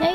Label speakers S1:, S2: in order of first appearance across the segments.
S1: 哎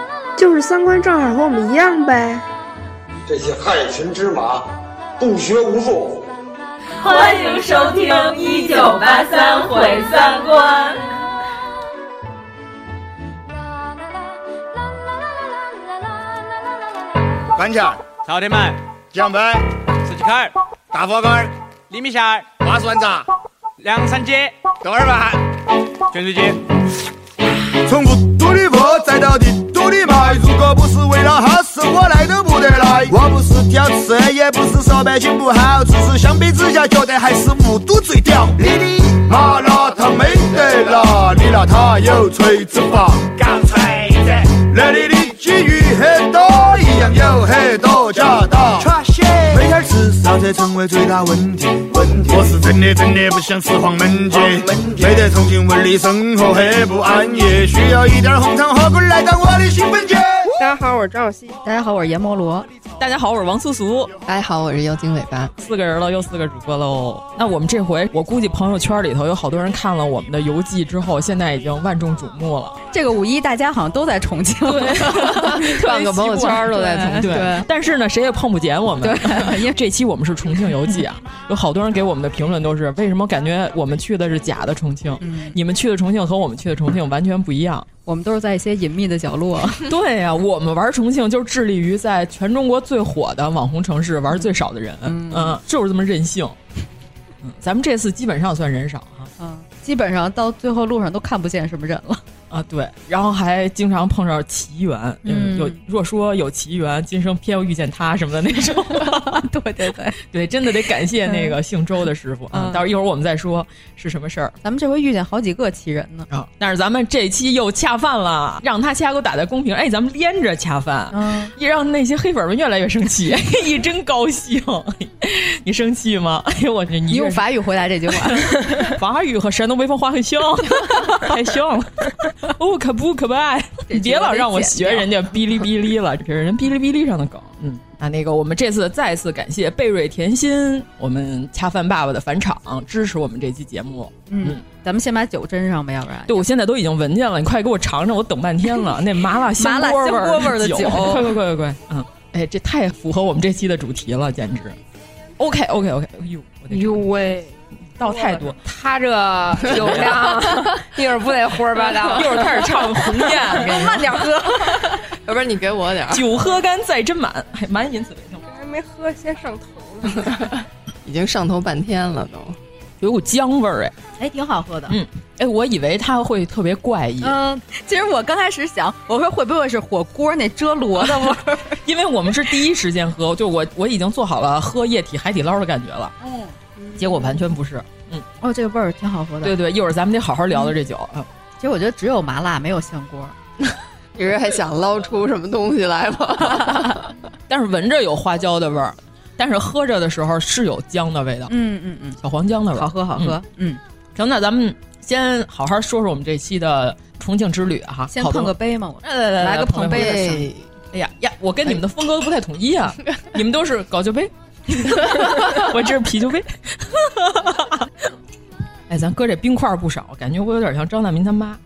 S2: 就是三观正好和我们一样呗。
S3: 这些害群之马，不学无术。
S4: 欢迎收听《一九八三毁三观》。
S5: 番茄、
S6: 草莓们、
S5: 酱焖、
S6: 手机儿、
S5: 大火锅、
S6: 厘米线儿、
S5: 大蒜子、
S6: 凉三姐、
S5: 豆儿饭、
S6: 卷水鸡。
S7: 从无毒的窝再到地土的麦，如果不是为了好事，我来都不得来。我不是挑刺，也不是手背筋不好，只是相比之下，觉得还是雾都最屌。你的麻辣烫没得辣，你拿它有锤子法。
S5: 干锤子。
S7: 那里的机遇很多，一样有很多假打。每天吃烧菜成为最大问题。
S5: 我是真的真的不想吃黄焖鸡，
S7: 没得重庆味的生活很不安逸，需要一点红糖火锅来当我的兴奋剂。
S8: 大家好，我是张小希。
S9: 大家好，我是阎摩罗。
S10: 大家好，我是王苏苏。
S11: 大家好，我是妖精尾巴。
S10: 四个人了，又四个主播喽。那我们这回，我估计朋友圈里头有好多人看了我们的游记之后，现在已经万众瞩目了。
S9: 这个五一大家好像都在重庆，
S10: 换
S11: 个朋友圈都在重庆。
S10: 对，但是呢，谁也碰不捡我们。
S9: 对，
S10: 因为这期我们是重庆游记啊， 有好多人给我们的评论都是：为什么感觉我们去的是假的重庆？嗯、你们去的重庆和我们去的重庆完全不一样。
S9: 我们都是在一些隐秘的角落。
S10: 对呀、啊，我们玩重庆就是致力于在全中国最火的网红城市玩最少的人，嗯，嗯就是这么任性。嗯，咱们这次基本上算人少哈、
S9: 啊。嗯，基本上到最后路上都看不见什么人了。
S10: 啊，对，然后还经常碰上奇缘，嗯，有若说有奇缘，今生偏要遇见他什么的那种。
S9: 对对对
S10: 对，真的得感谢那个姓周的师傅啊！到时候一会儿我们再说是什么事儿。
S9: 咱们这回遇见好几个奇人呢
S10: 啊！但是咱们这期又恰饭了，让他掐给我打在公屏，哎，咱们连着恰饭，
S9: 嗯
S10: 也让那些黑粉们越来越生气， 一真高兴。 你生气吗？哎呦我去！你
S9: 用法语回答这句话，
S10: 法语和山东潍坊话很像，太像了。 哦，可不可不爱？你别老让我学人家哔哩哔哩了，这是人哔哩哔哩上的梗。嗯，啊，那个，我们这次再次感谢贝瑞甜心，我们恰饭爸爸的返场，支持我们这期节目。
S9: 嗯，嗯咱们先把酒斟上吧，要不然。
S10: 对，我现在都已经闻见了，你快给我尝尝，我等半天了。那麻辣
S9: 香锅味
S10: 儿
S9: 的酒，
S10: 快快快快快！嗯，哎，这太符合我们这期的主题了，简直。OK OK OK，哎呦，
S9: 呦喂！
S10: 倒太多，
S11: 他这酒 量一会儿不得胡说八道，
S10: 一会儿开始 唱鸿雁，
S11: 慢点喝，要不然你给我点。
S10: 酒喝干再斟满，还满饮此为
S8: 这还没喝，先上头了，
S11: 已经上头半天了都，
S10: 有股姜味儿哎，
S9: 哎挺好喝的，
S10: 嗯，哎我以为它会特别怪异，
S11: 啊
S9: 嗯，其实我刚开始想，我说会不会是火锅那遮罗的味儿，
S10: 因为我们是第一时间喝，就我我已经做好了喝液体海底捞的感觉了，嗯。结果完全不是，嗯，
S9: 哦，这个味儿挺好喝的。
S10: 对对，一会儿咱们得好好聊聊这酒啊。嗯、
S9: 其实我觉得只有麻辣，没有香 锅。
S11: 你是还想捞出什么东西来吗？
S10: 嗯但是闻着有花椒的味儿，但是喝着的时候是有姜的味道。
S9: 嗯嗯嗯，
S10: 小黄姜的味儿，
S9: 好喝好喝。
S10: 嗯，行、嗯，那咱们先好好说说我们这期的重庆之旅哈、啊。
S9: 先碰个杯嘛，我
S10: 来来来，
S9: 呃来个碰杯的声音。
S10: 哎呀呀，我跟你们的风格都不太统一啊，哎、 你们都是搞酒杯。 我这是啤酒杯 哎，咱哥这冰块不少，感觉我有点像张大民他妈，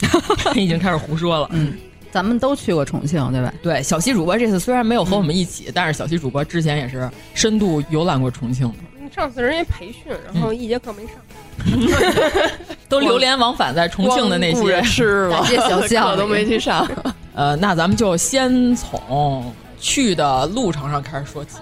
S10: 已经开始胡说了。
S9: 嗯，咱们都去过重庆，对吧？
S10: 对，小西主播这次虽然没有和我们一起，嗯、但是小西主播之前也是深度游览过重庆的。
S8: 上次人家培训，然后一节课没上。嗯
S10: 都流连往返在重庆的那些
S11: 是了，
S9: 这小巷
S11: 都没去上。
S10: 呃，那咱们就先从去的路程上开始说起。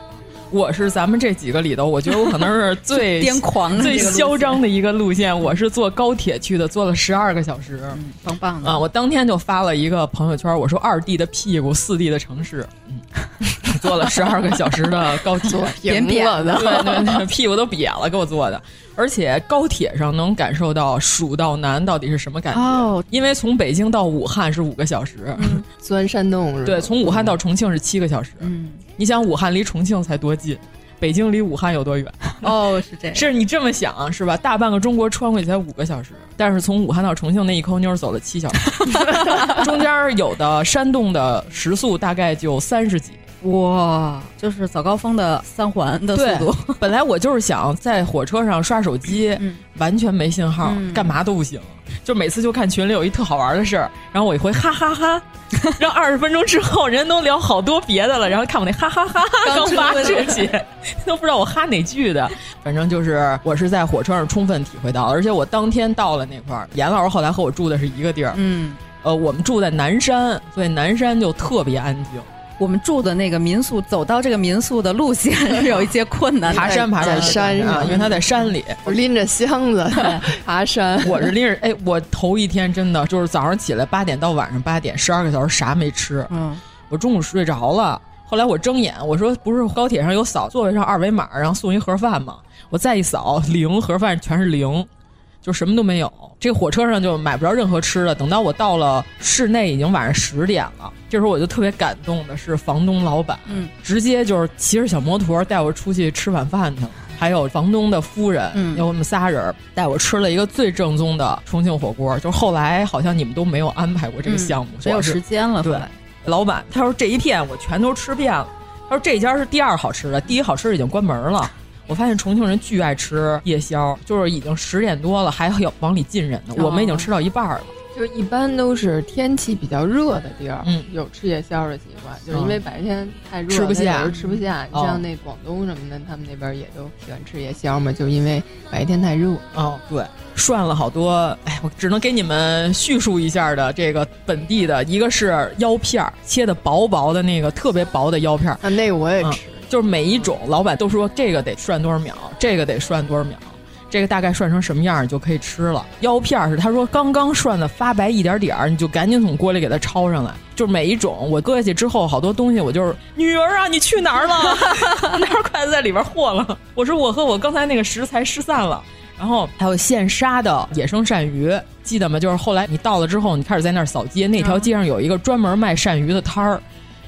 S10: 我是咱们这几个里头，我觉得我可能是 最
S9: 癫狂、
S10: 最嚣张的一个路线。我是坐高铁去的，坐了十二个小时，啊
S9: 嗯、棒棒的
S10: 啊！我当天就发了一个朋友圈，我说二 D 的屁股，四 D 的城市。嗯， 坐了十二个小时的高铁，
S2: 扁扁了呢
S10: 对对对，屁股都瘪了，给我坐的。而且高铁上能感受到蜀道难到底是什么感觉，
S2: 哦
S10: 因为从北京到武汉是五个小时，
S2: 钻山洞是吧？
S10: 对，从武汉到重庆是七个小时。
S2: 嗯，
S10: 你想武汉离重庆才多近，北京离武汉有多远？
S2: 哦，是这样。
S10: 是你这么想是吧？大半个中国穿过去才五个小时，但是从武汉到重庆那一抠妞儿走了七小时， 中间儿有的山洞的时速大概就三十几。
S1: 哇，就是早高峰的三环的速度。
S10: 对，本来我就是想在火车上刷手机，完全没信号，
S1: 嗯
S10: 干嘛都不行。就每次就看群里有一特好玩的事儿，然后我一回哈哈哈然后二十分钟之后人都聊好多别的了，然后看我那哈哈哈哈
S1: 刚
S10: 刚
S1: 出
S10: 发
S1: 的
S10: 出去， 都不知道我哈哪句的。反正就是我是在火车上充分体会到了，而且我当天到了那块儿，严老师后来和我住的是一个地儿，
S1: 嗯，
S10: 呃，我们住在南山，所以南山就特别安静。
S1: 我们住的那个民宿，走到这个民宿的路线是有一些困难的，
S10: 爬山爬山
S2: 在山
S10: 啊，
S2: 上
S10: 因为他在山里。
S2: 拎着箱子爬山，
S10: 我是拎着，哎，我头一天真的就是早上起来八点到晚上八点，十二个小时啥没吃。
S1: 嗯，
S10: 我中午睡着了，后来我睁眼，我说不是高铁上有扫座位上二维码，然后送一盒饭吗？我再一扫，零盒饭全是零，就什么都没有。这个火车上就买不着任何吃的。等到我到了室内，已经晚上十点了。这时候我就特别感动的是房东老板，
S1: 嗯，
S10: 直接就是骑着小摩托带我出去吃晚饭去了。还有房东的夫人，
S1: 嗯
S10: 有我们仨人带我吃了一个最正宗的重庆火锅，就是后来好像你们都没有安排过这个项目，
S1: 只嗯有
S10: 我是
S1: 时间了。
S10: 对，老板他说这一片我全都吃遍了，他说这家是第二好吃的，第一好吃的已经关门了。我发现重庆人巨爱吃夜宵，就是已经十点多了，还有往里进人呢。
S2: 哦
S10: 我们已经吃到一半了，
S2: 就是一般都是天气比较热的地儿，
S10: 嗯
S2: 有吃夜宵的习惯，就是因为白天太热，
S10: 吃不下
S2: 它有时候吃不下。你
S10: 哦
S2: 像那广东什么的，他们那边也都喜欢吃夜宵
S10: 嗯
S2: 嘛，就因为白天太热。
S10: 哦，对，涮了好多。哎，我只能给你们叙述一下的这个本地的，一个是腰片儿，切的薄薄的那个特别薄的腰片儿，
S2: 啊，那个我也
S10: 嗯
S2: 吃，
S10: 就是每一种老板都说这个得涮多少秒，这个得涮多少秒，这个大概涮成什么样儿你就可以吃了。腰片儿是他说刚刚涮的发白一点点儿，你就赶紧从锅里给它焯上来。就是每一种我搁下去之后，好多东西我就是女儿啊，你去哪儿了？ 拿着筷子在里边和了。我说我和我刚才那个食材失散了。然后还有现杀的野生鳝鱼，记得吗？就是后来你到了之后，你开始在那儿扫街，那条街上有一个专门卖鳝鱼的摊儿，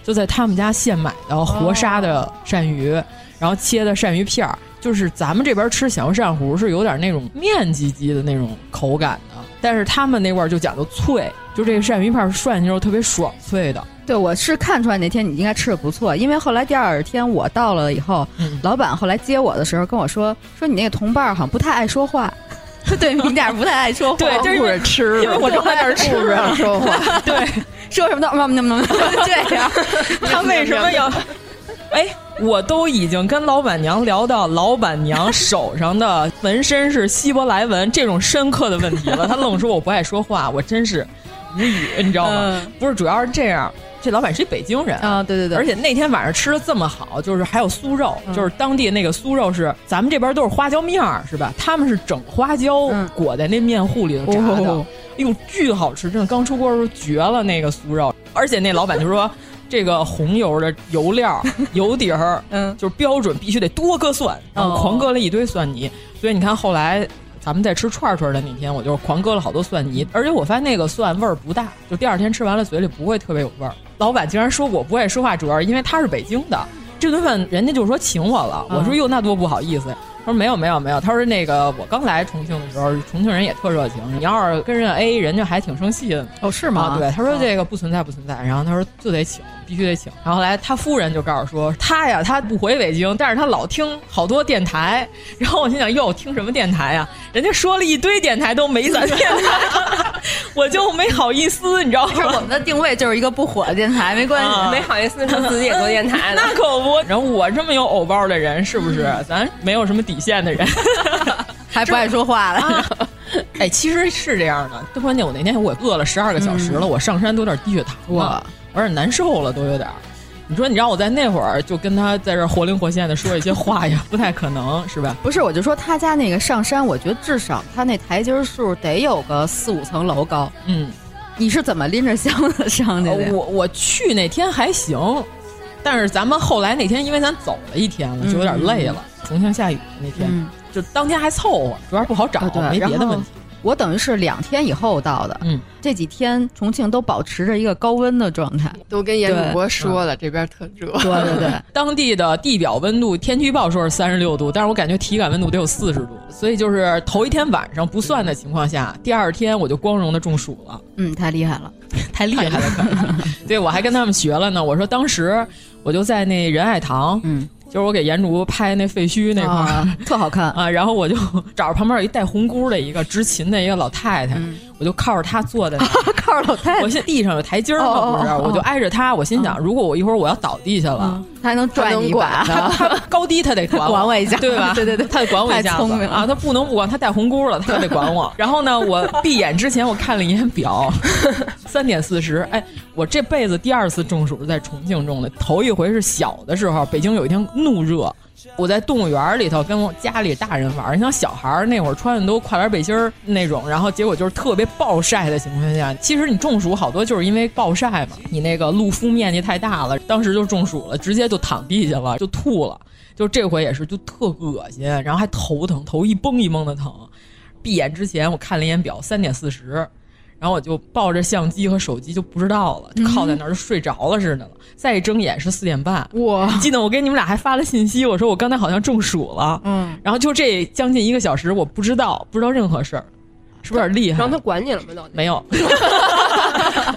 S10: 就在他们家现买的活杀的鳝鱼，然后切的鳝鱼片儿，就是咱们这边吃小鳝糊是有点那种面唧唧的那种口感的，但是他们那块儿就讲究脆，就这个鳝鱼片儿涮起来之后特别爽脆的。
S1: 对，我是看出来那天你应该吃的不错，因为后来第二天我到了以后，
S10: 嗯
S1: 老板后来接我的时候跟我说，说你那个同伴儿好像不太爱说话， 对你俩不太爱说话，
S10: 对，就是因为
S2: 吃
S10: 因为我正在那儿吃，
S2: 不让说话。
S10: 对。
S1: 说什么都嗯嗯嗯嗯这 样，
S10: 他为什么要？ 哎，我都已经跟老板娘聊到老板娘手上的纹身是希伯来文这种深刻的问题了，她愣说我不爱说话，我真是无语，你知道吗？
S1: 嗯
S10: 不是，主要是这样，这老板是一北京人
S1: 啊，对对嗯对，
S10: 而且那天晚上吃的这么好，就是还有酥肉，就是当地那个酥肉是咱们这边都是花椒面儿是吧？他们是整花椒
S1: 嗯
S10: 裹在那面糊里头炸的，
S1: 哦
S10: 哎呦巨好吃，真的刚出锅的时候绝了那个酥肉，而且那老板就说。这个红油的 油料油底儿，
S1: 嗯
S10: 就是标准，必须得多搁蒜，然后
S1: 哦
S10: 狂搁了一堆蒜泥。所以你看，后来咱们在吃串串的那天，我就是狂搁了好多蒜泥，而且我发现那个蒜味儿不大，就第二天吃完了嘴里不会特别有味儿。老板竟然说我不爱说话，主要是因为他是北京的。这顿饭人家就说请我了，我说哟那多不好意思呀。他说没有没有没有，他说那个我刚来重庆的时候，重庆人也特热情，你要是跟人家 A，人家还挺生气的呢。
S1: 哦是
S10: 啊，对，他说这个不存在，不存在。然后他说就得请，必须得请。然后后来他夫人就告诉说，他呀，他不回北京，但是他老听好多电台。 然后我心想，哟，听什么电台呀？人家说了一堆电台都没咱电台， 我就没好意思，你知道
S1: 是我
S10: 吗？
S1: 们的定位就是一个不火的电台，没关系，
S10: 啊
S4: 没好意思说自己也做电 台了
S10: 那。可不，然后我这么有偶包的人，是不是？咱没有什么底线的 人。
S1: 还不爱说话了。
S10: 哎，其实是这样的。关键我那天我饿了十二个小时了，我上山都有点低血糖
S2: 哇
S10: 了，
S9: 啊
S10: 我有点难受了，都有点儿。你说你让我在那会儿就跟他在这儿活灵活现的说一些话也不太可能，是吧？
S1: 不是，我就说他家那个上山，我觉得至少他那台阶数得有个四五层楼高。
S10: 嗯，
S9: 嗯
S1: 你是怎么拎着箱子上去
S10: 呃
S1: 的呀？
S10: 我我去那天还行，但是咱们后来那天，因为咱走了一天了，就有
S9: 嗯
S10: 点累了。重庆下雨那天，就当天还凑合，主要是不好找，
S9: 啊嗯对
S10: 没别的
S9: 然后
S10: 问题。
S9: 我等于是两天以后到的，
S10: 嗯，
S9: 这几天重庆都保持着一个高温的状态，嗯
S12: 都跟严主播说了，这边特热。
S9: 对对对，
S10: 当地的地表温度，天气预报说是三十六度，但是我感觉体感温度得有四十度，所以就是头一天晚上不算的情况下，第二天我就光荣的中暑了。
S9: 嗯，太厉害了，
S10: 太厉害了，可 以对我还跟他们学了呢。我说当时我就在那仁爱堂，
S9: 嗯，
S10: 就是我给颜竹拍那废墟那块儿、
S9: 啊特好看
S10: 啊，然后我就 找着旁边有一戴红箍的一个执勤的一个老太太，
S9: 嗯
S10: 我就靠着她坐在那儿，
S9: 靠着老太太，
S10: 我现地上有台阶儿嘛，
S9: 啊哦哦
S10: 不是，
S9: 哦
S10: 我就挨着她，我心想，如果我一会儿我要倒地下了。
S9: 他还能拽你一把，
S10: 他他高低他得管
S9: 管我一下
S10: 对吧？
S9: 对对对
S10: 他得管我一下子
S9: 太聪明了
S10: 啊！他不能不管，他戴红箍 了，他得管我。然后呢，我闭眼之前我看了一眼表， 三点四十。哎，我这辈子第二次中暑是在重庆中的，头一回是小的时候，北京有一天怒热。我在动物园里头跟我家里大人玩儿，你像小孩儿那会儿穿的都跨栏背心儿那种，然后结果就是特别暴晒的情况下，其实你中暑好多就是因为暴晒嘛，你那个露肤面积太大了，当时就中暑了，直接就躺地下了，就吐了，就这回也是就特恶心，然后还头疼，头一蹦一蹦的疼。闭眼之前我看了一眼表，三点四十。然后我就抱着相机和手机就不知道了，就靠在那儿就睡着了似的了。再一睁眼是四点半，
S9: 哇！
S10: 记得我给你们俩还发了信息，我说我刚才好像中暑了，
S9: 嗯，
S10: 然后就这将近一个小时，我不知道不知道任何事儿，是不是有点厉害？
S13: 然后他管你了吗？到底
S10: 没有。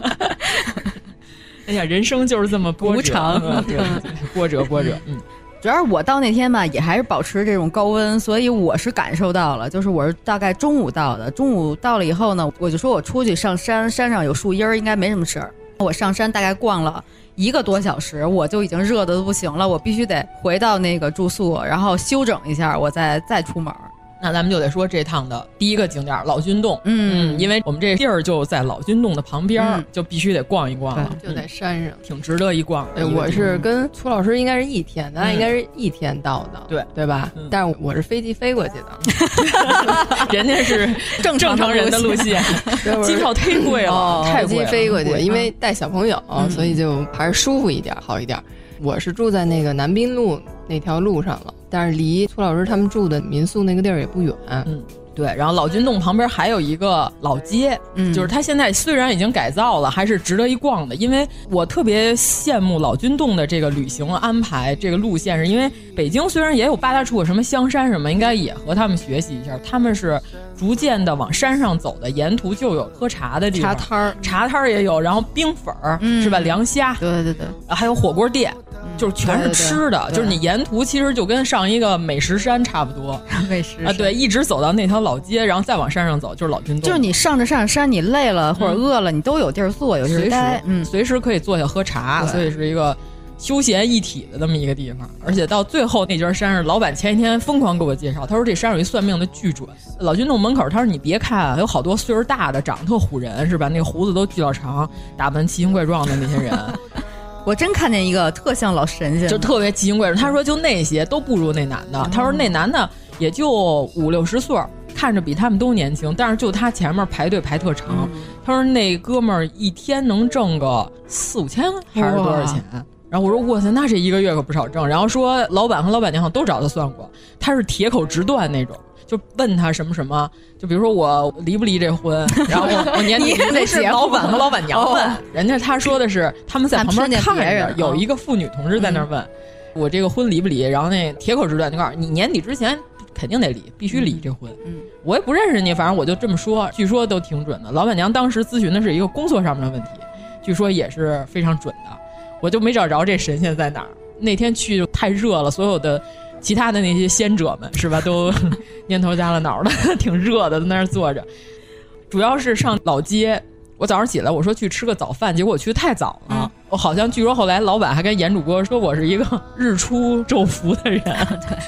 S10: 哎呀，人生就是这么波折
S9: 无常
S10: 嗯对对波折波折，嗯，
S9: 主要是我到那天吧，也还是保持这种高温，所以我是感受到了，就是我是大概中午到的，中午到了以后呢，我就说我出去上山，山上有树荫儿，应该没什么事儿。我上山大概逛了一个多小时，我就已经热的都不行了，我必须得回到那个住宿，然后休整一下，我再再出门儿。
S10: 那咱们就得说这趟的第一个景点儿老君洞，
S9: 嗯
S10: 因为我们这地儿就在老君洞的旁边儿，
S9: 嗯
S10: 就必须得逛一逛了，嗯
S12: 就在山上。
S10: 挺值得一逛的
S12: 对，
S10: 一个地方。
S12: 我是跟苏老师应该是一天，咱俩
S10: 嗯
S12: 应该是一天到的，
S10: 对
S12: 对吧
S10: 嗯？
S12: 但是我是飞机飞过去的，
S10: 人家是
S9: 正
S10: 正
S9: 常
S10: 常人的路线，机票忒贵了，太
S12: 哦飞
S10: 贵
S12: 机
S10: 了
S12: 飞过去，
S10: 嗯
S12: 因为带小朋友，哦
S10: 嗯
S12: 所以就还是舒服一点，好一点。我是住在那个南滨路那条路上了，但是离苏老师他们住的民宿那个地儿也不远。
S10: 嗯，对，然后老君洞旁边还有一个老街，
S9: 嗯
S10: 就是它现在虽然已经改造了，还是值得一逛的。因为我特别羡慕老君洞的这个旅行安排，这个路线是因为北京虽然也有八大处，什么香山什么，应该也和他们学习一下，他们是逐渐的往山上走的，沿途就有喝茶的地
S9: 茶
S10: 方，
S9: 摊儿，
S10: 茶摊儿也有，然后冰粉儿、
S9: 嗯
S10: 是吧？凉虾，
S9: 对对对，
S10: 还有火锅店，
S9: 嗯
S10: 就是全是吃的，
S9: 对对对
S10: 就是你沿途其实就跟上一个美食山差不多
S9: 美食
S10: 啊，对，，一直走到那条老街，然后再往山上走就是老君洞，
S9: 就是你上着上着山，你累了或者
S12: 嗯
S9: 饿了，你都有地儿坐，有地
S10: 随
S9: 儿
S10: 时
S9: 待，嗯，
S10: 随时可以坐下喝茶，
S9: 对
S10: 所以是一个。休闲一体的这么一个地方，而且到最后那截山上，老板前一天疯狂给我介绍，他说这山上有一算命的巨准。老君洞门口，他说你别看有好多岁数大的，长得特唬人是吧？那个胡子都巨老长，打扮奇形怪状的那些人，
S9: 我真看见一个特像老神仙，
S10: 就特别奇形怪状。他说就那些都不如那男
S9: 嗯
S10: 的，他说那男的也就五六十岁儿，看着比他们都年轻，但是就他前面排队排特长。
S9: 嗯
S10: 他说那哥们儿一天能挣个四五千还是多少钱？然后我说哇塞，那这一个月可不少挣。然后说老板和老板娘好像都找他算过，他是铁口直断那种。就问他什么什么，就比如说我离不离这婚，然后我我年
S9: 你
S10: 底
S9: 也得
S10: 不是
S9: 结婚
S10: 老板和老板娘问
S9: 哦，
S10: 人家他说的是他们在旁边
S9: 他们
S10: 看
S9: 看见别
S10: 着
S9: 人，哦
S10: 有一个妇女同志在那儿
S9: 嗯
S10: 问、我这个婚离不离，然后那铁口直断就告诉你，你年底之前肯定得离，必须离这婚。
S9: 嗯，
S10: 我也不认识你，反正我就这么说，据说都挺准的。老板娘当时咨询的是一个工作上面的问题，据说也是非常准的，我就没找着这神仙在哪儿。那天去就太热了，所有的其他的那些仙者们是吧，都 蔫头耷拉脑的， 挺热的，在那儿坐着。主要是上老街，我早上起来我说去吃个早饭，结果我去的太早了。
S9: 嗯
S10: 我好像据说后来老板还跟严主播说我是一个日出昼伏的 人，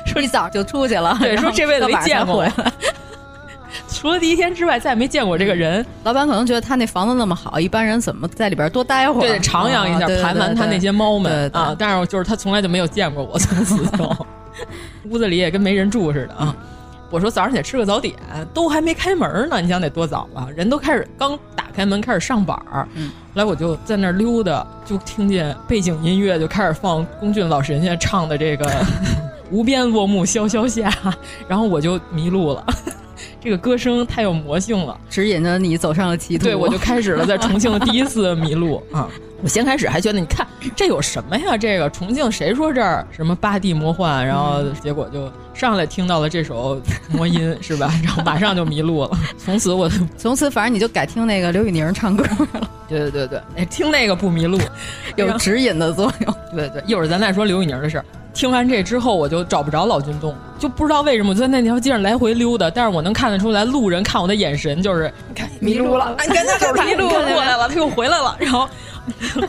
S9: 说一早就出去了，
S10: 对，
S9: 然
S10: 说
S9: 后
S10: 这辈子
S9: 到
S10: 没
S9: 晚
S10: 见
S9: 上
S10: 过
S9: 回
S10: 我
S9: 来。。
S10: 除了第一天之外，再也没见过这个人。
S9: 老板可能觉得他那房子那么好，一般人怎么在里边多待会儿？
S10: 对，徜徉一
S9: 啊
S10: 下，
S9: 对
S10: 盘完他
S9: 对
S10: 那些猫们
S9: 对对
S10: 啊。
S9: 嗯
S10: 但是就是他从来就没有见过我，从此就屋子里也跟没人住似的啊。我说早上得吃个早点，都还没开门呢，你想得多早啊？人都开始刚打开门开始上板儿。
S14: 嗯，
S10: 后来我就在那儿溜达，就听见背景音乐就开始放龚俊老神仙唱的 这个《无边落木萧萧下》，然后我就迷路了。 这个歌声太有魔性了，
S9: 指引着你走上了歧途。
S10: 对，我就开始了在重庆的第一次迷路啊！我先开始还觉得，你看这有什么呀？这个重庆谁说这儿什么八地魔幻？然后结果就上来听到了这首魔音，是吧？然后马上就迷路了。从此我，
S9: 从此反正你就改听那个刘宇宁唱 歌了。
S10: 对对对对，哎，听那个不迷路，
S9: 有指引的作用。
S10: 对对，一会儿咱再说刘宇宁的事儿。听完这之后，我就找不着老君洞，就不知道为什么我就在那条街上来回溜达，但是我能看得出来路人看我的眼神就是，你看
S15: 迷路了，
S10: 哎你看他就是迷路
S15: 看见没有
S10: 过来了，他 又回来了。然后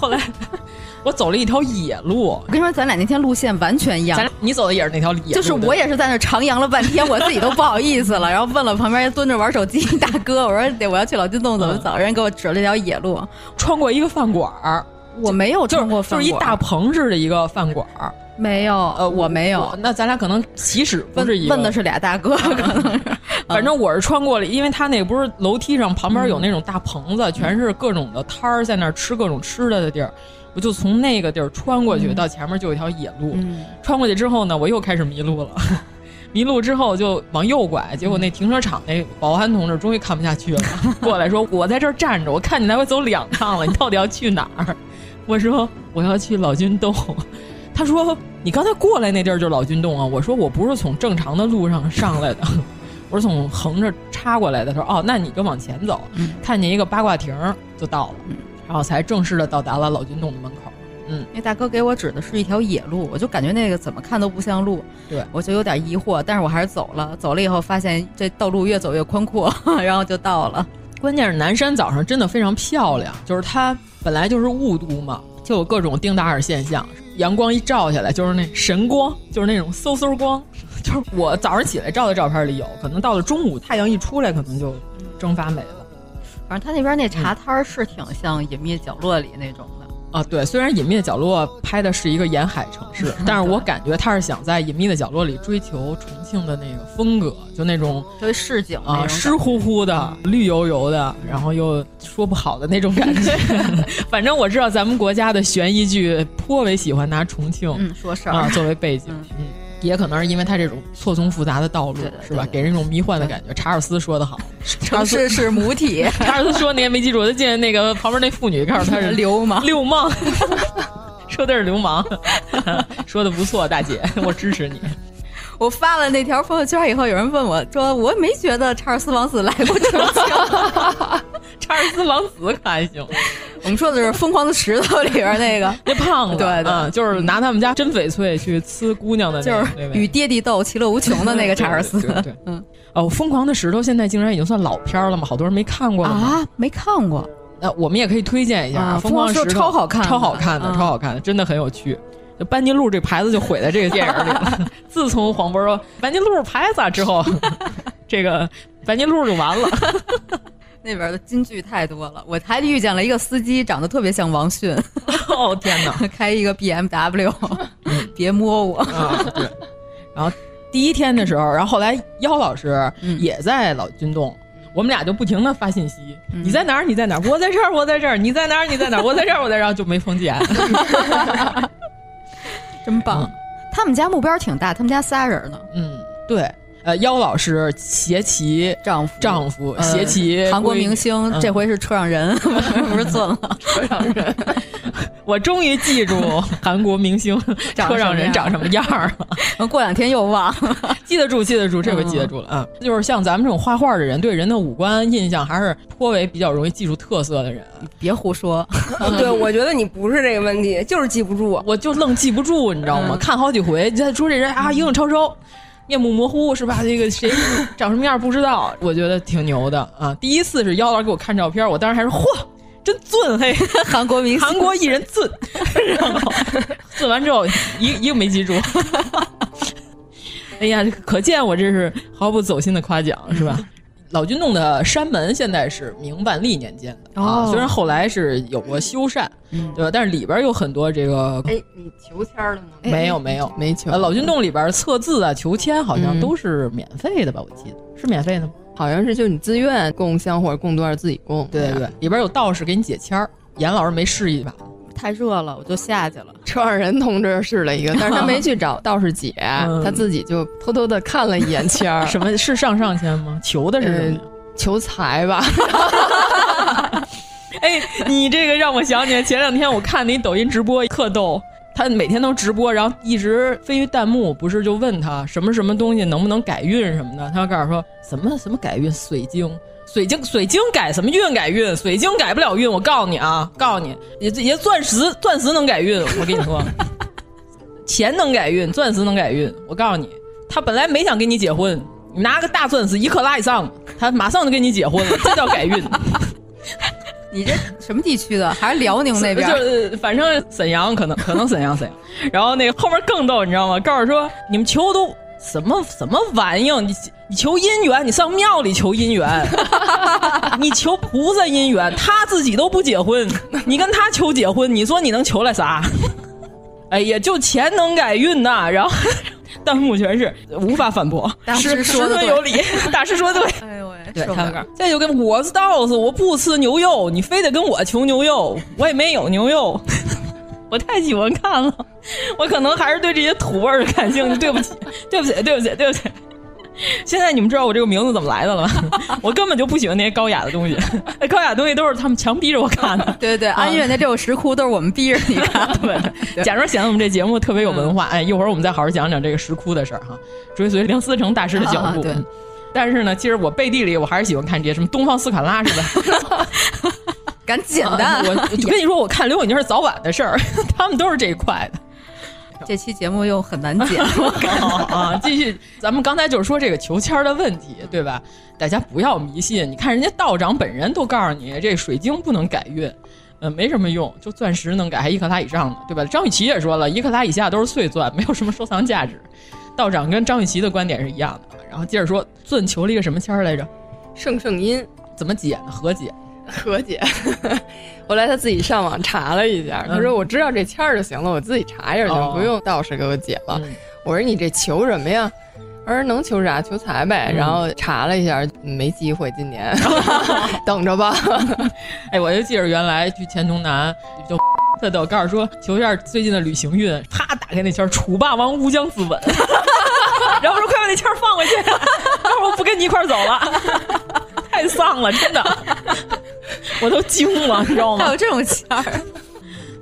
S10: 后来 我走了一条野路，
S9: 我跟你说，咱俩那天路线完全一样
S10: 咱。俩你走的也是那条野路，
S9: 就是我也是在那徜徉了半天，我自己都不好意思 了。然后问了旁边蹲着玩手机大哥，我说得哎我要去老金洞怎么走？人给我指了一条野路，
S10: 穿过一个饭馆儿，
S9: 我没有穿过
S10: 就
S9: 饭
S10: 是
S9: 馆，
S10: 一大棚似的一个饭馆儿。
S9: 没有，呃，我没有
S10: 我。那咱俩可能起始不
S9: 问
S10: 是一嗯个
S9: 问的是嗯俩大哥，可能是
S10: 反正我是穿过了，因为他那不是楼梯上旁边有那种大棚子，全是各种的摊儿，在那儿吃各种吃的的地儿。我就从那个地儿穿过去，
S9: 嗯
S10: 到前面就有一条野路。穿过去之后呢，我又开始迷路了。 迷路之后就往右拐，结果那停车场那保安同志终于看不下去了，过来说：“我在这儿站着，我看你来回走两趟了，你到底要去哪儿？”我说：“我要去老君洞。”他说：“你刚才过来那地儿就是老君洞啊？”我说：“我不是从正常的路上上来的， 我是从横着插过来的。”他说：“哦，那你就往前走，看见一个八卦亭儿就到了，然后才正式的到达了老君洞的门口。”嗯，
S9: 那大哥给我指的是一条野路，我就感觉那个怎么看都不像路，
S10: 对，
S9: 我就有点疑惑，但是我还是走了。走了以后发现这道路越走越宽阔， 然后就到了。
S10: 关键是南山早上真的非常漂亮，就是它本来就是雾都嘛，就有各种丁达尔现象，阳光一照下来就是那神光，就是那种嗖嗖光，就是我早上起来照的照片里有，可能到了中午太阳一出来，可能就蒸发没了。
S9: 反正他那边那茶摊儿是挺像隐秘角落里那种的，
S10: 啊，对，虽然《隐秘的角落》拍的是一个沿海城市，但是我感觉他是想在《隐秘的角落》里追求重庆的那个风格，就那种
S9: 特别市井那种
S10: 啊，
S9: 感觉
S10: 湿乎乎的、
S9: 嗯
S10: 绿油油的，然后又说不好的那种感 觉。反正我知道咱们国家的悬疑剧颇为喜欢拿重庆、
S9: 嗯说事儿
S10: 啊作为背景，嗯。也可能是因为它这种错综复杂的道路，是吧？给人一种迷幻的感觉。查尔斯说 的好，查尔
S9: 城
S10: 斯，
S9: 市是母 体
S10: 查尔斯说你也没记住，我就记得那个旁边那妇女告诉他是
S9: 流氓，
S10: 流氓， 说的是流氓， 说的不错，大姐，我支持你。
S9: 我发了那条朋友圈以后，有人问我说：“我没觉得查尔斯王子来过重 庆。
S10: 查尔斯王子可还行？”
S9: 我们说的是《疯狂的石头》里边那个，
S10: 那胖子，
S9: 对对
S10: 嗯就是拿他们家真翡翠去呲姑娘的那，
S9: 就是
S10: 那位
S9: 与爹地斗，其乐无穷的那个查尔斯。
S10: 对对对对
S9: 嗯
S10: 哦，《疯狂的石头》现在竟然已经算老片儿了嘛，好多人没看过了嘛。
S9: 啊，没看过，
S10: 那我们也可以推荐一下
S9: 啊
S10: 疯狂的石头》，
S9: 疯狂的石头超好看的
S10: 超好看的，
S9: 啊
S10: 超好看的，真的很有趣。就班尼路这牌子就毁在这个电影里 了。自从黄渤说班尼路牌子啊之后，这个班尼路就完了。
S9: 那边的金句太多了。我还遇见了一个司机，长得特别像王 迅，
S10: 哦天哪！
S9: 开一个 BMW，别摸我。
S10: 啊，对。然后第一天的时候，然后后来妖老师也在老君洞，我们俩就不停的发信息，你在哪儿？你在哪儿？我在这儿，我在这儿。你在哪儿？你在哪 儿？我在这儿，我在这儿，就没碰见。
S9: 真棒！他们家目标挺大，他们家仨人呢，
S10: 嗯，对。呃，妖老师携其
S9: 丈夫
S10: 丈夫
S9: 嗯
S10: 携其
S9: 韩国
S10: 闺女
S9: 明星，
S10: 嗯
S9: 这回是车上 人，不是尊了。
S10: 我终于记住韩国明星
S9: 长
S10: 车上人
S9: 什么样
S10: 长什么样儿了。
S9: 过两天又忘，
S10: 记得住，记得住，这回记得住了啊！就是像咱们这种画画的人，对人的五官印象还是颇为比较容易记住特色的人。
S9: 别胡说，
S16: 对，我觉得你不是这个问题，就是记不住。
S10: 我就愣记不住，你知道吗？看好几回，就说这人啊，影影绰绰，面目模糊是吧？这个谁长什么样不知道，我觉得挺牛的啊！第一次是妖老给我看照片，我当时还说嚯，真俊嘿，
S9: 韩国明星，
S10: 韩国艺人俊，然后俊完之后一一个没记住。哎呀，可见我这是毫不走心的夸奖，是吧？老君洞的山门现在是明万历年间的、
S9: 哦
S10: 啊，虽然后来是有过修缮，对吧？但是里边有很多这个
S9: 哎，你求签儿了吗？
S10: 没有没有没
S9: 求
S10: 哎呃老君洞里边测字啊、求签好像
S9: 嗯
S10: 都是免费的吧？我记得是免费的吗？
S9: 好像是就你自愿供香火供多少自己供。
S10: 对对对，里边有道士给你解签儿，严老师没试一把。
S9: 太热了，我就下去了。车上人同志试了一个，但是他没去 找道士解，
S1: 嗯
S9: 他自己就偷偷的看了一眼 签儿。嗯
S10: 什么 呃是上上签吗？求的是什么呀？
S9: 求财吧。
S10: 哎，你这个让我想起来，前两天我看那抖音直播特逗，他每天都直播，然后一直飞弹幕，不是就问他什么什么东西能不能改运什么的，他就告诉说什么什么改运水晶。水晶水晶改什么运改运？水晶改不了运，我告诉你啊，告诉你，也也钻石钻石能改运，我跟你说，钱能改运，钻石能改运，我告诉你，他本来没想跟你结婚，你拿个大钻石一克拉以上，他马上就跟你结婚了，这叫改运。
S1: 你这什么地区的？还是辽宁那边？
S10: 就是反正沈阳可能可能沈阳沈阳，然后那个后面更逗，你知道吗？告诉说你们求都什么什么玩意儿，你你求姻缘，你上庙里求姻缘，你求菩萨姻缘，他自己都不结婚，你跟他求结婚，你说你能求来啥？ 哎呀，就钱能改运呐、然后 弹幕全是无法反驳，
S1: 大师
S10: 十
S1: 说
S10: 十
S1: 得对
S10: 分有理，大师说得对。对，他们告诉我这就跟我是道士，我不吃牛肉，你非得跟我求牛肉，我也没有牛肉。 我太喜欢看了，我可能还是对这些土味儿感兴趣。对不起， 对不起，对不起，对不起。现在你们知道我这个名字怎么来的了吧？ 我根本就不喜欢那些高雅的东西， 那高雅的东西都是他们强逼着我看的。
S1: 对对，
S9: 嗯
S1: 安岳那六石窟都是我们逼着你看
S10: 的。假如显得我们这节目特别有文
S1: 嗯
S10: 化，哎，一会儿我们再好好讲讲这个石窟的事儿哈，追随梁思成大师的脚
S1: 啊
S10: 步。
S1: 对
S10: 但是呢，其实我背地里我还是喜欢看这些什么东方斯卡拉似的。
S1: 赶紧
S10: 啊
S1: 的，
S10: 我我跟你说，我看刘永宁是早晚的事儿， 他们都是这一块的。
S1: 这期节目又很难解，我感觉
S10: 啊，继续，咱们刚才就是说这个求签儿的问题，对吧？大家不要迷信，你看人家道长本人都告诉你，这水晶不能改运，呃，没什么用，就钻石能改，还一克拉以上的，对吧？张雨绮也说了，一克拉以下都是碎钻，没有什么收藏价值。道长跟张雨绮的观点是一样的。啊然后接着说，钻求了一个什么签儿来着？
S9: 圣圣音
S10: 怎么解呢？和解。
S9: 何姐， 后来她自己上网查了一下，
S10: 嗯
S9: 她说我知道这签儿就行了，我自己查一下就
S10: 哦
S9: 不用道士给我解
S1: 嗯
S9: 了。我说你这求什么呀？她说能求啥？求财
S1: 嗯
S9: 呗。然后查了一下，嗯没机会，今年等着吧。
S10: 哎，我就记着原来去黔东南就。 特逗，告诉说求一下最近的旅行运，啪打开那签儿，楚霸王乌江自刎， 然后说快把那签儿放回去，啊要不我不跟你一块儿走了， 太丧了，真的， 我都惊了，你知道吗？
S1: 还有这种签儿，哎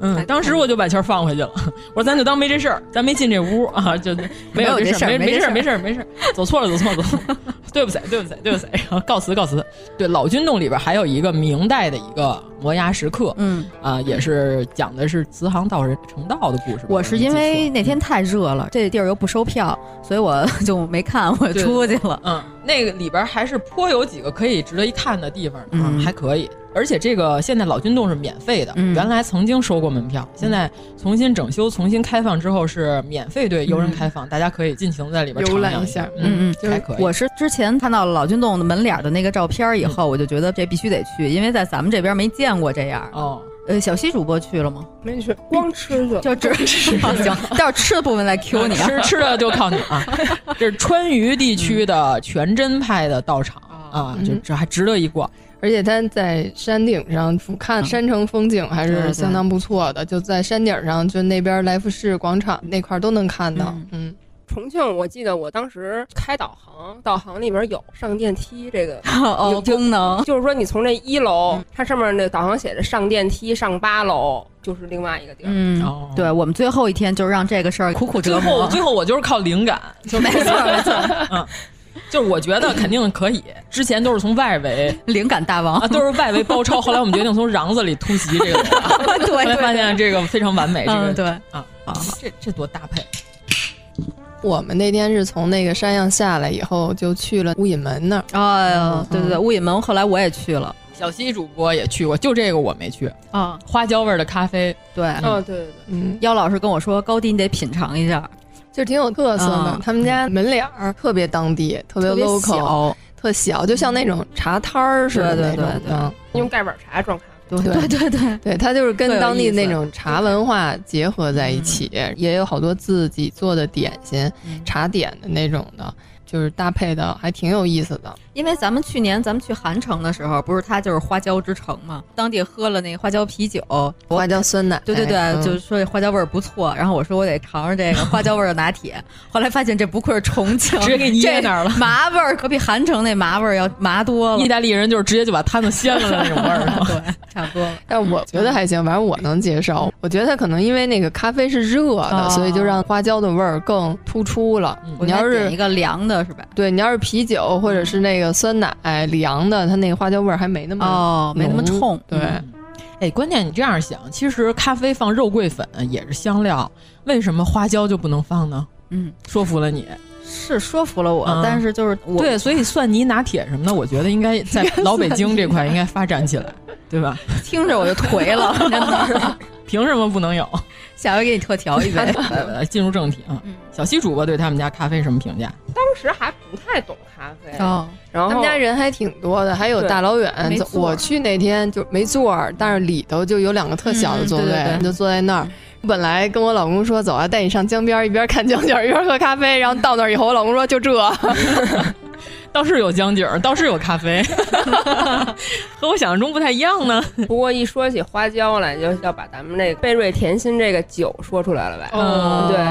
S10: 嗯， 当时我就把签儿放回去了，我说咱就当没这事儿，咱没进这屋啊，就没有事
S1: 没有这事儿
S10: 没
S1: 没
S10: 没
S1: 这事
S10: 儿，
S1: 儿
S10: 没事儿，没事儿，走错了，走错了，走错了， 对不起，对不起，对不起， 然后告辞，告辞。对，老君洞里边还有一个明代的一个摩崖石刻，
S1: 嗯
S10: 啊，也是讲的是慈航道人成道的故事吧。
S1: 我是因为那天太热了，这地儿又不收票，所以我 就没看，我
S10: 对
S1: 出去了。
S10: 嗯，那个里边还是颇有几个可以值得一看的地方的，
S1: 嗯
S10: 还可以。而且这个现在老君洞是免费的，
S1: 嗯
S10: 原来曾经收过门票，现在重新整修、重新开放之后是免费对游人开放，大家可以尽情在里边
S9: 游览
S10: 徜徉
S9: 一下
S10: 嗯
S1: 嗯
S10: 嗯，还
S1: 嗯
S10: 可，以。
S1: 我是之前看到老君洞的门脸儿的那个照片儿以后，我就觉得这必须得去，因为在咱们这边没见过这样。
S10: 哦，
S1: 呃，小西主播去了吗？
S17: 没去，光吃去了。
S1: 就只吃行，待会儿吃的部分再 Q 你啊。
S10: 吃吃的就靠你 啊！这是川渝地区的全真派的道场、啊，就
S9: 嗯
S10: 这还值得一逛。
S9: 而且它在山顶上俯
S1: 嗯
S9: 瞰山城风景还
S10: 对对
S9: 是相当不错的，就在山顶上，就那边来福士广场那块儿都能看到。嗯，
S17: 重庆，我记得我当时开导航，导航里边有上电梯这个
S1: 哦
S17: 有就
S1: 功能嗯
S17: 就是说你从这一楼，它上面那导航写着上电梯上八楼，就是另外一个地儿。
S1: 嗯
S10: 哦，
S1: 对我们最后一天就让这个事儿苦苦
S10: 最
S1: 折
S10: 后
S1: 磨。啊
S10: 最后我就是靠灵感，就是
S1: 没错没错，
S10: 嗯，就是我觉得肯定可以。之前都是从外围
S1: 灵感大王
S10: 啊，都是外围 包抄。后来我们决定从瓤子里突袭这个，
S1: 对对
S10: 后来发现这个非常完美。这个
S1: 嗯对
S10: 啊啊，这这多搭配！
S9: 我们那天是从那个山上下来以后，就去了乌隐门那儿。嗯
S1: 哎呦，对对对，乌隐门后来我也去了
S10: 小西主播也去过，就这个我没去。
S1: 啊，
S10: 花椒味儿的咖啡，
S1: 对，
S17: 哦，对对对，
S9: 嗯，
S1: 妖老师跟我说，高低你得品尝一下，
S9: 就挺有特色的。
S1: 嗯
S9: 他们家门脸儿特别当地，特别
S1: 特别
S9: local，
S1: 小
S2: 特小，就像那种茶摊儿似的
S10: 对对
S2: 那种，
S10: 对对
S2: 嗯
S9: 用盖碗茶装咖
S2: 对
S1: 对对对
S2: 对，它就是
S1: 特
S2: 跟
S1: 有
S2: 当地
S1: 意思
S2: 那种茶文化结合在一起，也有好多自己做的点心、
S1: 嗯
S2: 茶点的那种的，就是搭配的还挺有意思的。
S1: 因为咱们去年咱们去韩城的时候，不是它就是花椒之城嘛，当地喝了那个花椒啤酒，
S2: 花椒酸奶，
S1: 对对对，
S2: 嗯
S1: 就是说花椒味儿不错。然后我说我得尝尝这个花椒味儿的拿铁。后来发现这不愧是重庆，
S10: 直接给你噎那儿了
S1: 这麻味儿可比韩城那麻味儿要麻多了。
S10: 意大利人就是直接就把摊子掀了的那种味儿 嘛。
S1: 差不多了。
S2: 但我觉得还行，反正我能接受。我觉得可能因为那个咖啡是热的，
S9: 啊
S2: 所以就让花椒的味儿更突出了。
S9: 嗯
S1: 我
S2: 嗯你
S1: 应该
S2: 要是
S1: 点一个凉的是吧？
S2: 对你要是啤酒或者是那个酸奶、凉的，它那个花椒味儿还没那么
S1: 哦没那么
S2: 浓
S1: 冲
S2: 嗯对，
S1: 嗯
S10: 哎，关键你这样想，其实咖啡放肉桂粉也是香料，为什么花椒就不能放呢？
S1: 嗯，
S10: 说服了你。
S1: 是说服了我，
S10: 嗯
S1: 但是就是我
S10: 对，所以蒜泥拿铁什么的，我觉得应该 在老北京这块应该发展起来，对吧？
S1: 听着我就颓了， 真的。
S10: 凭什么不能 有？
S1: 下回给你特调一杯。
S10: 呃进入正题啊，
S1: 嗯
S10: 小西主播对他们家咖啡什么评价？
S9: 当时还不太懂咖啡，
S1: 哎
S10: 哦
S9: 然后
S2: 他们家人还挺多的，还有
S9: 对
S2: 大老远
S9: 没
S2: 走。
S9: 座儿
S2: 我去那天就没座儿，但是里头就有两个特小的座位，
S9: 嗯对对对
S2: 就坐在那儿。本来跟我老公说走啊，带你上江边儿，一边看江景儿一边喝咖啡。然后到那儿以后，我老公说就这，
S10: 倒是有江景儿，倒是有 咖啡，和我想象中不太一样呢。
S9: 不过一说起花椒来，就要把咱们这个贝瑞甜心这个酒说出来了
S2: 嗯
S9: 呗。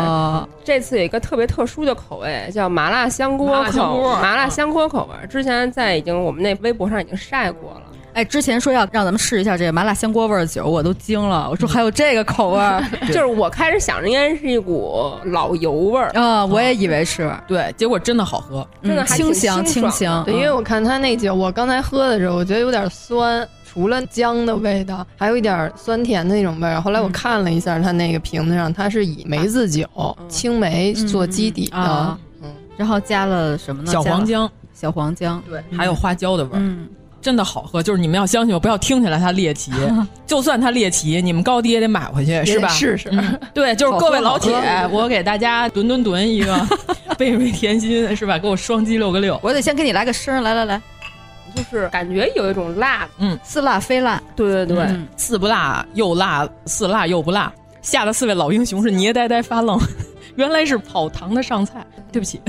S1: 哦
S9: 对，这次有一个特别特殊的口味，叫麻辣香锅
S1: 麻辣香
S9: 口
S1: 锅
S9: 麻辣香锅口味。之前在已经我们那微博上已经晒过了。，
S1: 哎，之前说要让咱们试一下这个麻辣香锅味儿的酒，我都惊了。我说还有这个口味儿
S9: 就是我开始想着应该是一股老油味儿
S1: 啊，
S2: 哦
S1: 我也以为是。
S10: 对，结果真的好喝，
S1: 嗯真的还挺清香清爽的清香
S9: 嗯
S2: 对，因为我看他那酒，我刚才喝的时候，我觉得有点酸，除了姜的味道，还有一点酸甜的那种味儿。后来我看了一下他那个瓶子上，它是以梅子酒、
S9: 嗯
S2: 青梅做基底的。
S1: 啊，然后加了什么呢？
S10: 小黄
S1: 加了
S10: 姜，
S1: 小黄姜，对
S10: 还有花椒的味儿，
S1: 嗯，
S10: 真的好喝。就是你们要相信我，不要听起来它猎 奇，就算它猎奇，你们高低也得买回去，是吧？
S2: 试试
S10: 嗯对，就是各位老铁
S1: 好喝好，喝
S10: 我给大家吨吨吨一个 贝瑞甜心，是吧？给我双击六个六。
S1: 我得先给你来个声儿，来来来，
S9: 就是感觉有一种辣，
S10: 嗯，
S1: 似辣非辣，
S9: 对对对，
S10: 嗯似不辣又辣，似辣又不辣，吓得四位老英雄是捏呆呆发愣。 原来是跑堂的上菜，对不起，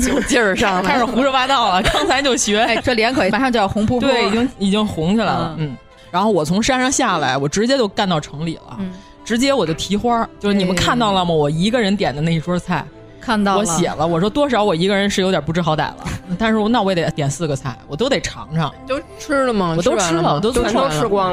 S2: 酒劲儿上来了
S10: 开始胡说八道了。刚才就学，
S1: 哎，这脸可马上就要红扑扑了，
S10: 对，已经已经红起来了。嗯，然后我从山上下来，我直接就干到城里了，直接我就提花儿，就是你们看到了吗？我一个人点的那一桌菜。
S1: 看到了
S10: 我写了，我说多少我一个人是有点不知好歹了，但是我那我也得点四个菜，我都得尝尝。
S2: 都哦吃了吗？
S10: 我都吃
S2: 完
S10: 了，
S2: 吗
S10: 我都
S2: 全都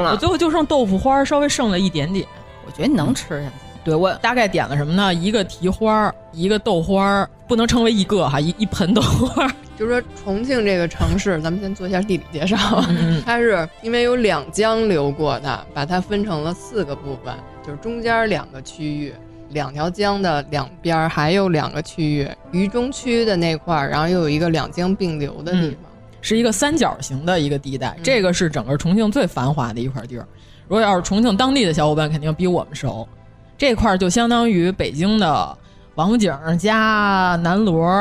S10: 我最后就剩豆腐花儿稍微剩了一点点。
S1: 我觉得你能吃下去。
S10: 对我大概点了什么呢？一个蹄花儿，一个豆花儿，不能称为一个哈，一一盆豆花儿。
S2: 就说重庆这个城市，咱们先做一下地理介绍。
S10: 嗯
S2: 它是因为有两江流过的，把它分成了四个部分，就是中间两个区域，两条江的两边儿还有两个区域，渝中区的那块儿，然后又有一个两江并流的地方。
S10: 是一个三角形的一个地带，这个是整个重庆最繁华的一块地儿。如果要是重庆当地的小伙伴，肯定比我们熟。这块儿就相当于北京的王府井加南锣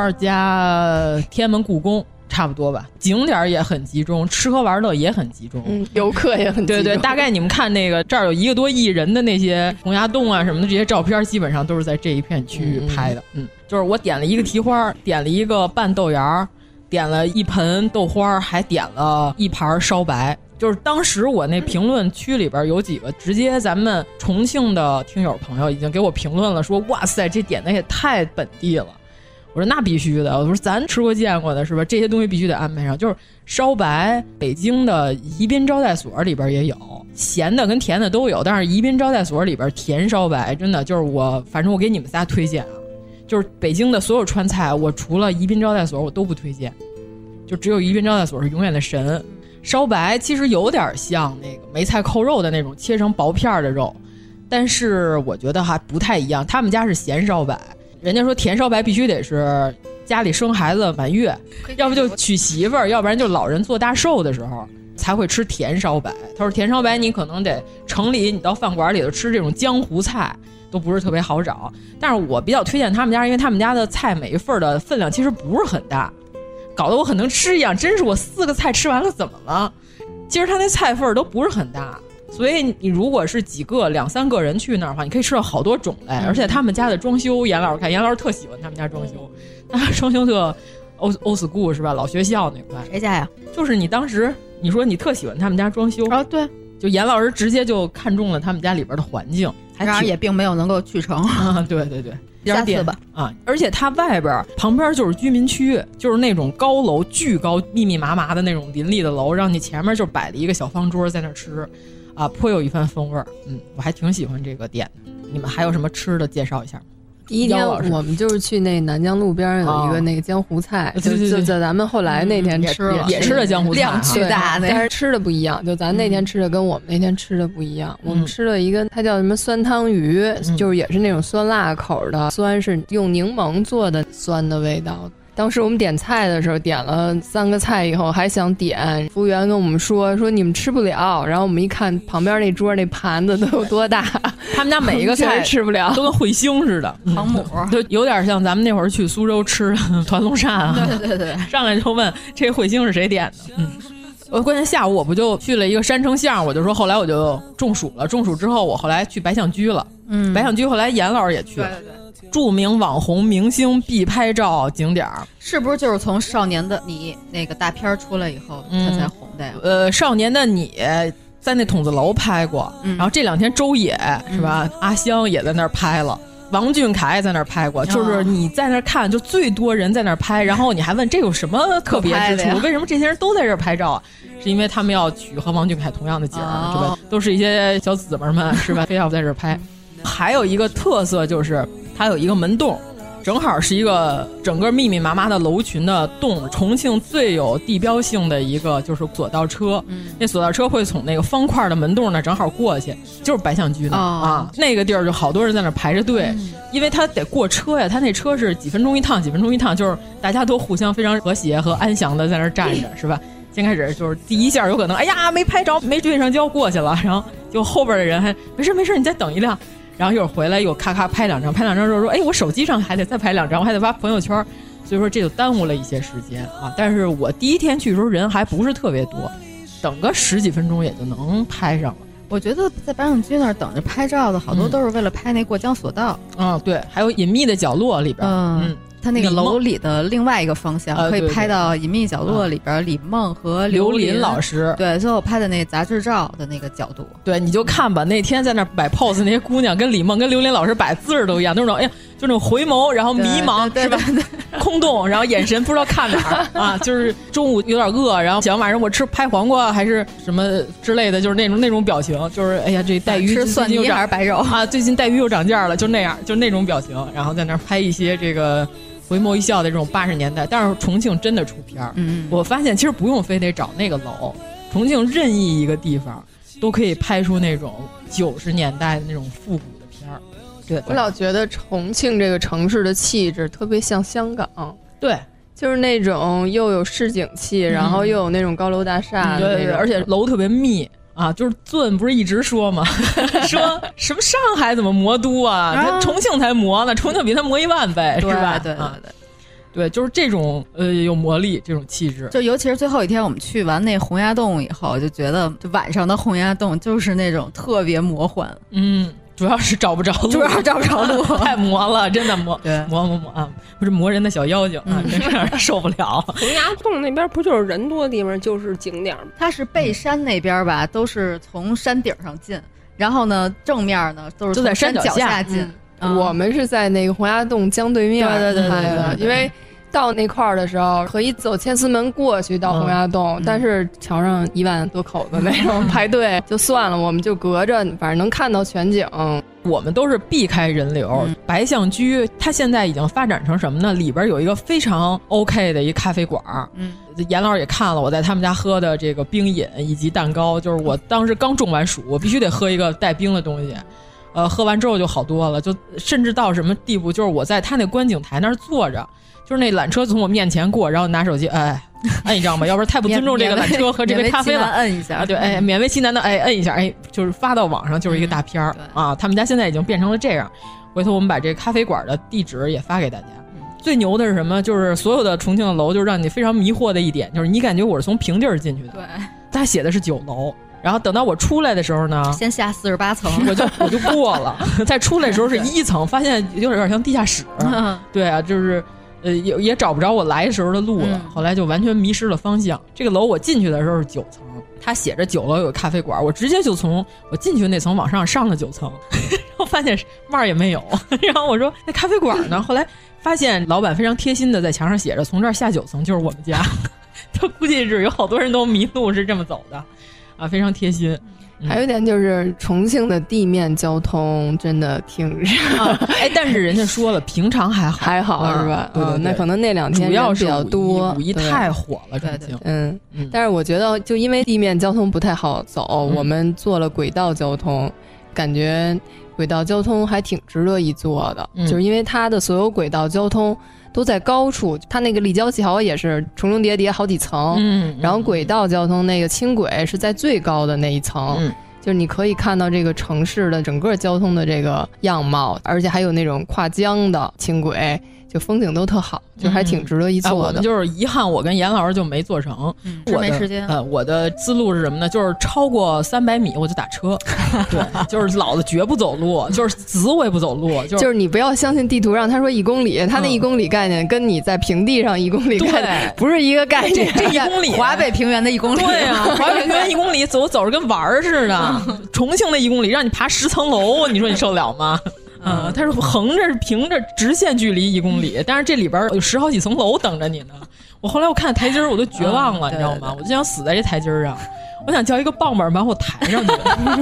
S10: 加天安门故宫，差不多吧。景点儿也很集中，吃喝玩乐也很集中。
S2: 嗯，游客也很
S10: 对对，大概你们看那个这儿有一个多亿人的那些洪崖洞啊什么的这些照片，基本上都是在这一片区域拍的。嗯，就是我点了一个蹄花儿，点了一个拌豆芽儿，点了一盆豆花儿，还点了一盘儿烧白。就是当时我那评论区里边有几个直接咱们重庆的听友朋友已经给我评论了，说哇塞，这点的也太本地了。我说那必须的，我说咱吃过见过的是吧？这些东西必须得安排上。就是烧白，北京的宜宾招待所里边也有，咸的跟甜的都有，但是宜宾招待所里边甜烧白真的就是我，反正我给你们仨推荐啊，就是北京的所有川菜，我除了宜宾招待所我都不推荐，就只有宜宾招待所是永远的神。烧白其实有点像那个梅菜扣肉的那种切成薄片儿的肉，但是我觉得还不太一样。他们家是咸烧白，人家说甜烧白必须得是家里生孩子满月，要不就娶媳妇儿，要不然就老人做大寿的时候才会吃甜烧白。他说甜烧白你可能得城里你到饭馆里头吃这种江湖菜。都不是特别好找，但是我比较推荐他们家，因为他们家的菜每一份儿的分量其实不是很大，搞得我很能吃一样，真是我四个菜吃完了怎么了？其实他那菜份儿都不是很大，所以你如果是几个两三个人去那儿的话，你可以吃到好多种类，而且他们家的装修，严老师看，严老师特喜欢他们家装修，他们家装修特 old old 哦 school 是吧？老学校那块。
S1: 谁家呀？
S10: 就是你当时你说你特喜欢他们家装修啊，
S1: 对，
S10: 就严老师直接就看中了他们家里边的环境，还
S1: 然而
S10: 挺
S1: 也并没有能够去成。
S10: 啊，对对对，
S1: 下次
S10: 点
S1: 吧。
S10: 啊！而且它外边儿旁边就是居民区，就是那种高楼巨高、密密麻麻的那种林立的楼，让你前面就摆了一个小方桌在那儿吃，啊，颇有一番风味儿。嗯，我还挺喜欢这个店的。你们还有什么吃的介绍一下吗？
S2: 第一天
S10: 姚老师
S2: 我们就是去那南江路边儿有一个那个江湖菜，
S10: 哦
S2: 就
S10: 对对
S2: 就
S10: 对
S2: 就咱们后来那天
S10: 嗯也
S2: 吃了，
S10: 也吃了江湖菜量 巨大
S2: 对
S10: 那嗯
S2: 但是吃的不一样，就咱那天吃的跟我们那天吃的不一样。我们吃了一个，它叫什么酸汤鱼，
S10: 嗯
S2: 就是也是那种酸辣口儿的，酸是用柠檬做的酸的味道。当时我们点菜的时候，点了三个菜以后，还想点，服务员跟我们说说你们吃不了。然后我们一看旁边那桌那盘子都有多大，
S10: 他们家每一个菜
S2: 吃不了，
S10: 都跟彗星似的，
S1: 航母
S10: 就有点像咱们那会儿去苏州吃 团龙扇啊，
S1: 对对对对，
S10: 上来就问这彗星是谁点的，嗯。呃，关键下午我不就去了一个山城巷，我就说后来我就中暑了，中暑之后我后来去白象居了，
S1: 嗯
S10: 白象居后来严老师也去了，著名网红明星必拍照景点儿，
S1: 是不是就是从《少年的你》那个大片儿出来以后，他才红的呀？
S10: 呃，少年的你在那筒子楼拍过，
S1: 嗯
S10: 然后这两天周也是吧，阿香也在那儿拍了。王俊凯也在那儿拍过，
S1: 哦
S10: 就是你在那儿看，就最多人在那儿拍，然后你还问这有什么特别
S1: 可拍
S10: 之
S1: 的呀
S10: 处？为什么这些人都在这儿拍照啊？是因为他们要取和王俊凯同样的景儿，是吧
S1: 哦？
S10: 都是一些小姊妹们，是吧？非要在这儿拍。还有一个特色就是它有一个门洞，正好是一个整个密密麻麻的楼群的洞。重庆最有地标性的一个就是索道车，那索道车会从那个方块的门洞那儿正好过去，就是白象居那儿、啊，那个地儿就好多人在那儿排着队，因为他得过车呀，他那车是几分钟一趟，几分钟一趟，就是大家都互相非常和谐和安详的在那儿站着，是吧？先开始就是第一下有可能，哎呀没拍着，没对上焦过去了，然后就后边的人还没事没事，你再等一辆，然后一会儿回来又咔咔拍两张，拍两张之后说，哎，我手机上还得再拍两张，我还得发朋友圈儿，所以说这就耽误了一些时间啊。但是我第一天去的时候人还不是特别多，等个十几分钟也就能拍上了。
S1: 我觉得在白象居那儿等着拍照的好多
S10: 嗯
S1: 都是为了拍那过江索道。
S10: 嗯，对，还有隐秘的角落里边儿，嗯，
S1: 它那个
S10: 李梦
S1: 楼里的另外一个方向
S10: 呃
S1: 可以
S10: 对对
S1: 拍到隐秘角落里边儿李梦和
S10: 嗯刘
S1: 琳
S10: 琳老师
S1: 对，最后拍的那杂志照的那个角度。
S10: 对，你就看吧。那天在那儿摆 pose 那些姑娘，跟李梦、跟刘琳老师摆姿势都一样，都是那种哎呀，就那种回眸，然后哦迷茫是吧？空洞，然后眼神不知道看哪儿啊， 就是中午有点饿，然后想晚上我吃拍黄瓜还是什么之类的，就是那种那种表情，就是哎呀，这带鱼
S1: 吃
S10: 最近
S1: 蒜泥
S10: 又涨
S1: 还是白肉
S10: 啊？最近带鱼又涨价了，就那样，就那种表情，然后在那儿拍一些这个。回眸一笑的这种八十年代，但是重庆真的出片儿。
S1: 嗯
S10: 我发现其实不用非得找那个楼，重庆任意一个地方都可以拍出那种九十年代的那种复古的片儿。对，
S2: 我老觉得重庆这个城市的气质特别像香港，
S10: 对，
S2: 就是那种又有市井气，然后又有那种高楼大厦
S1: 嗯
S2: 的那种，
S10: 嗯啊对对对，而且楼特别密啊，就是俊不是一直 说吗？说什么上海怎么魔都啊？他重庆才魔呢，重庆比他魔一万倍，是
S1: 对
S10: 吧？
S1: 对对
S10: 啊对，就是这种呃有魔力这种气质，
S1: 就尤其是最后一天我们去完那洪崖洞以后，就觉得就晚上的洪崖洞就是那种特别魔幻。
S10: 嗯，主要是找不着路，
S1: 主要是找不着路
S10: 太磨了，真的磨
S1: 对嗯
S10: 磨磨磨啊，不是磨人的小妖精啊，真是受不 了。
S9: 洪崖洞那边不就是人多的地方就是景点吗？
S1: 它是背山那边吧，都是从山顶上进，然后呢正面呢都是
S2: 就在
S1: 从
S2: 山
S1: 山
S2: 脚
S1: 脚
S2: 下
S1: 下进。嗯
S2: 我们是在那个洪崖洞江对面
S1: 对对对对
S2: 拍的
S1: 对对，对
S2: 因为到那块儿的时候可以走千厮门过去到洪崖洞，
S10: 嗯
S2: 但是桥上一万多口子那 种排队就算了，我们就隔着，反正能看到全景。
S10: 我们都是避开人流。
S1: 嗯
S10: 白象居它现在已经发展成什么呢？里边有一个非常 OK 的一咖啡馆儿。
S1: 嗯，
S10: 严老师也看了我在他们家喝的这个冰饮以及蛋糕，就是我当时刚中完暑，我必须得喝一个带冰的东西。呃，喝完之后就好多了，就甚至到什么地步，就是我在他那观景台那儿坐着，就是那缆车从我面前过，然后拿手机哎 按一张吧，要不然太不尊重这个缆车和这个咖啡了。
S1: 摁一下嗯
S10: 啊，对，
S9: 嗯
S10: 哎，勉为其难的，哎，摁一下，哎，就是发到网上就是一个大
S9: 嗯
S10: 片儿、啊。他们家现在已经变成了这样，回头我们把这个咖啡馆的地址也发给大家。最牛的是什么？就是所有的重庆的楼，就是让你非常迷惑的一点，就是你感觉我是从平地儿进去的，
S9: 对，
S10: 它写的是九楼。然后等到我出来的时候呢，
S9: 先下四十八层，
S10: 我就我就过 了。再出来的时候是一层，发现有点像地下室。对啊，就是呃，也也找不着我来的时候的路了。
S9: 嗯
S10: 后来就完全迷失了方向。这个楼我进去的时候是九层，它写着九楼有个咖啡馆，我直接就从我进去那层往上上了九层， 然后发现嘛儿也没有。 然后我说那咖啡馆呢？后来发现老板非常贴心的在墙上写着从这儿下九层就是我们家。 他估计是有好多人都迷路是这么走的，啊，非常贴心。
S2: 还有一点就是重庆的地面交通真的挺
S10: 啊，哎，但是人家说了，平常还好，
S2: 还好
S10: 啊
S2: 是吧？
S10: 对对
S2: 嗯，那
S10: 对
S2: 可能那两天
S10: 主要
S2: 人
S10: 是
S2: 比较
S10: 五一
S2: 多，
S10: 五一
S2: 对
S10: 太火了，重庆。
S2: 嗯，但是我觉得，就因为地面交通不太好走，
S10: 嗯
S2: 我们做了轨道交通，感觉轨道交通还挺值得一做的，
S10: 嗯
S2: 就是因为它的所有轨道交通都在高处，它那个立交桥也是重重叠叠好几层，
S10: 嗯嗯
S2: 然后轨道交通那个轻轨是在最高的那一层，
S10: 嗯
S2: 就是你可以看到这个城市的整个交通的这个样貌，而且还有那种跨江的轻轨，就风景都特好，就还挺值得一
S10: 哎我
S2: 做的。
S10: 们就是遗憾，我跟严老师就没做成，
S1: 嗯
S2: 是
S10: 我
S2: 没
S10: 的
S2: 时间
S10: 呃，我的思路是什么呢？就是超过三百米我就打 车，对，就是老子绝不走路，就是死我也不走路，就
S2: 就是你不要相信地图上他说一公里，他那一公里概念跟你在平地上一公里概念不是一个概念。
S10: 这这一公里啊
S9: 华北平原的一公里，
S10: 对 啊， 华北平原一公里走走着跟玩儿似的，重庆的一公里让你爬十层楼，你说你受得了吗？嗯，它是横着、平着、直线距离一公里，但是这里边有十好几层楼等着你呢。我后来我看台阶儿，我都绝望了，
S9: 嗯
S10: 你知道吗？我就想死在这台阶儿上，我想叫一个棒棒把我抬上去。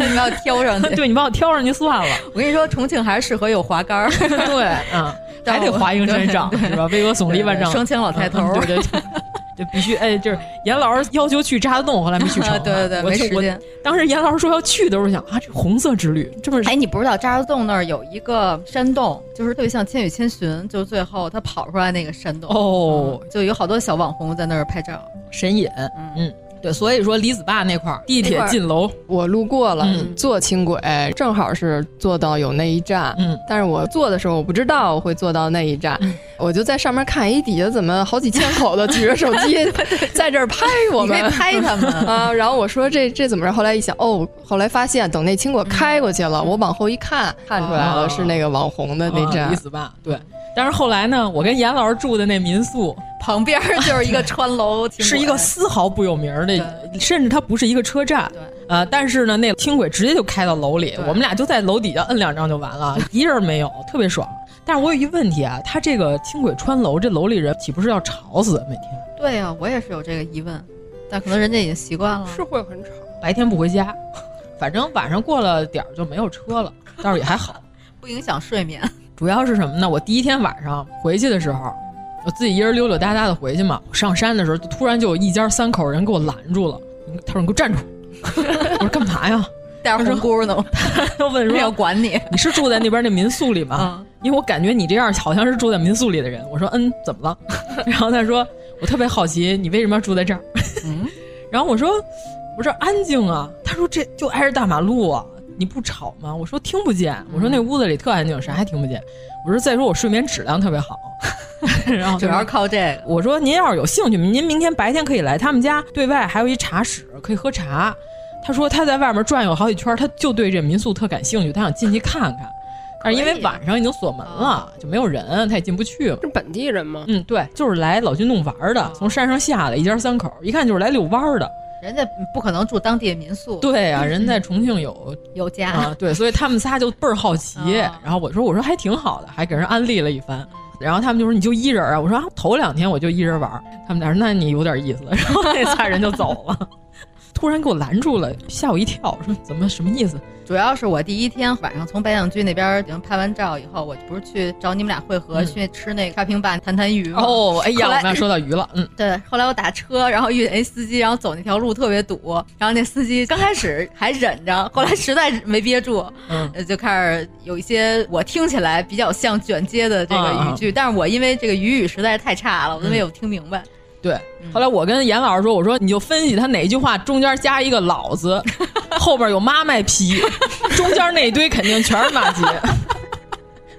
S9: 你把我挑上去，
S10: 对你把我挑上去算了。
S9: 我跟你说，重庆还是适合有滑杆儿，
S10: 对， 嗯，还得华蓥山上是吧？巍峨耸立万丈，
S9: 对对对双枪老抬头。
S10: 嗯对对对。就必须哎，就是严老师要求去扎洞，后来没去成嗯 对
S9: 对对
S10: 我
S9: 没
S10: 就
S9: 时
S10: 我
S9: 间
S10: 当时严老师说要去的时候，我想啊，这红色之旅这么
S9: 哎，你不知道渣滓洞那儿有一个山洞，就是特别像《千与千寻》，就是最后他跑出来那个山洞
S10: 哦
S9: 嗯就有好多小网红在那儿拍照。
S10: 神隐，嗯，对，所以说李子坝那块儿地铁进楼，
S2: 我路过了，
S10: 嗯
S2: 坐轻轨正好是坐到有那一站，
S10: 嗯，
S2: 但是我坐的时候我不知道我会坐到那一站，我就在上面看，哎，底下怎么好几千口的举着手 机在这儿拍我们，
S9: 你可以拍他们
S2: 啊。然后我说这这怎么着？后来一想，哦，后来发现等那轻轨开过去了，我往后一看，嗯看出来了是那个网红的那
S10: 啊
S18: 哦
S2: 站
S10: 李，子坝，对。但是后来呢，我跟严老师住的那民宿
S9: 旁边儿就是一个穿楼轻轨，
S10: 是一个丝毫不有名儿的，甚至它不是一个车站。呃，但是呢，那轻轨直接就开到楼里，我们俩就在楼底下摁两张就完 了，一人没有，特别爽。但是我有一问题啊，它这个轻轨穿楼，这楼里人岂不是要吵死？每天
S9: 对呀、我也是有这个疑问，但可能人家已经习惯 了。是
S2: 会很吵，
S10: 白天不回家， 反正晚上过了点儿就没有车了，倒是也还好。
S9: 不影响睡眠。
S10: 主要是什么呢？我第一天晚上回去的时候，我自己一人溜溜达达的回去嘛。我上山的时候，突然就有一家三口人给我拦住了。他说：“你给我站住！”我说：“干嘛呀？”
S9: 带着红 箍呢，
S10: 他问说：“
S9: 要 管你？
S10: 你是住在那边那民宿里
S9: 嗯
S10: 吗？因为我感觉你这样好像是住在民宿里的人。”我说：“嗯，怎么了？”然后他说：“我特别好奇，你为什么要住在这儿？” 然后我说：“我说安静啊。”他说：“这就挨着大马路啊，你不吵吗？”我说：“听不见。”我说：“那屋子里特安静，啥也听不见。”我说：“再说我睡眠质量特别好。”然后
S9: 主要是靠这个。
S10: 我说：“您要是有兴趣，您明天白天可以来他们家，对外还有一茶室，可以喝茶。”他说他在外面转悠好几圈，他就对这民宿特感兴趣，他想进去看看。但是因为晚上已经锁门了，就没有人，他也进不去嘛。
S18: 是本地人吗？
S10: 嗯，对，就是来老君洞玩儿的，从山上下来，一家三口，一看就是来遛弯儿的。
S9: 人家不可能住当地的民宿，
S10: 对啊，人在重庆有
S9: 有家，
S10: 啊，哦对，所以他们仨就倍儿好奇。然后我说，我说还挺好的，还给人安利了一番。然后他们就说你就一人啊，我说啊，头两天我就一人玩儿。他们俩说那你有点意思。 然后那仨人就走了，突然给我拦住了，吓我一跳，说怎么什么意思？
S9: 主要是我第一天晚上从白象居那边已经拍完照以后，我不是去找你们俩会合，
S10: 嗯
S9: 去吃那沙坪坝谈谈鱼吗
S10: 哦，哎呀，我
S9: 后来
S10: 们要说到鱼了，嗯，
S9: 对，后来我打车，然后遇见一哎司机，然后走那条路特别堵，然后那司机刚开始还忍着，后来实在是没憋住，
S10: 嗯
S9: 呃就开始有一些我听起来比较像卷接的这个语句，但是我因为这个语语实在是太差了，我都
S10: 嗯
S9: 没有听明白。
S10: 对。
S1: 嗯
S10: 后来我跟严老师说，我说你就分析他哪句话中间加一个“ 老子”，后边有妈卖批，中间那一堆肯定全是骂街，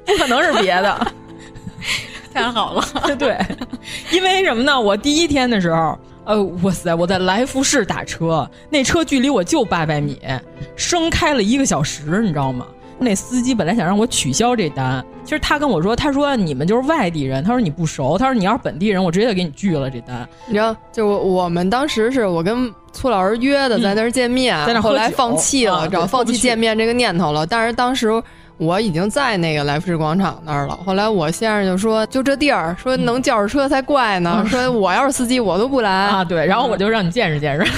S10: 不可能是别的。
S1: 太好了。
S10: 对，因为什么呢？我第一天的时候，呃，哇塞，我在来福士打车，那车距离我就八百米，生开了一个小时，你知道吗？那司机本来想让我取消这单，其实他跟我说，他说你们就是外地人，他说你不熟，他说你要是本地人，我直接给你拒了这单。
S2: 你知道，就我我们当时是我跟崔老师约的，在那儿见面，
S10: 嗯在那儿喝
S2: 后来
S10: 酒
S2: 放弃了，
S10: 啊
S2: 知道
S10: 对
S2: 放
S10: 过不
S2: 弃
S10: 去
S2: 见面这个念头了。但是当时我已经在那个来福士广场那儿了。后来我先生就说：“就这地儿，
S10: 嗯
S2: 说能叫着车才怪呢。说我要是司机，我都不来啊。”
S10: 对，然后我就让你见识见识。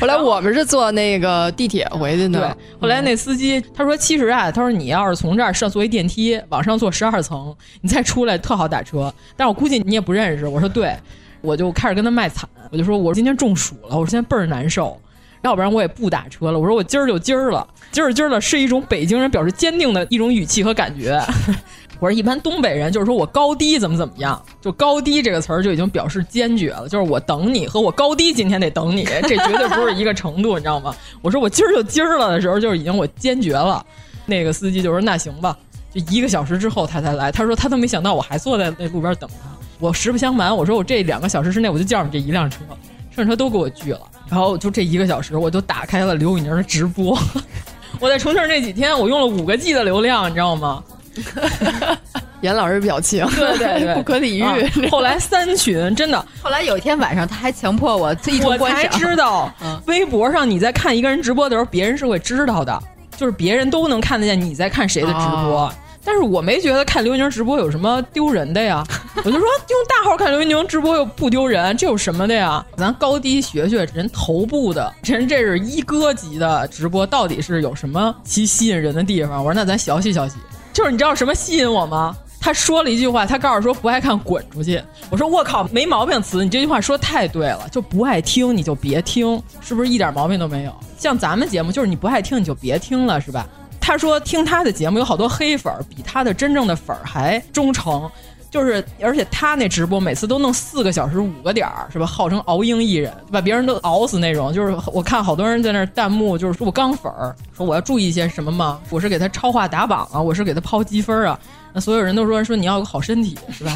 S2: 后来我们是坐那个地铁回去
S10: 对
S2: 的，，
S10: 后来那司机他说，其实啊，他说你要是从这儿上坐一电梯往上坐十二层，你再出来特好打车。但我估计你也不认识。我说对，我就开始跟他卖惨，我就说我今天中暑了，我说现在倍儿难受。要不然我也不打车了。我说我今儿就今儿了，今儿就今儿了是一种北京人表示坚定的一种语气和感觉。我说一般东北人就是说我高低怎么怎么样，就高低这个词儿就已经表示坚决了，就是我等你和我高低今天得等你，这绝对不是一个程度，你知道吗？我说我今儿就今儿了的时候，就是已经我坚决了。那个司机就说那行吧，就一个小时之后他才来，他说他都没想到我还坐在那路边等他。我实不相瞒，我说我这两个小时之内我就叫上这一辆车，剩车都给我拒了。然后就这一个小时，我就打开了刘宇宁的直播。 我在重庆那几天，我用了五个 G 的流量，你知道吗？
S2: 严老师表情，
S10: 对对 对，
S2: 不可理喻。
S10: 啊后来三群真的，
S1: 后来有一天晚上，他还强迫我一
S10: 我
S1: 同观嗯
S10: 才
S1: 赏，
S10: 知道，微博上你在看一个人直播的时候，别人是会知道的，就是别人都能看得见你在看谁的直播。
S1: 啊
S10: 但是我没觉得看刘宁直播有什么丢人的呀，我就说用大号看刘宁直播又不丢人，这有什么的呀？咱高低学学人头部的，人这是一哥级的直播，到底是有什么其吸引人的地方？我说那咱学习学习，就是你知道什么吸引我吗？他说了一句话，他告诉说不爱看滚出去。我说我靠，没毛病，词你这句话说太对了，就不爱听你就别听，是不是一点毛病都没有？像咱们节目就是你不爱听你就别听了，是吧？他说听他的节目有好多黑粉儿，比他的真正的粉儿还忠诚。就是，而且他那直播每次都弄四个小时五个点儿，是吧？号称熬鹰艺人，把别人都熬死那种。就是我看好多人在那儿弹幕，就是说我刚粉儿，说我要注意些什么吗？我是给他超话打榜啊，我是给他抛积分啊。那所有人都说说你要有个好身体，是吧？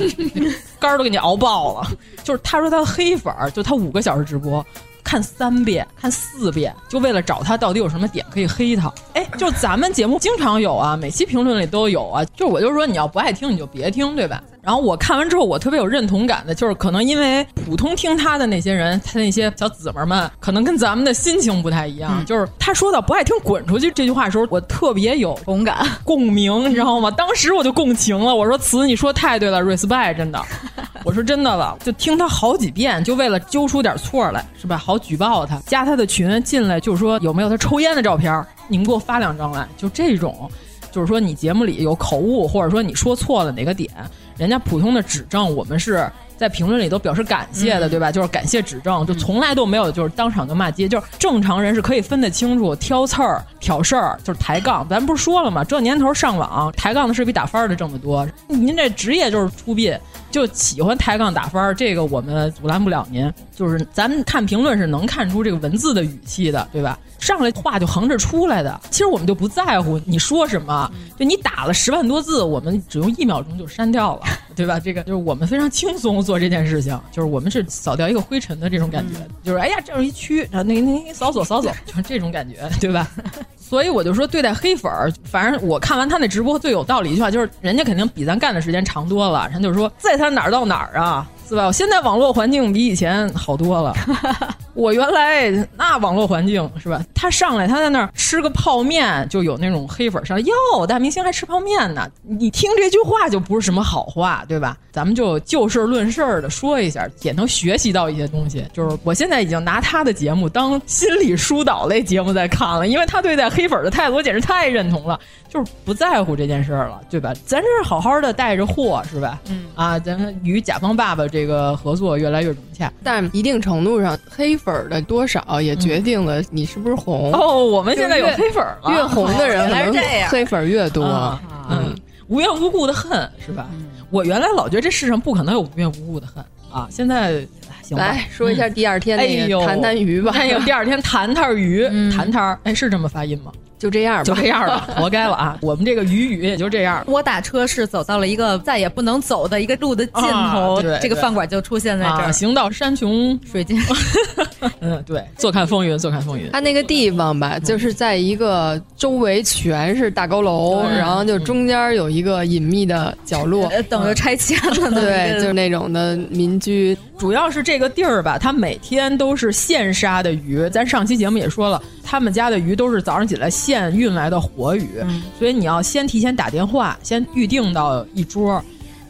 S10: 肝儿都给你熬爆了。就是他说他黑粉儿，就他五个小时直播。看三遍，看四遍，就为了找他到底有什么点可以黑他。哎，就是咱们节目经常有啊，每期评论里都有啊。就是我就说你要不爱听你就别听，对吧？然后我看完之后，我特别有认同感的，就是可能因为普通听他的那些人，他那些小姊妹们，可能跟咱们的心情不太一样。就是他说到不爱听滚出去这句话的时候，我特别有
S1: 同感、
S10: 共鸣，你知道吗？当时我就共情了，我说词你说太对了，respect 真的。我说真的了，就听他好几遍，就为了揪出点错儿来，是吧？好举报他，加他的群进来，就说有没有他抽烟的照片儿，你们给我发两张来，就这种。就是说，你节目里有口误，或者说你说错了哪个点，人家普通的指正，我们是在评论里都表示感谢的，
S1: 嗯
S10: 对吧？就是感谢指正，就从来都没有就是当场就骂街，就是正常人是可以分得清楚挑刺儿、挑事儿，就是抬杠。咱不是说了吗？这年头上网抬杠的是比打分儿的挣得多，您这职业就是出殡，就喜欢抬杠打分儿，这个我们阻拦不了您。就是咱们看评论是能看出这个文字的语气的，对吧？上来话就横着出来的，其实我们就不在乎你说什么，就你打了十万多字，我们只用一秒钟就删掉了，对吧？这个就是我们非常轻松做这件事情，就是我们是扫掉一个灰尘的这种感觉，就是哎呀，这有一区，然后那个那个扫帚扫帚，就是这种感觉，对吧？所以我就说，对待黑粉儿，反正我看完他那直播最有道理一句话，就是人家肯定比咱干的时间长多了，人家就说在他哪儿到哪儿啊，是吧？现在网络环境比以前好多了。我原来那网络环境是吧？他上来他在那儿吃个泡面，就有那种黑粉儿上来哟，大明星还吃泡面呢。你听这句话就不是什么好话，对吧？咱们就就事论事的说一下，也能学习到一些东西。就是我现在已经拿他的节目当心理疏导类节目在看了，因为他对待黑粉儿的态度我简直太认同了，就是不在乎这件事儿了，对吧？咱这好好的带着货是吧？嗯啊，咱们与甲方爸爸这个合作越来越融洽。
S2: 但一定程度上，黑粉儿的多少也决定了你是不是红。
S10: 嗯哦，我们现在有
S2: 就是越
S10: 黑粉儿了
S2: 越红的人
S10: 哦原来是
S2: 可能
S10: 这样
S2: 黑粉儿越多。
S10: 啊嗯，无缘无故的恨是吧？
S2: 嗯
S10: 我原来老觉得这世上不可能有无缘无故的恨啊，现在哎行吧
S2: 来说一下
S10: 嗯
S2: 第二天
S10: 哎
S2: 那
S10: 呦
S2: 个弹弹鱼吧。 嗯
S10: 哎呦，第二天弹弹鱼，弹弹儿，哎，是这么发音吗？
S2: 就这样吧，
S10: 就这样吧，活该了啊！我们这个雨雨也就这 样。
S1: 我打车是走到了一个再也不能走的一个路的尽头，
S10: 啊对
S1: 这个
S10: 对
S1: 饭馆就出现在这儿。
S10: 啊，行到山穷
S1: 水 尽，
S10: 嗯，对，坐看风云，坐看风云。
S2: 它那个地方吧，就是在一个周围全是大高楼，
S1: 对
S2: 然后就中间有一个隐秘的角落，
S1: 呃等着拆迁 了呢。
S2: 对，就是那种的民居。
S10: 主要是这个地儿吧，它每天都是现杀的鱼。咱上期节目也说了，他们家的鱼都是早上起来现运来的活鱼，所以你要先提前打电话，先预定到一桌。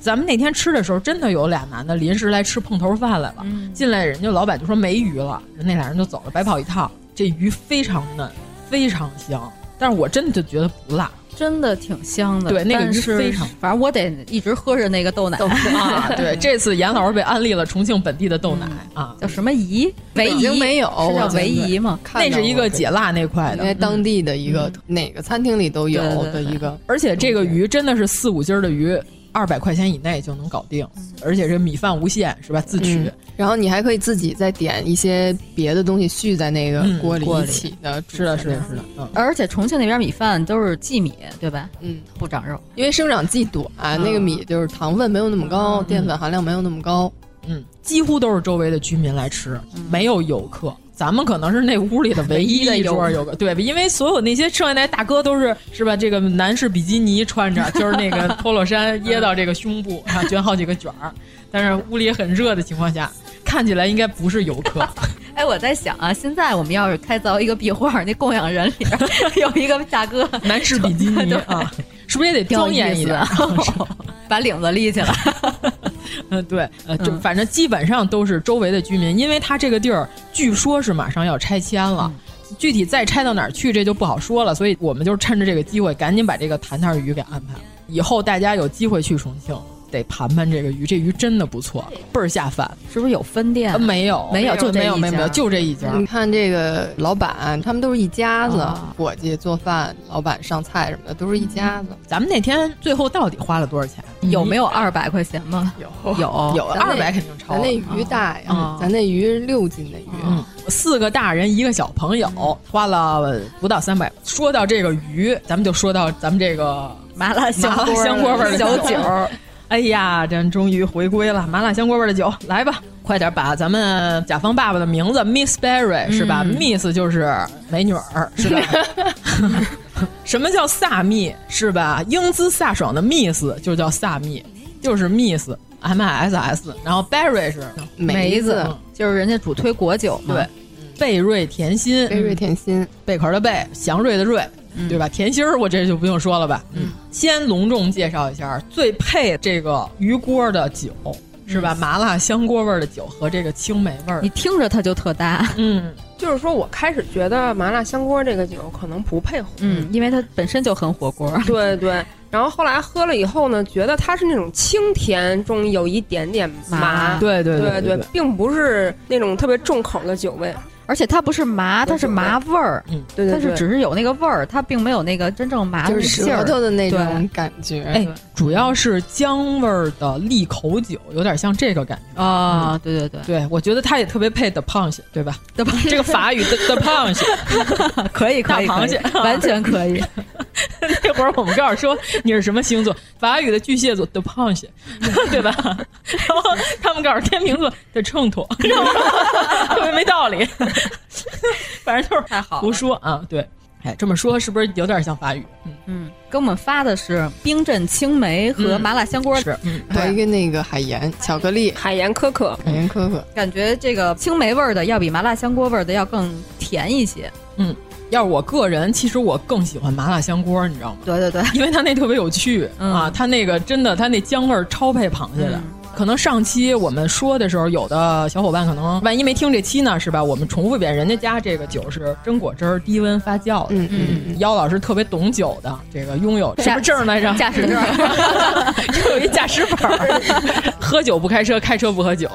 S10: 咱们那天吃的时候，真的有俩男的临时来吃碰头饭来了，进来人家老板就说没鱼了，人那俩人就走了，白跑一趟。这鱼非常嫩，非常香，但是我真的就觉得不辣。
S1: 真的挺香的，
S10: 对那个
S1: 但
S10: 鱼
S1: 是
S10: 非常
S1: 反正我得一直喝着那个豆奶
S10: 啊，对，这次严老师被安利了重庆本地的豆奶、啊，
S1: 叫什么姨？维
S2: 北京
S1: 姨
S2: 没有
S1: 是叫
S2: 我觉得
S1: 维姨吗？
S2: 看
S10: 那
S2: 到
S10: 是一
S2: 过
S10: 个解辣那块
S2: 应
S10: 的，
S2: 该
S10: 嗯
S2: 当地的一个、哪个餐厅里都有
S1: 对对
S2: 的
S1: 对
S2: 一个，
S10: 而且这个鱼真的是四五斤儿的鱼，二百块钱以内就能搞定，而且这米饭无限是吧？自取。
S2: 嗯然后你还可以自己再点一些别的东西续在那个
S10: 嗯
S2: 锅里
S10: 锅
S2: 一
S10: 里
S2: 起的煮
S10: 是的，
S2: 起
S10: 是
S2: 来
S10: 的，是的，嗯，
S1: 而且重庆那边米饭都是荠米，对吧？
S2: 嗯，
S1: 不长肉。
S2: 因为生长季短、
S10: 嗯
S2: 那个米就是糖分没有那么高，淀粉含量没有那么高。
S10: 嗯，几乎都是周围的居民来吃，没有游客。咱们可能是那屋里的唯一
S1: 唯一的
S10: 一
S1: 游
S10: 桌儿有个对，因为所有那些剩下那大哥都是是吧？这个男士比基尼穿着，就是那个 polo 衫掖到这个胸部，然后卷好几个卷儿。但是屋里很热的情况下，看起来应该不是游客。
S1: 哎，我在想啊，现在我们要是开凿一个壁画，那供养人里边 有一个大哥，
S10: 男士比基尼啊，是不是也得庄严一点儿？
S1: 挺有意思的把领子立起来。
S10: 嗯，对，呃，就
S1: 嗯
S10: 反正基本上都是周围的居民，因为它这个地儿据说是马上要拆迁了，
S1: 嗯
S10: 具体再拆到哪儿去这就不好说了，所以我们就趁着这个机会，赶紧把这个弹弹鱼给安排了。以后大家有机会去重庆，得盘盘这个鱼，这鱼真的不错，倍儿下饭。
S1: 是不是有分店啊
S10: 呃？没有，
S1: 没有就这
S10: 没有，
S1: 一
S10: 没有，没有，
S1: 家嗯
S10: 就这一家。
S2: 你看这个老板，他们都是一家子，
S10: 啊
S2: 伙计做饭，老板上菜什么的，都是一家子。
S10: 咱们那天最后到底花了多少钱？
S1: 有没有二百块钱吗？
S2: 有
S1: 有
S10: 有
S2: 咱那
S10: 二百肯定超
S2: 咱
S10: 了。
S2: 那鱼大呀，
S10: 啊
S2: 咱那鱼是六斤的鱼，
S10: 嗯，四个大人一个小朋友，花了不到三百。说到这个鱼，咱们就说到咱们这个
S1: 麻辣香
S10: 麻辣
S1: 锅
S10: 香锅味儿的
S1: 小
S10: 酒。 哎呀，咱终于回归了麻辣香锅味儿的酒，来吧，快点把咱们甲方爸爸的名字 Miss Berry 是吧、
S1: 嗯
S10: m i s s 就是美女儿是 吧？什么叫飒蜜是吧？英姿飒爽的 Miss 就叫飒蜜，就是 Miss M I S S，然后 Berry 是
S2: 梅子
S10: 嗯
S1: 就是人家主推果酒嘛。
S10: 对，贝瑞甜心，
S2: 贝瑞甜心，
S10: 贝壳的贝，祥瑞的瑞，对吧？甜心儿，我这就不用说了吧。嗯，先隆重介绍一下最配这个鱼锅的酒，是吧？麻辣香锅味儿的酒和这个青梅味儿
S1: 你，听着它就特搭，
S10: 嗯，
S9: 就是说我开始觉得麻辣香锅这个酒可能不配火，
S1: 嗯，因为它本身就很火锅。
S9: 对对。然后后来喝了以后呢，觉得它是那种清甜中有一点点麻，
S1: 麻
S10: 对对
S9: 对
S10: 对对，
S9: 并不是那种特别重口的酒味。
S1: 而且它不是麻，它是麻味儿，
S10: 嗯，
S9: 对对
S1: 它
S9: 对，
S1: 是只是有那个味儿，它并没有那个真正麻
S9: 嗯
S2: 就
S1: 的
S2: 是
S1: 劲
S2: 舌
S1: 儿。
S2: 头的那种
S1: 对
S2: 感觉。
S10: 哎，主要是姜味儿的利口酒，有点像这个感觉。
S9: 嗯
S1: 啊，对对对，
S10: 对，我觉得它也特别配 the punch，对吧？the punch 这个法语 the the punch，
S1: 可以可以，
S10: 大
S1: 可
S10: 螃
S1: 以
S10: 蟹
S1: 完全可 以。
S10: 那会儿我们告诉说你是什么星座，法语的巨蟹座的胖蟹，对吧？然后他们告诉天秤座的秤砣，特别没道理。反正就是
S1: 太好了
S10: 胡说啊，对。哎，这么说是不是有点像法语？
S1: 嗯，给我们发的是冰镇青梅和麻辣香锅，
S10: 是，嗯，
S2: 还有一个那个海盐巧克力，
S9: 海盐可可，
S2: 海盐可可，
S1: 感觉这个青梅味儿的要比麻辣香锅味儿的要更甜一些。
S10: 要是我个人，其实我更喜欢麻辣香锅，你知道吗？
S1: 对对对，
S10: 因为它那特别有趣、
S1: 嗯
S10: 啊，它那个真的，它那姜味儿超配螃蟹的。
S1: 嗯
S10: 可能上期我们说的时候，有的小伙伴可能万一没听这期呢，是吧？我们重复一遍，人家家这个酒是真果汁儿低温发酵的。
S2: 嗯嗯嗯，
S10: 妖老师特别懂酒的，这个拥有什么证儿来着？
S1: 驾驶证
S10: 有一驾驶本儿。 喝酒不开车，开车不喝酒，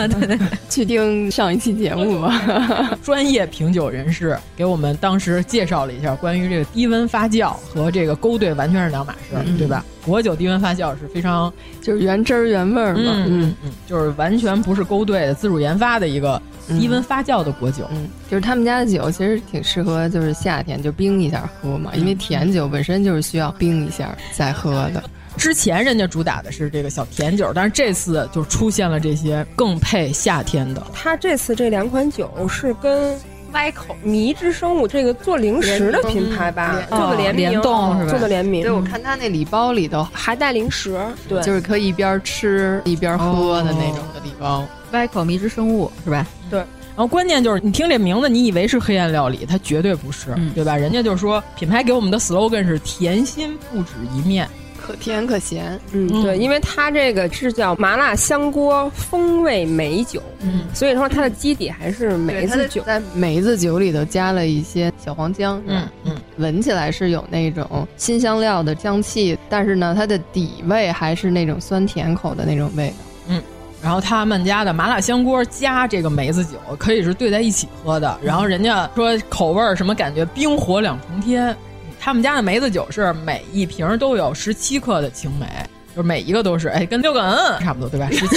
S2: 去听上一期节目吧。
S10: 专业品酒人士给我们当时介绍了一下关于这个低温发酵和这个勾兑完全是两码事儿，对吧？果酒低温发酵是非常
S2: 就是原汁儿原味儿嘛，
S10: 嗯嗯，就是完全不是勾兑的，自主研发的一个低温发酵的果酒，嗯，
S2: 就是他们家的酒其实挺适合，就是夏天就冰一下喝嘛，因为甜酒本身就是需要冰一下再喝的。
S10: 之前人家主打的是这个小甜酒，但是这次就出现了这些更配夏天的。
S9: 它这次这两款酒是跟。歪口迷之生物这个做零食的品牌吧，
S2: 嗯
S9: 做的联名，
S2: 联动是吧
S9: 做的联名。
S2: 对，我看他那礼包里头
S9: 还带零食，对，
S2: 就是可以一边吃一边喝的那种的礼
S9: 哦
S2: 包。
S1: 歪口迷之生物是吧？
S9: 对。
S10: 然后关键就是你听这名字，你以为是黑暗料理，它绝对不是，对吧？人家就是说品牌给我们的 slogan 是甜心不止一面，
S2: 可甜可咸。
S9: 嗯，对，因为它这个是叫麻辣香锅风味梅酒，
S10: 嗯，
S9: 所以说它的基底还是梅子酒，
S2: 在梅子酒里头加了一些小黄姜，嗯
S10: 嗯，
S2: 闻起来是有那种新香料的香气，但是呢，它的底味还是那种酸甜口的那种味道。
S10: 嗯，然后他们家的麻辣香锅加这个梅子酒，可以是兑在一起喝的。然后人家说口味儿什么感觉冰火两重天，他们家的梅子酒是每一瓶都有十七克的青梅。就是每一个都是，哎，跟六个嗯差不多，对吧？十七，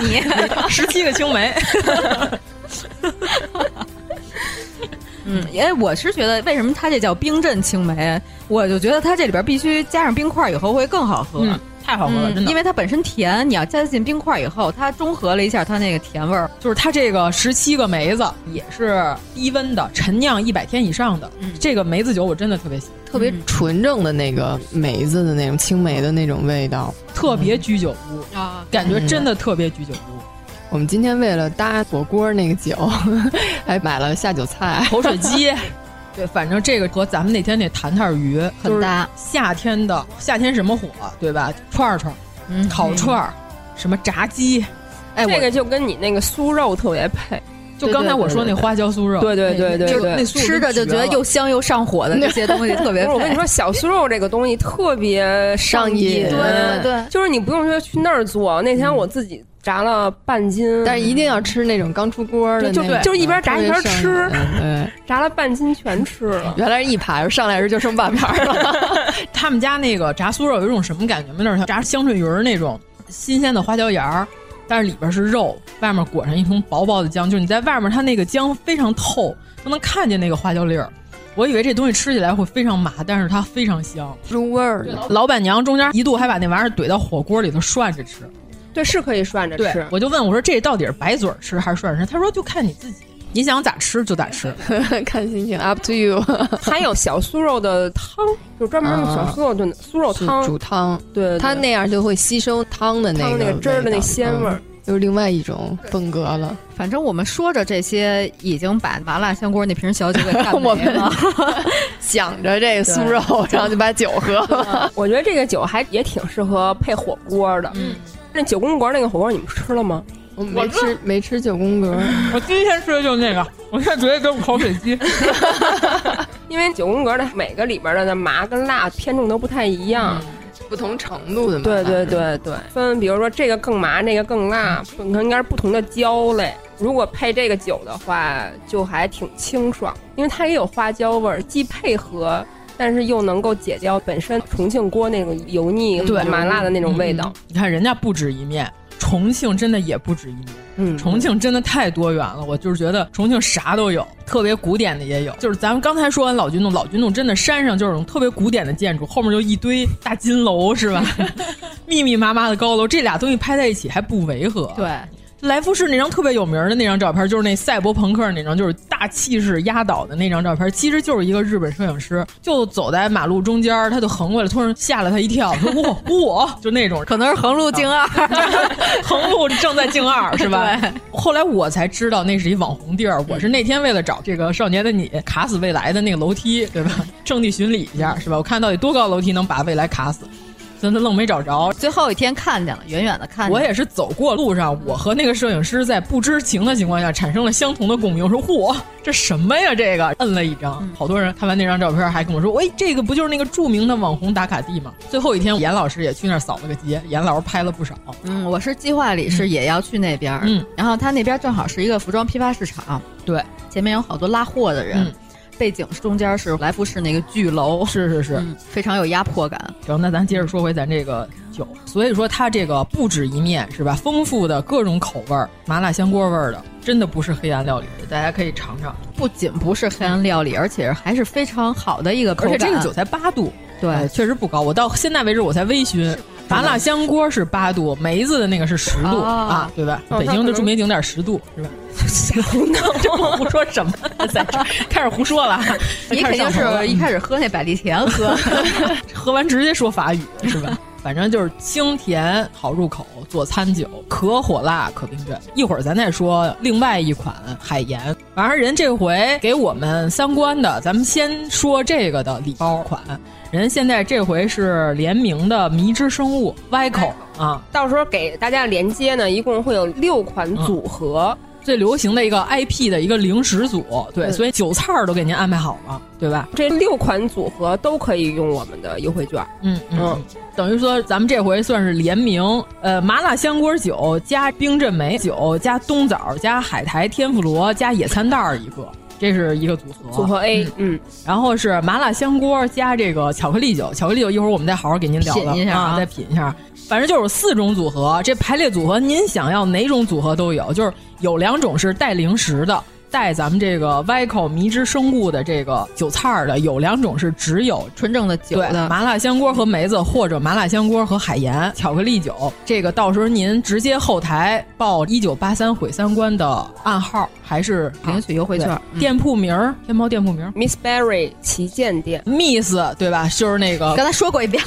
S1: 你
S10: 十七个 青梅，
S1: 嗯，因为我是觉得，为什么它这叫冰镇青梅？我就觉得它这里边必须加上冰块以后会更好喝，
S10: 嗯太好喝了
S1: 嗯
S10: 真的
S1: 因为它本身甜，你要加进冰块以后，它中和了一下它那个甜味儿。
S10: 就是它这个十七个梅子也是低温的，陈酿一百天以上的。
S1: 嗯
S10: 这个梅子酒我真的特别喜欢，
S2: 特别纯正的那个梅子的那种青梅的那种味道，
S10: 嗯特别居酒屋
S1: 嗯啊
S10: 感觉真的特别居酒屋。
S2: 我们今天为了搭火锅那个酒， 还买了下酒菜、
S9: 嗯
S10: 口水 鸡。对，反正这个和咱们那天那弹弹鱼
S1: 很搭。
S10: 夏天的夏天什么火，对吧？串儿串儿、
S1: 嗯
S10: 烤串儿、什么炸鸡，哎，
S9: 这
S10: 我
S9: 个就跟你那个酥肉特别配，
S10: 就刚才我说那花椒酥肉，
S9: 对对对对
S10: 就
S9: 对，
S10: 那酥我都绝了
S1: 香又上火
S10: 的这些东西特 别配
S9: 我跟你说，小酥肉这个东西特别上瘾，
S2: 上瘾对对对
S9: 就是你不用说去那儿做，那天我自己炸了半斤，
S2: 但是一定要吃那种刚出锅的那
S9: 就
S2: 种，
S9: 就就是一边
S1: 嗯
S9: 炸一边
S2: 特
S9: 吃
S2: 别上瘾对，
S9: 炸了半斤全吃了。
S2: 原来是一盘，上来时就剩半盘了。
S10: 他们家那个炸酥肉有一种什么感觉吗？有点像炸香椿鱼儿那种新鲜的花椒芽儿，但是里边是肉，外面裹上一层薄薄的姜，就是你在外面它那个姜非常透，都能看见那个花椒粒儿。我以为这东西吃起来会非常麻，但是它非常香，
S2: 入味儿。
S10: 老板娘中间一度还把那玩意儿怼到火锅里头涮着吃。
S9: 对，是可以涮着
S10: 对
S9: 吃，。
S10: 我就问我说这到底是白嘴儿吃还是涮着吃？他说就看你自己，你想咋吃就咋吃。
S2: 看心情，up to you。
S9: 还有小酥肉的汤，就专门用
S1: 啊
S9: 小酥肉炖的酥肉汤，
S2: 煮汤，
S9: 对对
S2: 它那样就会吸收汤的
S9: 汤
S2: 个
S9: 那个汁儿的那鲜味儿
S2: 嗯就是另外一种风格了。
S1: 反正我们说着这些，已经把麻辣香锅那瓶小酒 给干
S2: 我
S1: 没
S2: 们
S1: 了。
S2: 想着这个酥肉， 然后就把酒喝了。
S9: 我觉得这个酒还也挺适合配火锅的。
S10: 嗯，
S9: 那九宫格那个火锅你们吃了吗？
S2: 我没吃，没吃九宫格。
S10: 我第一天吃的就是那个，我现在觉得都是口水鸡。
S9: 因为九宫格的每个里边的那麻跟辣偏重都不太一样。
S1: 嗯
S2: 不同程度的嘛
S9: 对对对对，分比如说这个更麻，那个更辣，可能应该是不同的椒类。如果配这个酒的话，就还挺清爽，因为它也有花椒味儿，既配合，但是又能够解掉本身重庆锅那种油腻、
S10: 对
S9: 麻辣的那种味道
S10: 嗯。你看人家不止一面，重庆真的也不止一面。
S9: 嗯，
S10: 重庆真的太多元了，我就是觉得重庆啥都有，特别古典的也有。就是咱们刚才说完老君洞，老君洞真的山上就是那种特别古典的建筑，后面就一堆大金楼是吧？密密麻麻的高楼，这俩东西拍在一起还不违和。
S1: 对，
S10: 来福士那张特别有名的那张照片，就是那赛博朋克那张，就是大气势压倒的那张照片，其实就是一个日本摄影师，就走在马路中间儿，他就横过来，突然吓了他一跳，说哇哇，就那种，
S1: 可能是横路径二，
S10: 横路正在径二是吧
S1: 对？
S10: 后来我才知道那是一网红地儿，我是那天为了找这个《少年的你》卡死未来的那个楼梯，对吧？圣地巡礼一下是吧？我看到底多高楼梯能把未来卡死，真的愣没找着，
S1: 最后一天看见了，远远的
S9: 啊
S1: 看见。
S10: 我也是走过路上，我和那个摄影师在不知情的情况下产生了相同的共鸣。我说：“嚯，这什么呀？这个！”摁了一张，好多人看完那张照片还跟我说：“喂，这个不就是那个著名的网红打卡地吗？”最后一天，严老师也去那儿扫了个街，严老师拍了不少。
S1: 嗯，我是计划里是也要去那边，
S10: 嗯，
S1: 然后他那边正好是一个服装批发市场，
S10: 对，嗯
S1: 前面有好多拉货的人。背景中间是来福士那个巨楼，嗯
S10: 是是是，
S1: 非常有压迫感。
S10: 行，那咱接着说回咱这个酒，所以说它这个不止一面是吧？丰富的各种口味儿，麻辣香锅味儿的，真的不是黑暗料理，大家可以尝尝。
S1: 不仅不是黑暗料理，而且还是非常好的一个口
S10: 而
S1: 感。
S10: 且这个酒才八度，
S1: 对、
S10: 哎确实不高。我到现在为止我才微醺，麻辣香锅是八度，梅子的那个是十度、
S1: 哦
S10: 啊，对吧？
S1: 哦
S10: 北京的著名景点十度 是吧？这胡说什么？在这儿开始胡说了，啊
S1: 你肯定是一开始喝那百利甜 喝，
S10: 喝完直接说法 语是吧？反正就是清甜好入口，佐餐酒，可火辣可冰镇。一会儿咱再说另外一款海盐。完了，人这回给我们三观的，咱们先说这个的礼包款。人现在这回是联名的迷之生物歪口啊，
S9: 到时候给大家连接呢，一共会有六款组合。
S1: 嗯
S10: 最流行的一个 IP 的一个零食组，对，
S9: 嗯
S10: 所以韭菜儿都给您安排好了，对吧？
S9: 这六款组合都可以用我们的优惠券。
S10: 嗯嗯，等于说咱们这回算是联名，呃，麻辣香锅酒加冰镇梅酒加冬枣加海苔天妇罗加野餐袋儿一个，这是一个组合。
S9: 组合 A，嗯，
S10: 然后是麻辣香锅加这个巧克力酒，巧克力酒一会儿我们再好好给您聊聊
S1: 品一下啊
S10: 啊，再品一下。反正就是四种组合，这排列组合您想要哪种组合都有，就是有两种是带零食的。带咱们这个 Vico 迷之生物的这个韭菜儿的，有两种是只有
S1: 纯正的酒
S10: 对，
S1: 的嗯
S10: 麻辣香锅和梅子，或者麻辣香锅和海盐、巧克力酒。这个到时候您直接后台报“一九八三毁三观”的暗号，还是
S1: 领取优惠券
S9: 啊
S1: 嗯
S10: 对店铺名儿，天猫店铺名儿
S9: Miss Berry 旗舰店
S10: ，Miss 对吧？就是那个
S1: 刚才说过一遍，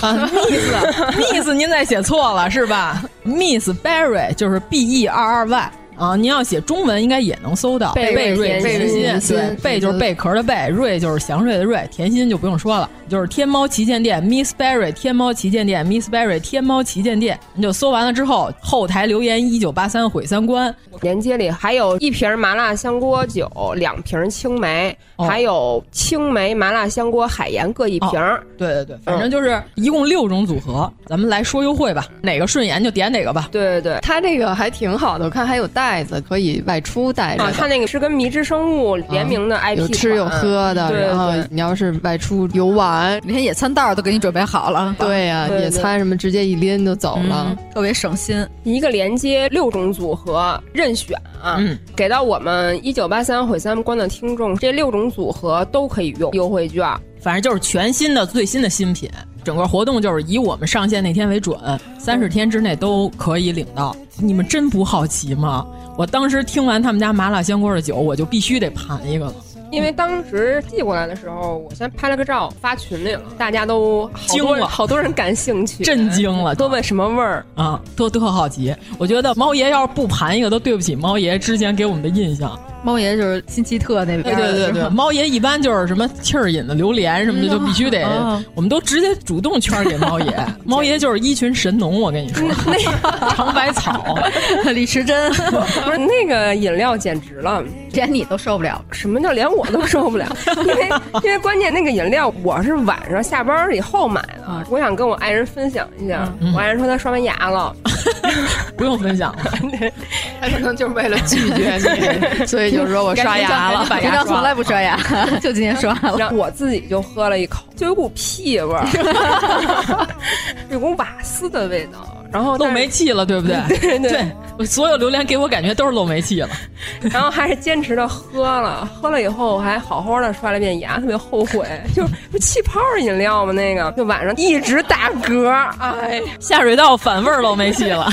S10: Miss，Miss 您再写错了是吧？Miss Berry 就是 B E R R Y。啊，您要写中文应该也能搜到
S9: 贝
S10: 贝
S9: 瑞
S10: 瑞
S9: 甜
S10: 心
S9: 心，
S10: 对，贝就是贝壳的贝，瑞就是祥瑞的瑞，甜心就不用说了，就是天猫旗舰店 Miss Berry，天猫旗舰店 Miss Berry，天猫旗舰店，你就搜完了之后，后台留言一九八三毁三观，
S9: 连接里还有一瓶麻辣香锅酒，两瓶青梅，
S10: 哦
S9: 还有青梅麻辣香锅海盐各一瓶。
S10: 哦对对对，反正就是一共六种组合，咱们来说优惠吧，哪个顺眼就点哪个吧。
S9: 对对对，
S2: 它这个还挺好的，我看还有袋子可以外出带着
S9: 啊
S2: 的。，
S9: 它那个是跟迷之生物联名的 IP，、
S2: 哦有吃有喝的，
S9: 嗯对
S2: 然后
S9: 对
S2: 你要是外出游玩，
S1: 连野餐袋儿都给你准备好了。
S2: 对呀、
S9: 对对
S2: 野餐什么直接一拎就走了。
S1: 特别省心，
S9: 一个连接六种组合任选啊，
S10: 嗯
S9: 给到我们一九八三毁三观的听众，这六种组合都可以用优惠券。
S10: 反正就是全新的、最新的新品。整个活动就是以我们上线那天为准，三十天之内都可以领到。你们真不好奇吗？我当时听完他们家麻辣香锅的酒，我就必须得盘一个了。
S9: 因为当时寄过来的时候，我先拍了个照发群里了，大家都好
S10: 惊
S9: 多人
S10: 了
S9: 好多人感兴趣，
S10: 震惊了
S9: 都问什么味 儿。
S10: 啊，都特好奇。我觉得猫爷要是不盘一个，都对不起猫爷之前给我们的印象。
S1: 猫爷就是辛弃特那
S10: 对
S1: 边，
S10: 对 对对，，猫爷一般就是什么气儿饮的榴莲什么的，
S1: 嗯
S10: 就必须得
S1: 啊，
S10: 我们都直接主动圈给猫爷。 猫爷就是一群神农，我跟你说， 尝百草。
S1: 李时珍，
S9: 不是那个饮料简直了，
S1: 连你都受不了。
S9: 什么叫连我都受 不了？因为因为关键那个饮料我是晚上下班以后买
S10: 嗯
S9: 的，我想跟我爱人分享一下。我爱人说他刷完牙了，
S10: 嗯不用分享了，
S2: 他可能就是为了拒绝你，所以就是说我刷牙了，
S1: 平常从来不刷牙，就今天刷了。
S9: 然后我自己就喝了一口，就有股屁 味儿， 有股瓦斯的味道。然后
S10: 漏
S9: 但是
S10: 煤气了，对不对？
S9: 对对
S10: 我所有榴莲给我感觉都是漏煤气了。
S9: 然后还是坚持的喝了，喝了以后还好好的刷了一遍牙，特别后悔， 就是不气泡饮料嘛，那个就晚上一直打嗝，哎，
S10: 下水道反味儿漏煤气了。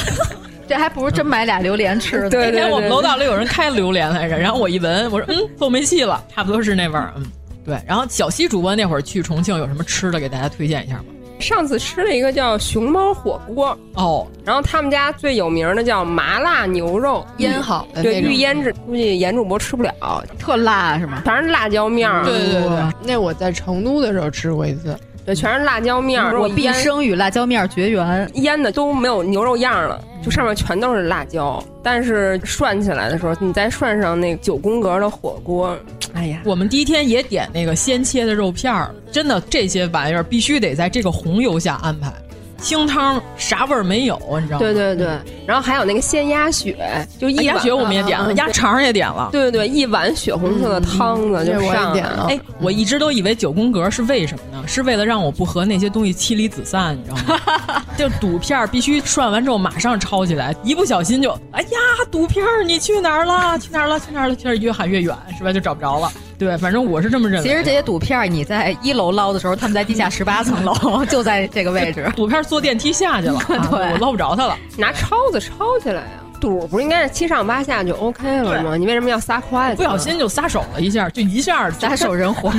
S1: 这还不如真买俩榴莲吃呢。
S9: 对
S10: 那
S9: 对
S10: 天我们
S9: 对
S10: 楼道里有人开榴莲来着，然后我一闻，我说嗯，漏煤气了，差不多是那味儿，嗯。对，然后小西主播那会儿去重庆有什么吃的给大家推荐一下吗？
S9: 上次吃了一个叫熊猫火锅，
S10: 哦，
S9: 然后他们家最有名的叫麻辣牛肉，
S2: 腌好
S10: 哎
S2: 的
S9: 对
S2: 那
S9: 预
S2: 种。
S9: 腌制，估计严主播吃不了，
S1: 特辣是吗？
S9: 全是辣椒面儿，
S10: 对对对对，
S2: 那我在成都的时候吃过一次，
S9: 对，全是辣椒面儿，
S1: 我
S9: 我
S1: 毕
S9: 腌
S1: 生与辣椒面绝缘。
S9: 腌的都没有牛肉样儿了，就上面全都是辣椒，但是涮起来的时候，你再涮上那九宫格的火锅，哎呀，
S10: 我们第一天也点那个鲜切的肉片儿，真的这些玩意儿必须得在这个红油下安排。清汤啥味儿没有，你知道吗？
S9: 对对对，然后还有那个鲜嗯鸭血，就一
S10: 哎鸭
S9: 碗啊
S10: 血我们也点了，鸭肠也点了。
S9: 对对对，一碗血红色的汤子就上来了。
S10: 哎，我一直都以为九宫格是为什么呢？是为了让我不和那些东西妻离子散，你知道 吗？就赌片儿必须涮完之后马上抄起来，一不小心就哎呀，赌片儿你去哪儿了？去哪儿了？去哪儿了？去哪儿越喊越远，是吧？就找不着了。对，反正我是这么认为的。
S1: 其实这些赌片儿你在一楼捞的时候，他们在地下十八层楼， 就在这个位置。
S10: 赌片坐电梯下去了，啊
S1: 对，
S10: 我捞不着他了。
S9: 拿抄子抄起来啊呀、赌不是应该是七上八下就 OK 了吗？你为什么要撒筷
S10: 不
S9: 子？啊
S10: 小心就撒手了一下，就一下
S9: 撒手
S1: 人滑。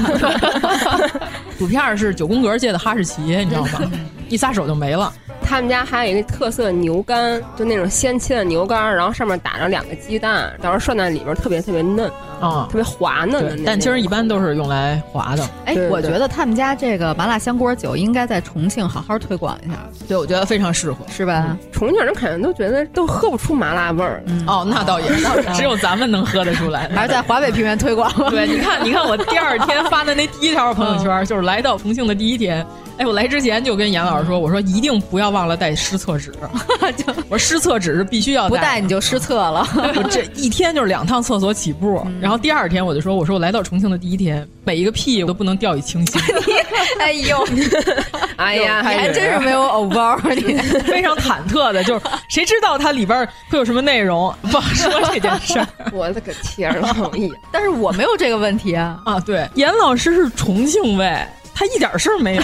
S10: 赌片儿是九宫格界的哈士奇，你知道吗？一撒手就没了。
S9: 他们家还有一个特色牛肝，就那种先切的牛肝，然后上面打着两个鸡蛋，到时候涮在里边，特别特别嫩
S10: 啊，
S9: 特别滑嫩嗯的那嗯
S10: 对
S9: 种。
S10: 蛋清儿一般都是用来滑的。
S1: 哎，我觉得他们家这个麻辣香锅酒应该在重庆好好推广一下，
S10: 对我觉得非常适合，
S1: 是吧？
S9: 重庆人肯定都觉得都喝不出麻辣味儿。
S10: 哦，那倒
S9: 嗯
S10: 也是，只有咱们能喝得出来。。
S1: 还是在华北平原推广
S10: 对，你看，你看，我第二天发的那第一条朋友
S9: 嗯
S10: 圈，就是来到重庆的第一天。哎，我来之前就跟严老师说，我说一定不要忘了带湿厕 纸，我说湿厕纸是必须要
S1: 不
S10: 带的，
S1: 带你就失策了。
S10: 我这一天就是两趟厕所起步，
S9: 嗯
S10: 然后第二天我就说，我说我来到重庆的第一天，每一个屁我都不能掉以轻 心，
S1: 哎呦，
S9: 哎呀，
S10: 又开
S1: 你
S10: 始
S1: 还真是没有偶包，你
S10: 非常忐忑的，就是谁知道它里边会有什么内容？忘说这件事儿
S9: 我的个天儿，老 易，
S1: 但是我没有这个问题啊。
S10: 啊！对，严老师是重庆卫，他一点事儿 没有，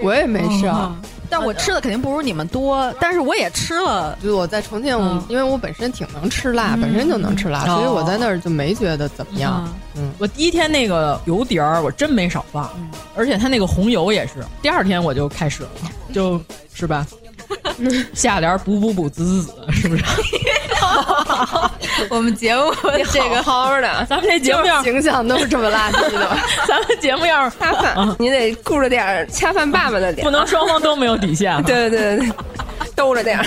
S2: 我也没事啊。
S1: 但我吃的肯定不如你们多，但是我也吃了。嗯
S2: 对，我在重庆，因为我本身挺能吃辣，本身就能吃辣，所以我在
S1: 哦
S2: 那儿就没觉得怎么样。嗯，
S10: 我第一天那个油碟儿我真没少放，而且它那个红油也是，第二天我就开始了，就是 吧。下联儿补补补滋滋滋，是不是？
S1: 我们节目这个
S9: 好好 的，
S10: 咱们这节目要
S2: 形象都是这么垃圾的。
S10: 咱们节目要是
S9: 恰
S10: 啊
S9: 饭，你得顾着点儿恰饭爸爸的脸，
S10: 不能双方都没有底线啊。
S9: 对对对对，兜着点儿。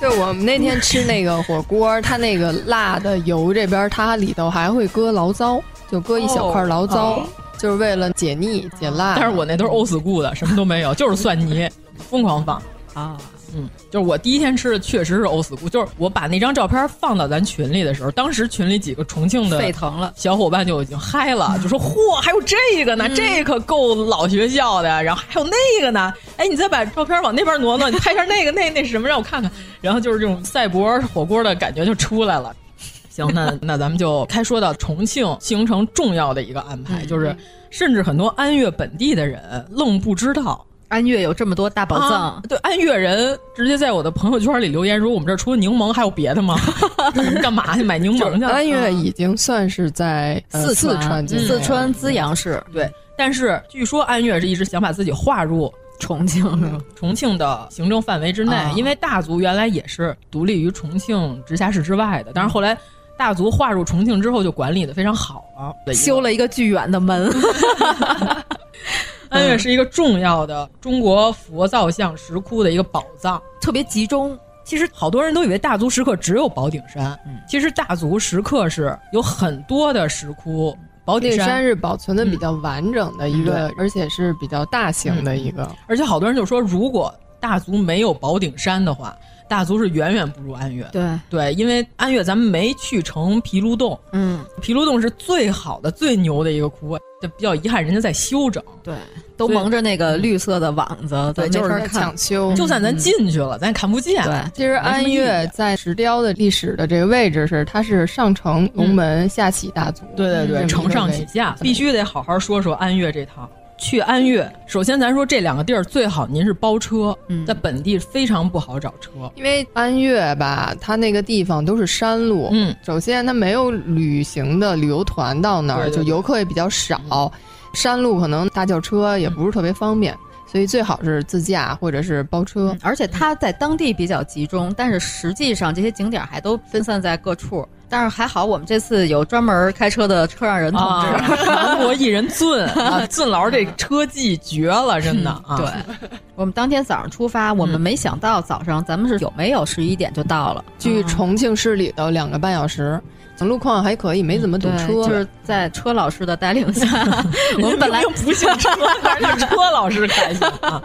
S2: 对，我们那天吃那个火锅，它那个辣的油这边，它里头还会搁醪糟，就搁一小块醪糟，
S10: 哦
S2: 就是为了解腻解辣。
S10: 但是我那
S1: 嗯
S10: 都是 old school 的，什么都没有，就是蒜泥，疯狂放。
S1: 啊，
S10: 嗯，就是我第一天吃的确实是 old school，就是我把那张照片放到咱群里的时候，当时群里几个重庆的
S1: 沸腾了
S10: 小伙伴就已经嗨 了，就说嚯，还有这个呢，
S1: 嗯
S10: 这可够老学校的呀，然后还有那个呢，哎，你再把照片往那边挪挪，你拍一下那个那那什么让我看看，然后就是这种赛博火锅的感觉就出来 了。行，那那咱们就开说到重庆形成重要的一个安
S1: 嗯
S10: 排，就是甚至很多安岳本地的人愣不知道。
S1: 安岳有这么多大宝藏，
S10: 啊对，安岳人直接在我的朋友圈里留言说：“我们这儿除了柠檬还有别的 吗？干嘛去买啊柠檬去了？”
S2: 安岳已经算是在、呃
S1: 四
S2: 四川境内
S1: 四
S2: 了
S1: 川资阳市，
S10: 对，但是据说安岳是一直想把自己划入
S1: 重庆是吧，
S10: 重庆的行政范围之内，
S1: 嗯啊
S10: 因为大足原来也是独立于重庆直辖市之外的，但是后来大足划入重庆之后，就管理的非常好了。
S1: 啊修了一个巨远的 门，
S10: 安岳是一个重要的中国佛造像石窟的一个宝藏，
S1: 特别集中。
S10: 其实好多人都以为大足石刻只有宝顶山，
S1: 嗯
S10: 其实大足石刻是有很多的石窟，宝
S2: 那
S10: 顶
S2: 个
S10: 山
S2: 山是保存的比较完整的一个，
S10: 嗯
S2: 而且是比较大型的一个。
S10: 而且好多人就说，如果大足没有宝顶山的话，大足是远远不如安岳。
S1: 对
S10: 对，因为安岳咱们没去成毗卢洞，
S1: 嗯，
S10: 毗卢洞是最好的、最牛的一个窟，就比较遗憾，人家在修整。
S1: 对，都蒙着那个绿色的网子，
S10: 对，
S1: 咱
S10: 就是
S1: 没法看
S2: 抢修
S10: 就算咱进去了，咱也看不见。
S1: 嗯对
S2: 其实安
S1: 啊
S2: 岳在石雕的历史的这个位置是，它是上承
S1: 嗯
S2: 龙门，下启大足。
S10: 对对对，
S2: 这么一
S10: 承
S2: 个
S10: 上
S2: 位
S10: 启
S2: 置
S10: 下，必须得好好说说安岳这套。去安岳，首先咱说这两个地儿最好您是包车，
S1: 嗯
S10: 在本地非常不好找车。
S2: 因为安岳吧，它那个地方都是山路，
S10: 嗯，
S2: 首先它没有旅行的旅游团到那儿，
S10: 对对对
S2: 就游客也比较少，山路可能大轿车也不是特别方
S10: 嗯
S2: 便，所以最好是自驾或者是包车。
S1: 而且它在当地比较集中，但是实际上这些景点还都分散在各处。
S2: 但是还好我们这次有专门开车的车让人同志，
S10: 韩国艺人俊啊，俊老师这车技绝了，真的啊！
S2: 嗯对，我们当天早上出
S10: 嗯
S2: 发，我们没想到早上咱们是有没有十一点就到了。
S10: 嗯
S9: 距重庆市里头两个半小时，路况还可以，没怎么堵
S2: 对，
S10: 嗯
S9: 车。
S2: 就是在车老师的带领 下，我们本来
S10: 不姓 车，还是车老师开心啊！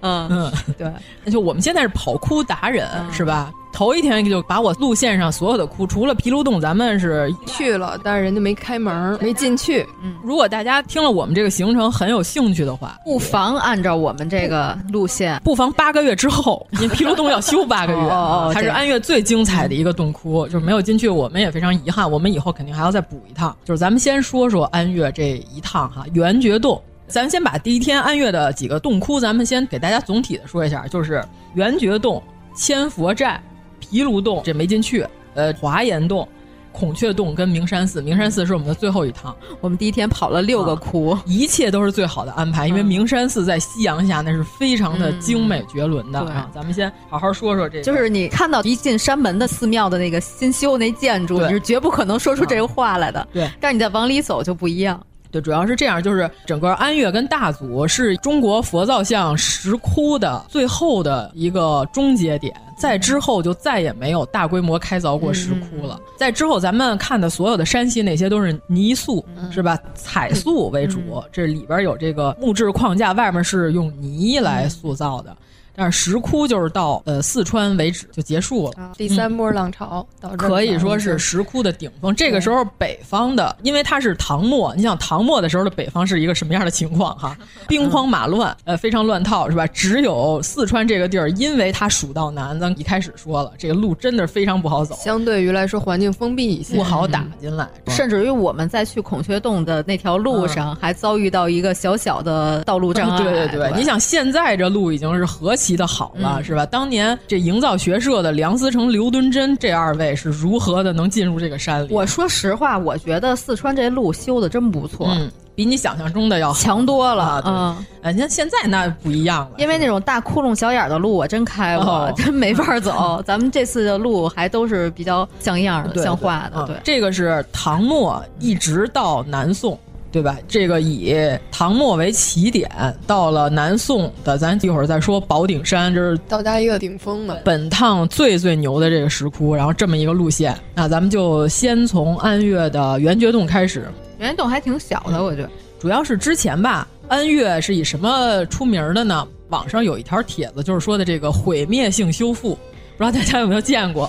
S2: 嗯
S10: 嗯，
S2: 对，嗯
S10: 那就我们现在是跑哭达人是吧？头一天就把我路线上所有的哭，除了皮卢洞，咱们是
S9: 去了，但是人家没开门，没进去。
S2: 嗯，
S10: 如果大家听了我们这个行程很有兴趣的话，
S2: 不妨按照我们这个路线，
S10: 不妨八个月之后，因为皮卢洞要休八个月，
S2: 哦哦
S10: 它是
S2: 这样
S10: 按月最精彩的一个洞窟，就是没有进去，我们也非常遗憾，我们以后肯定还要再补一趟。就是咱们先说说安岳这一趟哈，圆觉洞。咱先把第一天安岳的几个洞窟，咱们先给大家总体的说一下，就是圆觉洞、千佛寨、毗卢洞，这没进去，呃，华严洞、孔雀洞跟明山寺，明山寺是我们的最后一趟，
S2: 我们第一天跑了六个窟，
S10: 一切都是最好的安排，
S2: 嗯
S10: 因为明山寺在夕阳下那是非常的精美绝伦的、
S2: 嗯对
S10: 啊。咱们先好好说说这个，
S2: 就是你看到一进山门的寺庙的那个新修那建筑，
S10: 对
S2: 你是绝不可能说出这个话来的。
S10: 对，
S2: 但是你再往里走就不一样。
S10: 对，主要是这样，就是整个安岳跟大足是中国佛造像石窟的最后的一个终结点，在之后就再也没有大规模开凿过石窟了。在之后，咱们看的所有的山西那些都是泥塑，是吧？彩塑为主，这里边有这个木质框架，外面是用泥来塑造的。但是石窟就是到呃四川为止就结束了。
S9: 第三波浪潮到这儿
S10: 可以说是石窟的顶峰。这个时候，北方的，因为它是唐末，你想唐末的时候的北方是一个什么样的情况哈？兵荒马乱，
S2: 嗯
S10: 呃，非常乱套，是吧？只有四川这个地儿，因为它蜀道难，咱一开始说了，这个路真的是非常不好走，
S9: 相对于来说环境封闭一些，
S10: 不好打进来，
S2: 甚至于我们在去孔雀洞的那条路上，还遭遇到一个小小的道路障碍。
S10: 嗯 对对对，你想现在这路已经是何其的好了，
S2: 嗯
S10: 是吧？当年这营造学社的梁思成、刘敦桢这二位是如何的能进入这个山里？
S2: 我说实话，我觉得四川这路修的真不错，
S10: 嗯，比你想象中的要好
S2: 强多了。
S10: 啊
S2: 嗯，
S10: 哎，你看现在那不一样了。
S2: 因为那种大窟窿小眼儿的路，我真开过，
S10: 哦
S2: 真没法 走。咱们这次的路还都是比较像样的、
S10: 对
S2: 像话的，
S10: 嗯
S2: 对。
S10: 这个是唐末一直到南宋，对吧？这个以唐末为起点，到了南宋的，咱一会儿再说宝顶山，这是
S9: 到达一个顶峰了。
S10: 本趟最最牛的这个石窟，然后这么一个路线，那咱们就先从安岳的圆觉洞开始。
S2: 圆圆洞还挺小的，我觉得。
S10: 主要是之前吧，安岳是以什么出名的呢？网上有一条帖子，就是说的这个毁灭性修复，不知道大家有没有见过？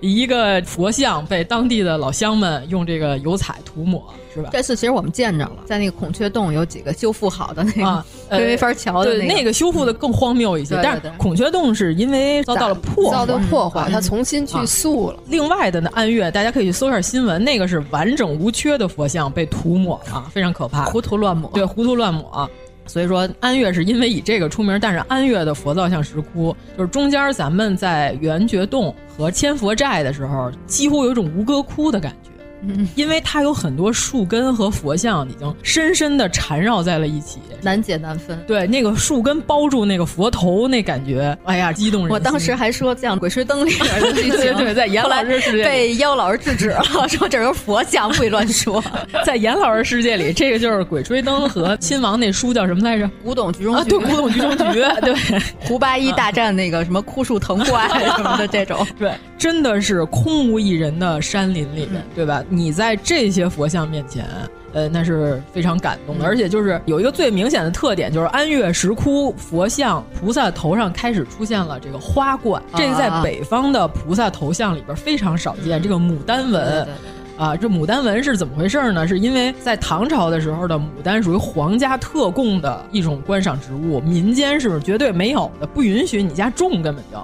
S10: 一个佛像被当地的老乡们用这个油彩涂抹，是吧？
S2: 这次其实我们见着了，在那个孔雀洞有几个修复好的那个、
S10: 啊，呃
S2: 没法瞧的
S10: 对，
S2: 那嗯
S10: 那个修复的更荒谬一些。
S2: 对对
S10: 但是孔雀洞是因为遭到了破坏，
S9: 遭到破坏，
S10: 嗯
S9: 它重新去塑了。
S10: 另外的呢，安岳大家可以去搜一下新闻，那个是完整无缺的佛像被涂抹了，非常可怕，
S2: 糊涂乱抹。
S10: 对，糊涂乱抹。所以说，安岳是因为以这个出名，但是安岳的佛造像石窟，就是中间咱们在圆觉洞和千佛寨的时候，几乎有一种吴哥窟的感觉，
S2: 嗯
S10: 因为它有很多树根和佛像已经深深的缠绕在了一起。
S2: 难解难分。
S10: 对，那个树根包住那个佛头，那感觉，哎呀，激动人心。
S2: 我当时还说像《鬼吹灯》里边的剧情，
S10: 对对对在严
S2: 后来
S10: 老师世界里
S2: 被妖老师制止了，说这是佛像，不许乱说。
S10: 在严老师世界里，这个就是《鬼吹灯》和亲王那书叫什么来着？
S2: 古董局中局，
S10: 啊，对，古董局中 局，对
S2: 胡八一大战那个什么枯树藤 怪什么的这种，
S10: 对，真的是空无一人的山林里面，
S2: 嗯
S10: 对吧？你在这些佛像面前，呃，那是非常感
S2: 嗯
S10: 动的。而且就是有一个最明显的特点，就是安岳石窟佛像菩萨头上开始出现了这个花冠，这个在
S2: 啊
S10: 北方的菩萨头像里边非常少见，这个牡丹纹。
S2: 嗯对对对
S10: 啊，这牡丹纹是怎么回事呢？是因为在唐朝的时候的牡丹属于皇家特供的一种观赏植物，民间是绝对没有的，不允许你家种，根本就。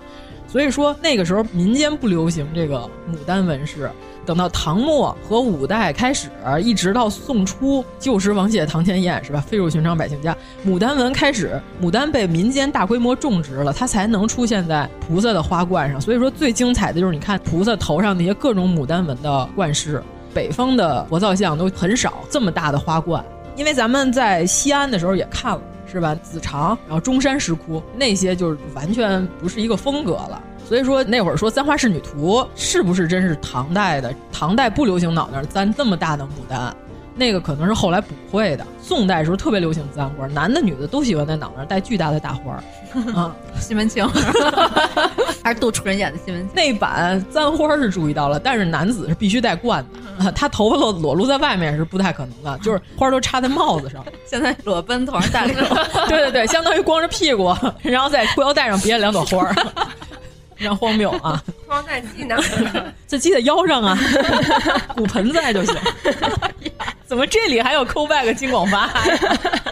S10: 所以说那个时候民间不流行这个牡丹纹饰，等到唐末和五代开始，一直到宋初，旧时王谢堂前燕是吧？飞入寻常百姓家，牡丹纹开始，牡丹被民间大规模种植了，它才能出现在菩萨的花冠上。所以说最精彩的就是你看菩萨头上那些各种牡丹纹的冠饰，北方的佛造像都很少这么大的花冠，因为咱们在西安的时候也看了。是吧？子长，然后中山石窟那些就是完全不是一个风格了。所以说那会儿说簪花仕女图是不是真是唐代的？唐代不流行脑袋簪这么大的牡丹，那个可能是后来补会的。宋代时候特别流行簪花，男的女的都喜欢在脑袋戴巨大的大花儿。啊，
S1: 西门庆 还是杜楚人演的西门庆。
S10: 那版簪花是注意到了，但是男子是必须戴冠的，啊、他头发露裸露在外面是不太可能的，就是花都插在帽子上。
S1: 现在裸奔头上戴那 种，
S10: 对对对，相当于光着屁股， 然后在裤腰带上别两朵花儿， 非常荒谬啊！
S9: 裤腰带系哪儿？
S10: 这系在腰上啊，骨盆在就行。怎么这里还有 callback 金广发呀？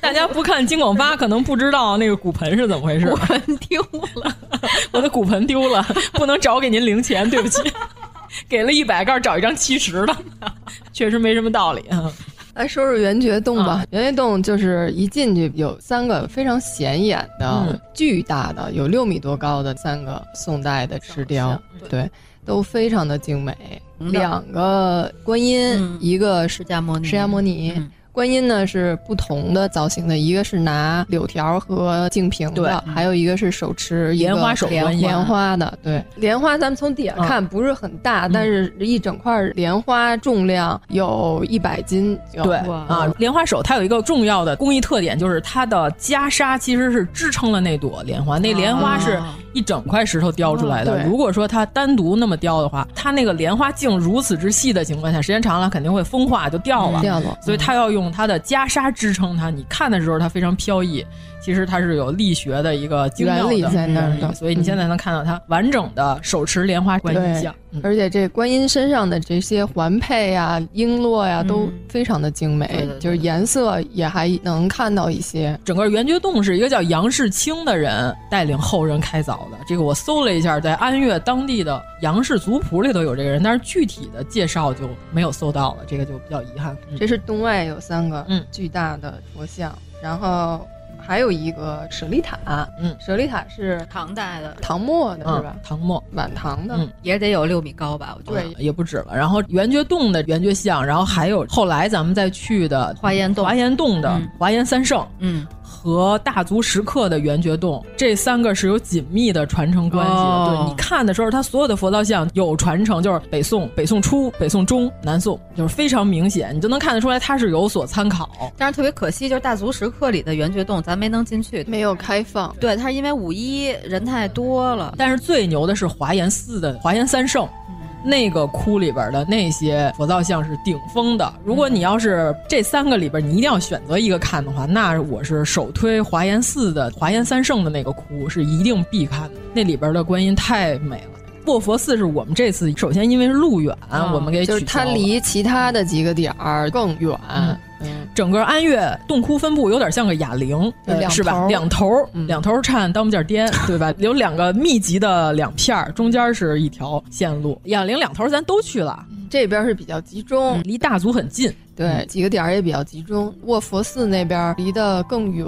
S10: 大家不看金广发，可能不知道那个骨盆是怎么回事。
S1: 骨盆丢了，
S10: 我的骨盆丢了，不能找给您零钱，对不起。 给了一百盖，找一张七十的，确实没什么道理啊。
S2: 来说说哎圆觉洞吧。
S10: 嗯
S2: 圆觉洞就是一进去有三个非常显眼的、
S9: 啊
S10: 嗯
S2: 巨大的，有六米多高的三个宋代的石雕，对，都非常的精美。
S1: 嗯
S2: 两个观音，一个释
S1: 迦摩尼，
S2: 释迦摩尼。观音呢是不同的造型的，一个是拿柳条和净瓶
S10: 对
S2: 的，还有一个是手持一个
S10: 莲花手观音
S2: 莲花的，对，莲花咱们从底下看
S10: 嗯
S2: 不是很大，但是一整块莲花重量有一百斤，有
S10: 对
S2: 哦
S10: 啊，莲花手它有一个重要的工艺特点，就是它的袈裟其实是支撑了那朵莲花，那莲花是一整块石头雕出来
S2: 哦
S10: 的。
S2: 对
S10: 如果说它单独那么雕的话，它那个莲花茎如此之细的情况下，时间长了肯定会风化就掉了，
S2: 嗯掉了
S10: 所以它要用它的袈裟支撑它。你看的时候它非常飘逸，其实它是有力学的一个精妙的
S2: 原理在那儿的
S10: 嗯所以你现在能看到它完整的手持莲花观音像。嗯
S2: 对，而且这观音身上的这些环佩呀、璎珞呀，都非常嗯的精美，就是颜色也还能看到一些。
S10: 整个圆觉洞是一个叫杨世清的人带领后人开凿的。这个我搜了一下，在安岳当地的杨氏族谱里头有这个人，但是具体的介绍就没有搜到了，这个就比较遗憾。嗯
S2: 这是洞外有三个
S10: 嗯
S2: 巨大的佛像，然后还有一个舍利塔，
S10: 嗯，
S2: 舍利塔是
S1: 唐代的，
S2: 唐末的是
S10: 嗯
S2: 吧？，
S10: 唐末
S2: 晚唐的，
S10: 嗯
S1: 也得有六米高吧？我觉得。
S2: 对，
S10: 也不止了。然后圆觉洞的圆觉像，然后还有后来咱们再去的
S1: 华严洞
S10: 华严洞的
S1: 嗯
S10: 华严三圣，
S1: 嗯，
S10: 和大足石刻的圆觉洞，这三个是有紧密的传承关系的。
S1: 哦
S10: 对，你看的时候，它所有的佛造像有传承，就是北宋、北宋初、北宋中、南宋，就是非常明显，你就能看得出来它是有所参考。
S1: 但是特别可惜，就是大足石刻里的圆觉洞，咱没能进去。
S2: 没有开放。
S1: 对，它是因为五一人太多了。
S10: 但是最牛的是华严寺的华严三圣。
S2: 嗯
S10: 那个窟里边的那些佛造像是顶峰的。如果你要是这三个里边，你一定要选择一个看的话，那我是首推华严寺的华严三圣的那个窟，是一定必看的。那里边的观音太美了。卧佛寺是我们这次首先因为是路远，我们给
S2: 嗯就是
S10: 取消
S2: 它
S10: 了
S2: 离其他的几个点儿更远，
S1: 嗯
S10: 整个安岳洞窟分布有点像个哑铃，呃
S2: 就两头嗯
S10: 是吧？两头儿、两头儿颤当木件 儿颠，对吧？有两个密集的两片儿，中间是一条线路。哑铃两头儿咱都去了，
S2: 这边是比较集
S1: 嗯
S2: 中，
S10: 离大足很近。
S2: 对，几个点儿也比较集中。卧佛寺那边离得更远，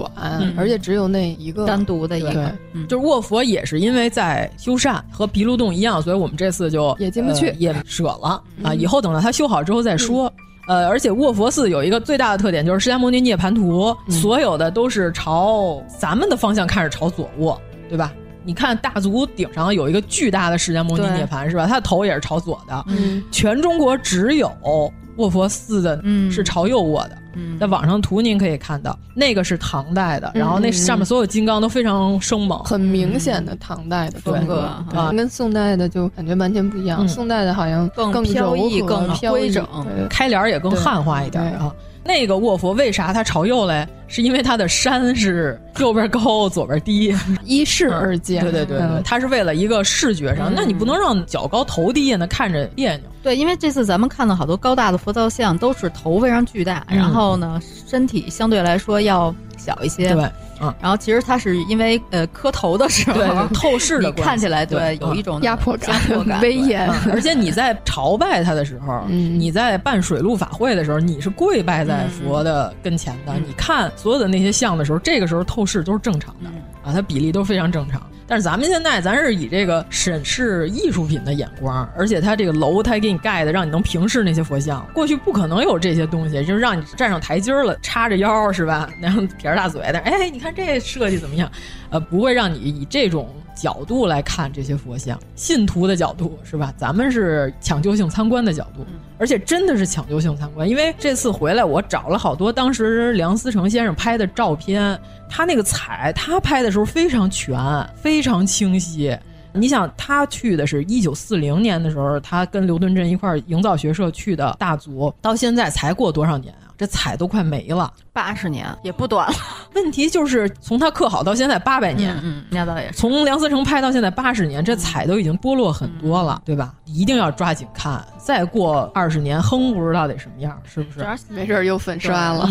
S2: 而且只有那一个
S1: 嗯单独的一个
S2: 对
S10: 就是卧佛也是因为在修缮，和毗卢洞一样，所以我们这次就
S2: 也进不去嗯
S10: 呃也舍了
S1: 嗯
S10: 啊。以后等到它修好之后再说。呃，而且卧佛寺有一个最大的特点就是释迦牟尼涅盘图，
S1: 嗯
S10: 所有的都是朝咱们的方向看是朝左卧，对吧？你看大足顶上有一个巨大的释迦牟尼
S1: 对
S10: 涅盘，是吧？他的头也是朝左的。
S1: 嗯
S10: 全中国只有卧佛寺的
S1: 嗯
S10: 是朝右卧的。
S1: 嗯
S10: 在网上图您可以看到，那个是唐代的，然后
S1: 嗯
S10: 那上面所有金刚都非常生猛，
S2: 很明显的唐代
S1: 嗯
S2: 的
S10: 对
S2: 风格
S10: 啊，
S2: 对跟宋代的就感觉完全不一样。
S10: 嗯
S2: 宋代的好像
S1: 更
S2: 柔
S1: 飘
S2: 和
S1: 逸更
S2: 飘
S1: 规
S2: 逸
S1: 整
S2: 对
S10: 开帘儿也更汉化一点儿啊。那个卧佛为啥它朝右嘞？是因为它的山是右边高左边低，
S2: 依视而建。
S10: 对对对对，
S2: 嗯
S10: 它是为了一个视觉上，
S1: 嗯
S10: 那你不能让脚高头低呀，那看着别扭。
S1: 对，因为这次咱们看到好多高大的佛造像，都是头非常巨大，
S10: 嗯
S1: 然后呢，身体相对来说要小一些。
S10: 对，嗯，
S1: 然后其实它是因为呃磕头的时候，
S10: 对对透视的
S1: 你
S10: 关
S1: 看
S10: 系
S1: 起来
S10: 对
S1: 有一种
S2: 压迫感
S1: 压迫感、
S2: 威严
S1: 对嗯
S10: 而且你在朝拜他的时候，你在办水陆法会的时候，你是跪拜在佛的跟前的。你看所有的那些像的时候，这个时候透视都是正常的、啊，它比例都非常正常。但是咱们现在咱是以这个审视艺术品的眼光，而且它这个楼它还给你盖的，让你能平视那些佛像。过去不可能有这些东西，就是让你站上台阶儿了，叉着 腰是吧？然后撇着大嘴的，哎，你看这设计怎么样？呃，不会让你以这种角度来看这些佛像，信徒的角度是吧？咱们是抢救性参观的角度，而且真的是抢救性参观。因为这次回来，我找了好多当时梁思成先生拍的照片，他那个彩，他拍的时候非常全，非常清晰。你想，他去的是一九四零年的时候，他跟刘敦桢一块儿营造学社去的大足，到现在才过多少年啊？这彩都快没了，
S1: 八十年也不短了。
S10: 问题就是从他刻好到现在八百年，
S1: 嗯，那倒也是。
S10: 从梁思成拍到现在八十年，
S2: 嗯
S10: 这彩都已经剥落很多了，对吧？一定要抓紧看，再过二十年，哼，不知道得什么样，是不是？
S2: 没事儿又粉刷了，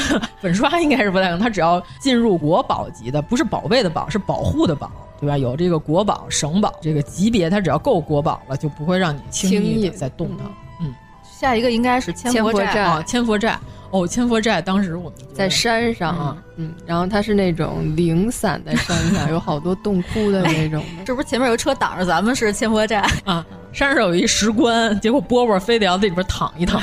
S10: 粉刷应该是不太可能，他只要进入国宝级的，不是保卫的保，是保护的保。对吧？有这个国宝、省宝这个级别，它只要够国宝了，就不会让你轻易地再动它。嗯，
S1: 下一个应该是千
S2: 千
S1: 佛
S2: 佛
S1: 寨
S2: 寨
S10: 啊，千佛寨哦，千佛寨当时我们
S2: 嗯在山上啊，嗯，然后它是那种零散在山上，有好多洞窟
S1: 哎
S2: 的那种。
S1: 这不是前面有个车挡着咱们是千佛寨，
S10: 啊，山上有一石棺，结果波波非得要在里边躺一躺，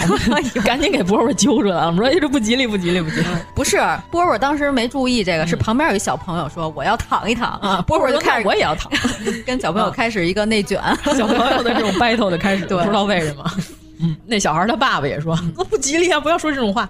S10: 赶紧给波波揪出来了。我们说哎，这不吉利，不吉利， 不吉利。
S1: 不是波波当时没注意这个，是旁边有一小朋友说我要躺一躺
S10: 嗯啊
S1: 波波就
S10: 说
S1: 开
S10: 那
S1: 始
S10: 我也要躺， 啊
S1: 跟小朋友开始一个内卷，
S10: 小朋友的这种 battle 的开始，不
S1: 对
S10: 知道为什么。嗯，那小孩他爸爸也说，那不吉利啊，不要说这种话。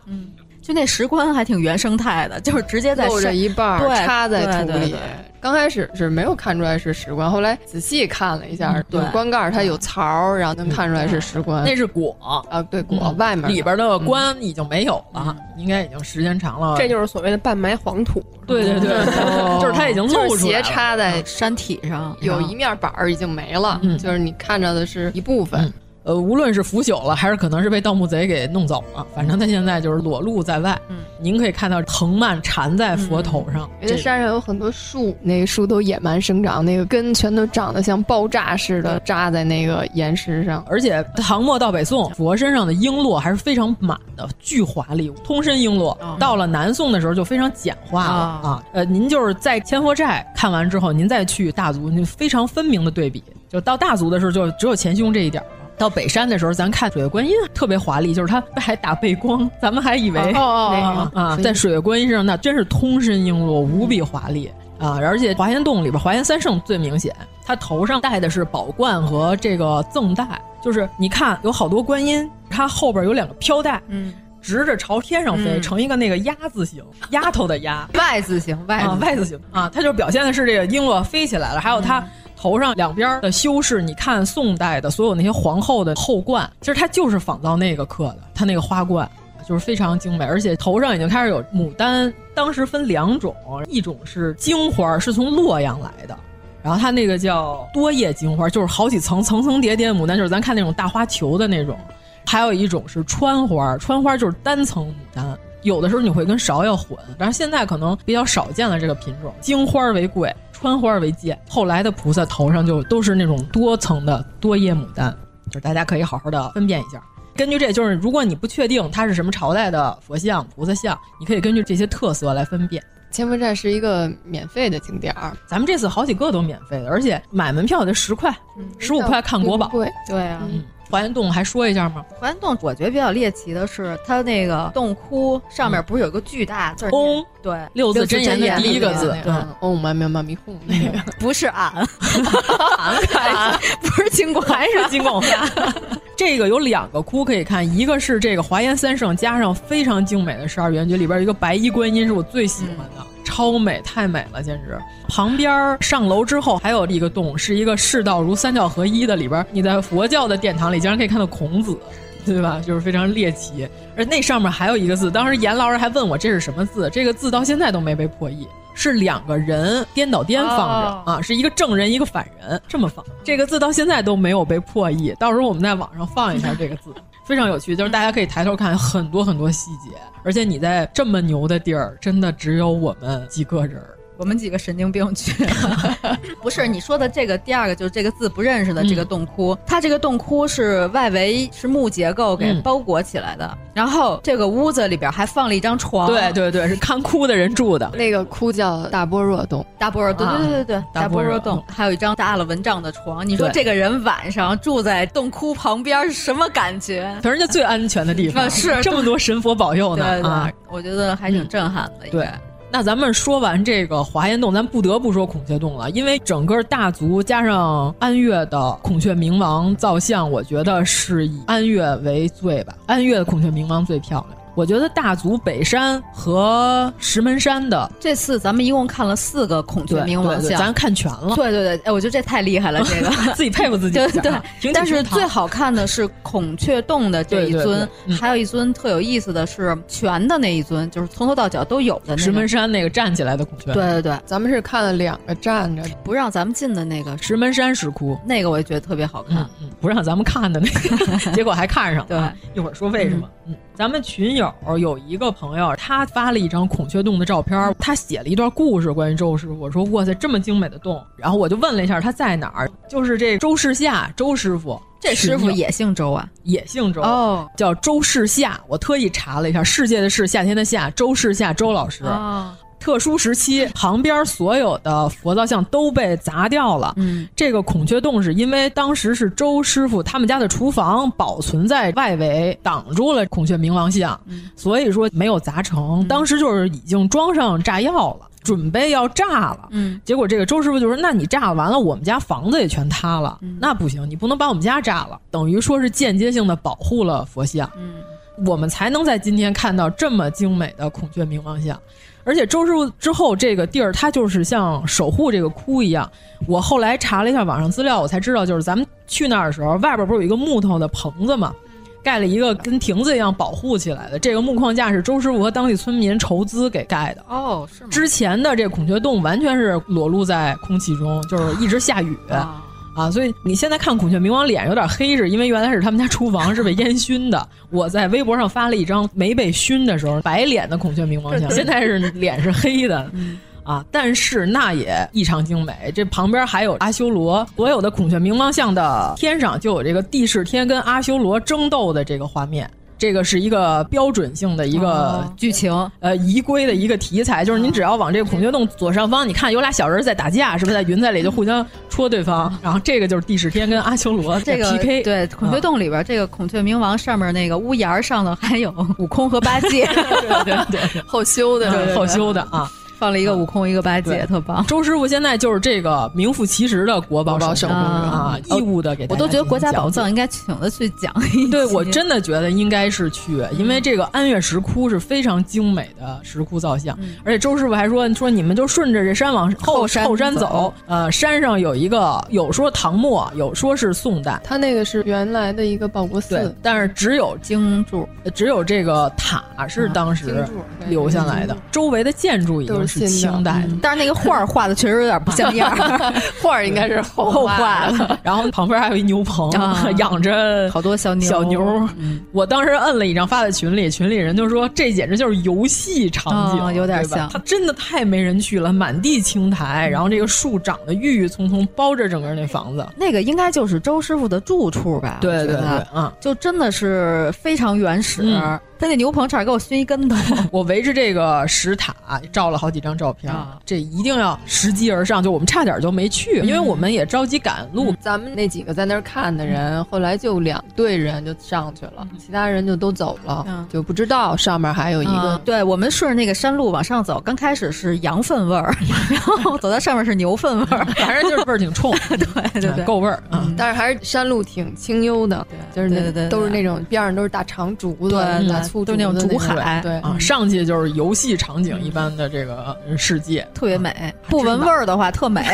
S1: 就那石棺还挺原生态的，就是直接在
S2: 露着
S1: 山
S2: 一半儿
S1: 对
S2: 插在土
S1: 对对
S2: 里
S1: 对。
S2: 刚开始是没有看出来是石棺，后来仔细看了一下，
S10: 对
S2: 有棺盖儿它有槽儿，然后能看出来是石棺。
S10: 那是果，嗯
S2: 啊，对，果外面
S10: 里边的棺已经没有了，应该已经时间长了。
S9: 这就是所谓的半埋黄土。
S10: 对对对， 就是它已经露
S2: 就
S10: 出
S2: 是
S10: 来
S2: 斜
S10: 了
S2: 插在
S1: 山体上，
S2: 有一面板儿已经没了，就是你看着的是一部分。
S10: 呃，无论是腐朽了，还是可能是被盗墓贼给弄走了，反正他现在就是裸露在外。嗯，您可以看到藤蔓缠在佛头上，
S2: 因为
S10: 这
S2: 山上有很多树，那个树都野蛮生长，那个根全都长得像爆炸似的扎在那个岩石上。
S10: 而且唐末到北宋，
S2: 嗯
S10: 佛身上的璎珞还是非常满的，巨华丽，通身璎珞。
S2: 嗯
S10: 到了南宋的时候就非常简化了、
S1: 啊
S10: 啊。呃，您就是在千佛寨看完之后，您再去大足，您非常分明的对比，就到大足的时候就只有前胸这一点儿了。到北山的时候，咱看水月观音特别华丽，就是它还打背光，咱们还以为
S2: 哦哦哦
S10: 那个啊，
S2: 所以
S10: 在水月观音身上那真是通身璎珞，无比华丽啊！而且华严洞里边，华严三圣最明显，他头上戴的是宝冠和这个赠带，就是你看有好多观音，它后边有两个飘带，
S1: 嗯，
S10: 直着朝天上飞，
S1: 嗯
S10: 成一个那个鸭字形，丫头的丫。
S1: 外字形，外
S10: 啊，
S1: 字
S10: 外字嗯形啊，它就表现的是这个璎珞飞起来了，还有它头上两边的修饰。你看宋代的所有那些皇后的后冠，其实它就是仿造那个刻的，它那个花冠就是非常精美，而且头上已经开始有牡丹。当时分两种，一种是荆花，是从洛阳来的。然后它那个叫多叶荆花，就是好几层层层叠叠的牡丹，就是咱看那种大花球的那种。还有一种是川花，川花就是单层牡丹，有的时候你会跟芍药混，但是现在可能比较少见了这个品种。荆花为贵，川花为贱。后来的菩萨头上就都是那种多层的多叶牡丹，就是大家可以好好的分辨一下。根据这，就是如果你不确定它是什么朝代的佛像、菩萨像，你可以根据这些特色来分辨。
S2: 千佛寨是一个免费的景点儿，
S10: 咱们这次好几个都免费的，而且买门票得十块，十五块看国宝。
S2: 对，
S1: 对啊。
S10: 嗯，华严洞还说一下吗？
S1: 环洞，我觉得比较猎奇的是，它那个洞窟上面不是有个巨大字儿念？
S10: 嗡
S1: 对，
S10: 嗯六字真言的第一个字
S1: 对，
S10: 嗯
S2: 嗯，嗡嘛咪嘛咪吽 那个。
S1: 不是 俺， 俺不是金光，
S10: 还是金广发。 这个有两个窟可以看，一个是这个华严三圣，加上非常精美的十二圆觉，里边有一个白衣观音是我最喜欢的，超美，太美了，简直。旁边儿上楼之后还有一个洞，是一个世道如三教合一的，里边儿你在佛教的殿堂里竟然可以看到孔子，对吧？就是非常猎奇。而那上面还有一个字，当时严老师还问我这是什么字，这个字到现在都没被破译。是两个人颠倒颠放
S1: 哦
S10: 着、啊，是一个正人一个反人，这么放。这个字到现在都没有被破译，到时候我们在网上放一下这个字，非常有趣。就是大家可以抬头看很多很多细节，而且你在这么牛的地儿，真的只有我们几个人儿。
S1: 我们几个神经病去。 不是你说的这个第二个，就是这个字不认识的这个洞窟，它这个洞窟是外围是木结构给
S10: 嗯
S1: 包裹起来的，然后这个屋子里边还放了一张床，
S10: 对，对对，是看哭的人住的。
S2: 那个窟叫大般若洞，
S1: 大波若洞，
S10: 啊
S1: 对对对对，
S10: 大
S1: 大
S10: 波
S1: 波
S10: 若
S1: 若
S10: 洞
S1: 洞，还有一张搭了蚊帐的床。你说
S10: 对
S1: 这个人晚上住在洞窟旁边是什么感觉？
S10: 可是人家最安全的地方，
S1: 啊是
S10: 这么多神佛保佑呢
S1: 对对，
S10: 啊！嗯
S1: 我觉得还挺震撼的。应该
S10: 对，那咱们说完这个华岩洞，咱不得不说孔雀洞了，因为整个大族加上安岳的孔雀明王造像，我觉得是以安岳为最吧。安岳的孔雀明王最漂亮，我觉得大族北山和石门山的
S1: 这次咱们一共看了四个孔雀
S10: 对
S1: 明王
S10: 对对
S1: 像，
S10: 咱看全了。
S1: 对对对，哎，我觉得这太厉害了，这 个
S10: 自己佩服自己
S1: 对
S10: 一下
S1: 对
S10: 啊挺，
S1: 但
S10: 挺
S1: 是
S10: 平常
S1: 最好看的是孔雀洞的这一
S10: 对对
S1: 尊
S10: 对嗯，
S1: 还有一尊特有意思的是全的那一尊，就是从头到脚都有的那个
S10: 石门山那个站起来的孔雀，
S1: 对对对，
S2: 咱们是看了两个站着，
S1: 不让咱们进的那个
S10: 石门山石窟，
S1: 那个我也觉得特别好看。
S10: 不让咱们看的那个， 结果还看上了啊。一会儿说为什么。嗯，咱们群友有一个朋友，他发了一张孔雀洞的照片儿，他写了一段故事关于周师傅。我说哇塞，这么精美的洞，然后我就问了一下他在哪儿，就是这周世夏周师傅。
S1: 这师傅
S10: 群友
S1: 也姓周啊？
S10: 也姓周
S1: 哦，
S10: 叫周世夏。我特意查了一下，世界的世，夏天的夏，周世夏周老师。
S1: 哦
S10: 特殊时期，旁边所有的佛造像都被砸掉了。
S1: 嗯，
S10: 这个孔雀洞是因为当时是周师傅他们家的厨房保存在外围，挡住了孔雀明王像，
S1: 嗯
S10: 所以说没有砸成。当时就是已经装上炸药了，准备要炸了。
S1: 嗯，
S10: 结果这个周师傅就说：“那你炸完了，我们家房子也全塌了，
S1: 嗯
S10: 那不行，你不能把我们家炸了。”等于说是间接性的保护了佛像。
S1: 嗯，
S10: 我们才能在今天看到这么精美的孔雀明王像。而且周师傅之后，这个地儿它就是像守护这个窟一样。我后来查了一下网上资料，我才知道，就是咱们去那儿的时候，外边不是有一个木头的棚子
S1: 嗯
S10: 嘛，盖了一个跟亭子一样保护起来的。这个木框架是周师傅和当地村民筹资给盖的。
S1: 哦，是吗？
S10: 之前的这孔雀洞完全是裸露在空气中，就是一直下雨。
S1: 啊
S10: 啊，所以你现在看孔雀明王脸有点黑，是因为原来是他们家厨房是被烟熏的。我在微博上发了一张没被熏的时候白脸的孔雀明王像，现在是脸是 黑的。
S1: 嗯
S10: 啊，但是那也异常精美。这旁边还有阿修罗，所有的孔雀明王像的天上就有这个帝释天跟阿修罗争斗的这个画面。这个是一个标准性的一个
S1: 剧情，
S10: 呃，移归的一个题材，
S1: 啊
S10: 就是您只要往这个孔雀洞左上方，你看有俩小人在打架，是不是在云彩里就互相戳对方？然后这个就是帝释天跟阿修罗在
S1: 嗯这个
S10: PK，
S1: 对孔雀洞里边，这个孔雀明王上面那个屋檐儿上头还有悟空和八 戒，
S10: 对 对对，
S1: 后修的
S10: 对后修的啊，
S1: 放了一个悟空一个八戒，特 棒。
S10: 周师傅现在就是这个名副其实的国宝
S1: 宝手
S10: 手工
S1: 工
S10: 啊，
S1: 嗯
S10: 义务的给大
S1: 我都觉得国家宝
S10: 进行讲解
S1: 藏应该请他去讲一
S10: 对我真的觉得应该是去，因为这个安岳石窟是非常精美的石窟造像，而且周师傅还说说你们就顺着这山往嗯后后山走，呃，山上有一个有说唐末，有说是宋代，
S2: 它那个是原来的一个报国寺
S10: 对，，但是只有
S1: 经柱，
S10: 只有这个塔是当时留下来的，周围的建筑已经是清代的。
S1: 但是那个画儿画的确实有点不像样儿，
S2: 画儿应该是 后
S1: 后
S2: 画的
S1: 的。
S10: 然后旁边还有一牛棚，
S1: 啊
S10: 养着
S1: 好多小牛嗯
S10: 小牛儿。我当时摁了一张发在群里，群里人就说这简直就是游戏场景，
S1: 啊有点
S10: 对吧
S1: 像嗯
S10: 它真的太没人去了，满地青苔，然后这个树长得郁郁葱葱，包着整个那房子。
S1: 那个应该就是周师傅的住处吧？
S10: 对
S1: 我觉
S10: 对
S1: 得
S10: 对嗯
S1: 就真的是非常原始。
S10: 嗯
S1: 他那牛棚差点给我熏一跟头。
S10: 我围着这个石塔照了好几张照片，
S1: 啊嗯
S10: 这一定要拾级而上。就我们差点就没去，因为我们也着急赶路。
S2: 咱们那几个在那儿看的
S1: 嗯
S2: 人，后来就两队人就上去了，其他人就都走
S1: 嗯
S2: 了，就不知道上面还有一
S1: 啊
S2: 个
S1: 对，我们顺着那个山路往上走，刚开始是羊粪味儿， 然后走到上面是牛粪味儿，
S10: 反正就是味儿挺冲，
S1: 对对嗯对，
S10: 够味儿啊！
S2: 但是还是山路挺清幽的，就是那
S1: 对对对对
S2: 都是那种边上都是大长竹子、
S1: 对
S2: 大
S1: 对
S2: 粗
S1: 都是那种
S2: 子
S1: 竹
S2: 种
S1: 海嗯
S2: 对，
S10: 啊，上去就是游戏场景一般的这个世界，
S1: 特别美。不闻味嗯儿的话，特 美。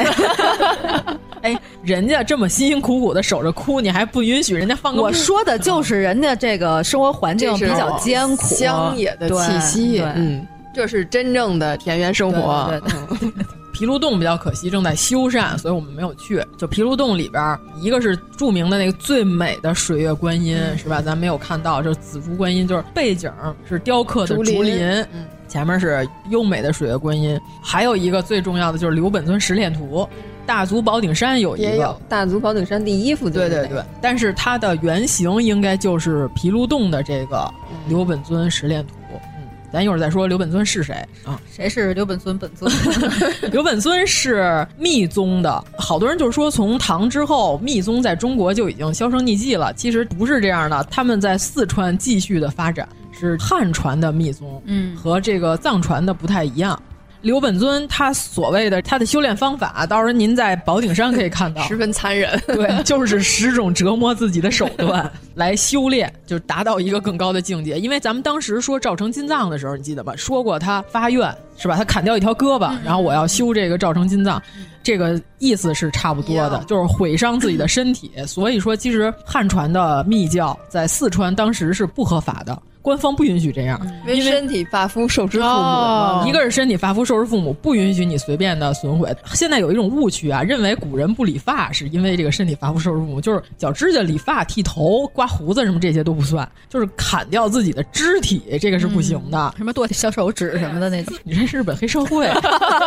S10: 哎，人家这么辛辛苦苦的守着哭，你还不允许人家放个
S1: 我
S10: 屁
S1: 说的就是人家这个生活环境
S2: 这
S1: 比
S2: 是
S1: 较艰苦，
S2: 乡野的
S1: 对
S2: 气息
S1: 对，
S2: 嗯，这是真正的田园生活。
S10: 对对皮卢洞比较可惜，正在修缮，所以我们没有去。就皮卢洞里边儿，一个是著名的那个最美的水月观音，
S2: 嗯
S10: 是吧？咱没有看到，就是紫竹观音，就是背景是雕刻的
S2: 竹
S10: 竹
S2: 林
S10: 林，
S2: 嗯
S10: 前面是优美的水月观音。还有一个最重要的就是刘本尊十恋图，大足宝顶山有
S2: 嗯
S10: 一
S2: 也
S10: 个
S2: 有，大足宝顶山第一幅，
S10: 对对对，，但是它的原型应该就是皮卢洞的这个刘本尊十恋图。嗯，咱一会儿再说刘本尊是谁啊？
S1: 谁是刘本尊本 尊？
S10: 刘本尊是密宗的，好多人就是说从唐之后，密宗在中国就已经销声匿迹了。其实不是这样的，他们在四川继续的发展，是汉传的密宗，
S1: 嗯
S10: 和这个藏传的不太一样。刘本尊他所谓的他的修炼方法，到时候您在宝顶山可以看到，
S2: 十分残忍。
S10: 对，就是十种折磨自己的手段 来修炼，就是达到一个更高的境界。因为咱们当时说赵成金藏的时候，你记得吧？说过他发愿是吧？他砍掉一条胳膊，然后我要修这个赵成金藏，这个意思是差不多的，就是毁伤自己的身体。所以说，其实汉传的密教在四川当时是不合法的。官方不允许这样，
S2: 因为身体发肤受之父母嘛，
S10: 一个是身体发肤受之父母，不允许你随便的损毁。现在有一种误区啊，认为古人不理发是因为这个身体发肤受之父母，就是脚指甲理发、剃头、刮胡子什么这些都不算，就是砍掉自己的肢体，这个是不行的。
S2: 嗯
S1: 什么剁小手指什么的那种，
S10: 你这是日本黑社会，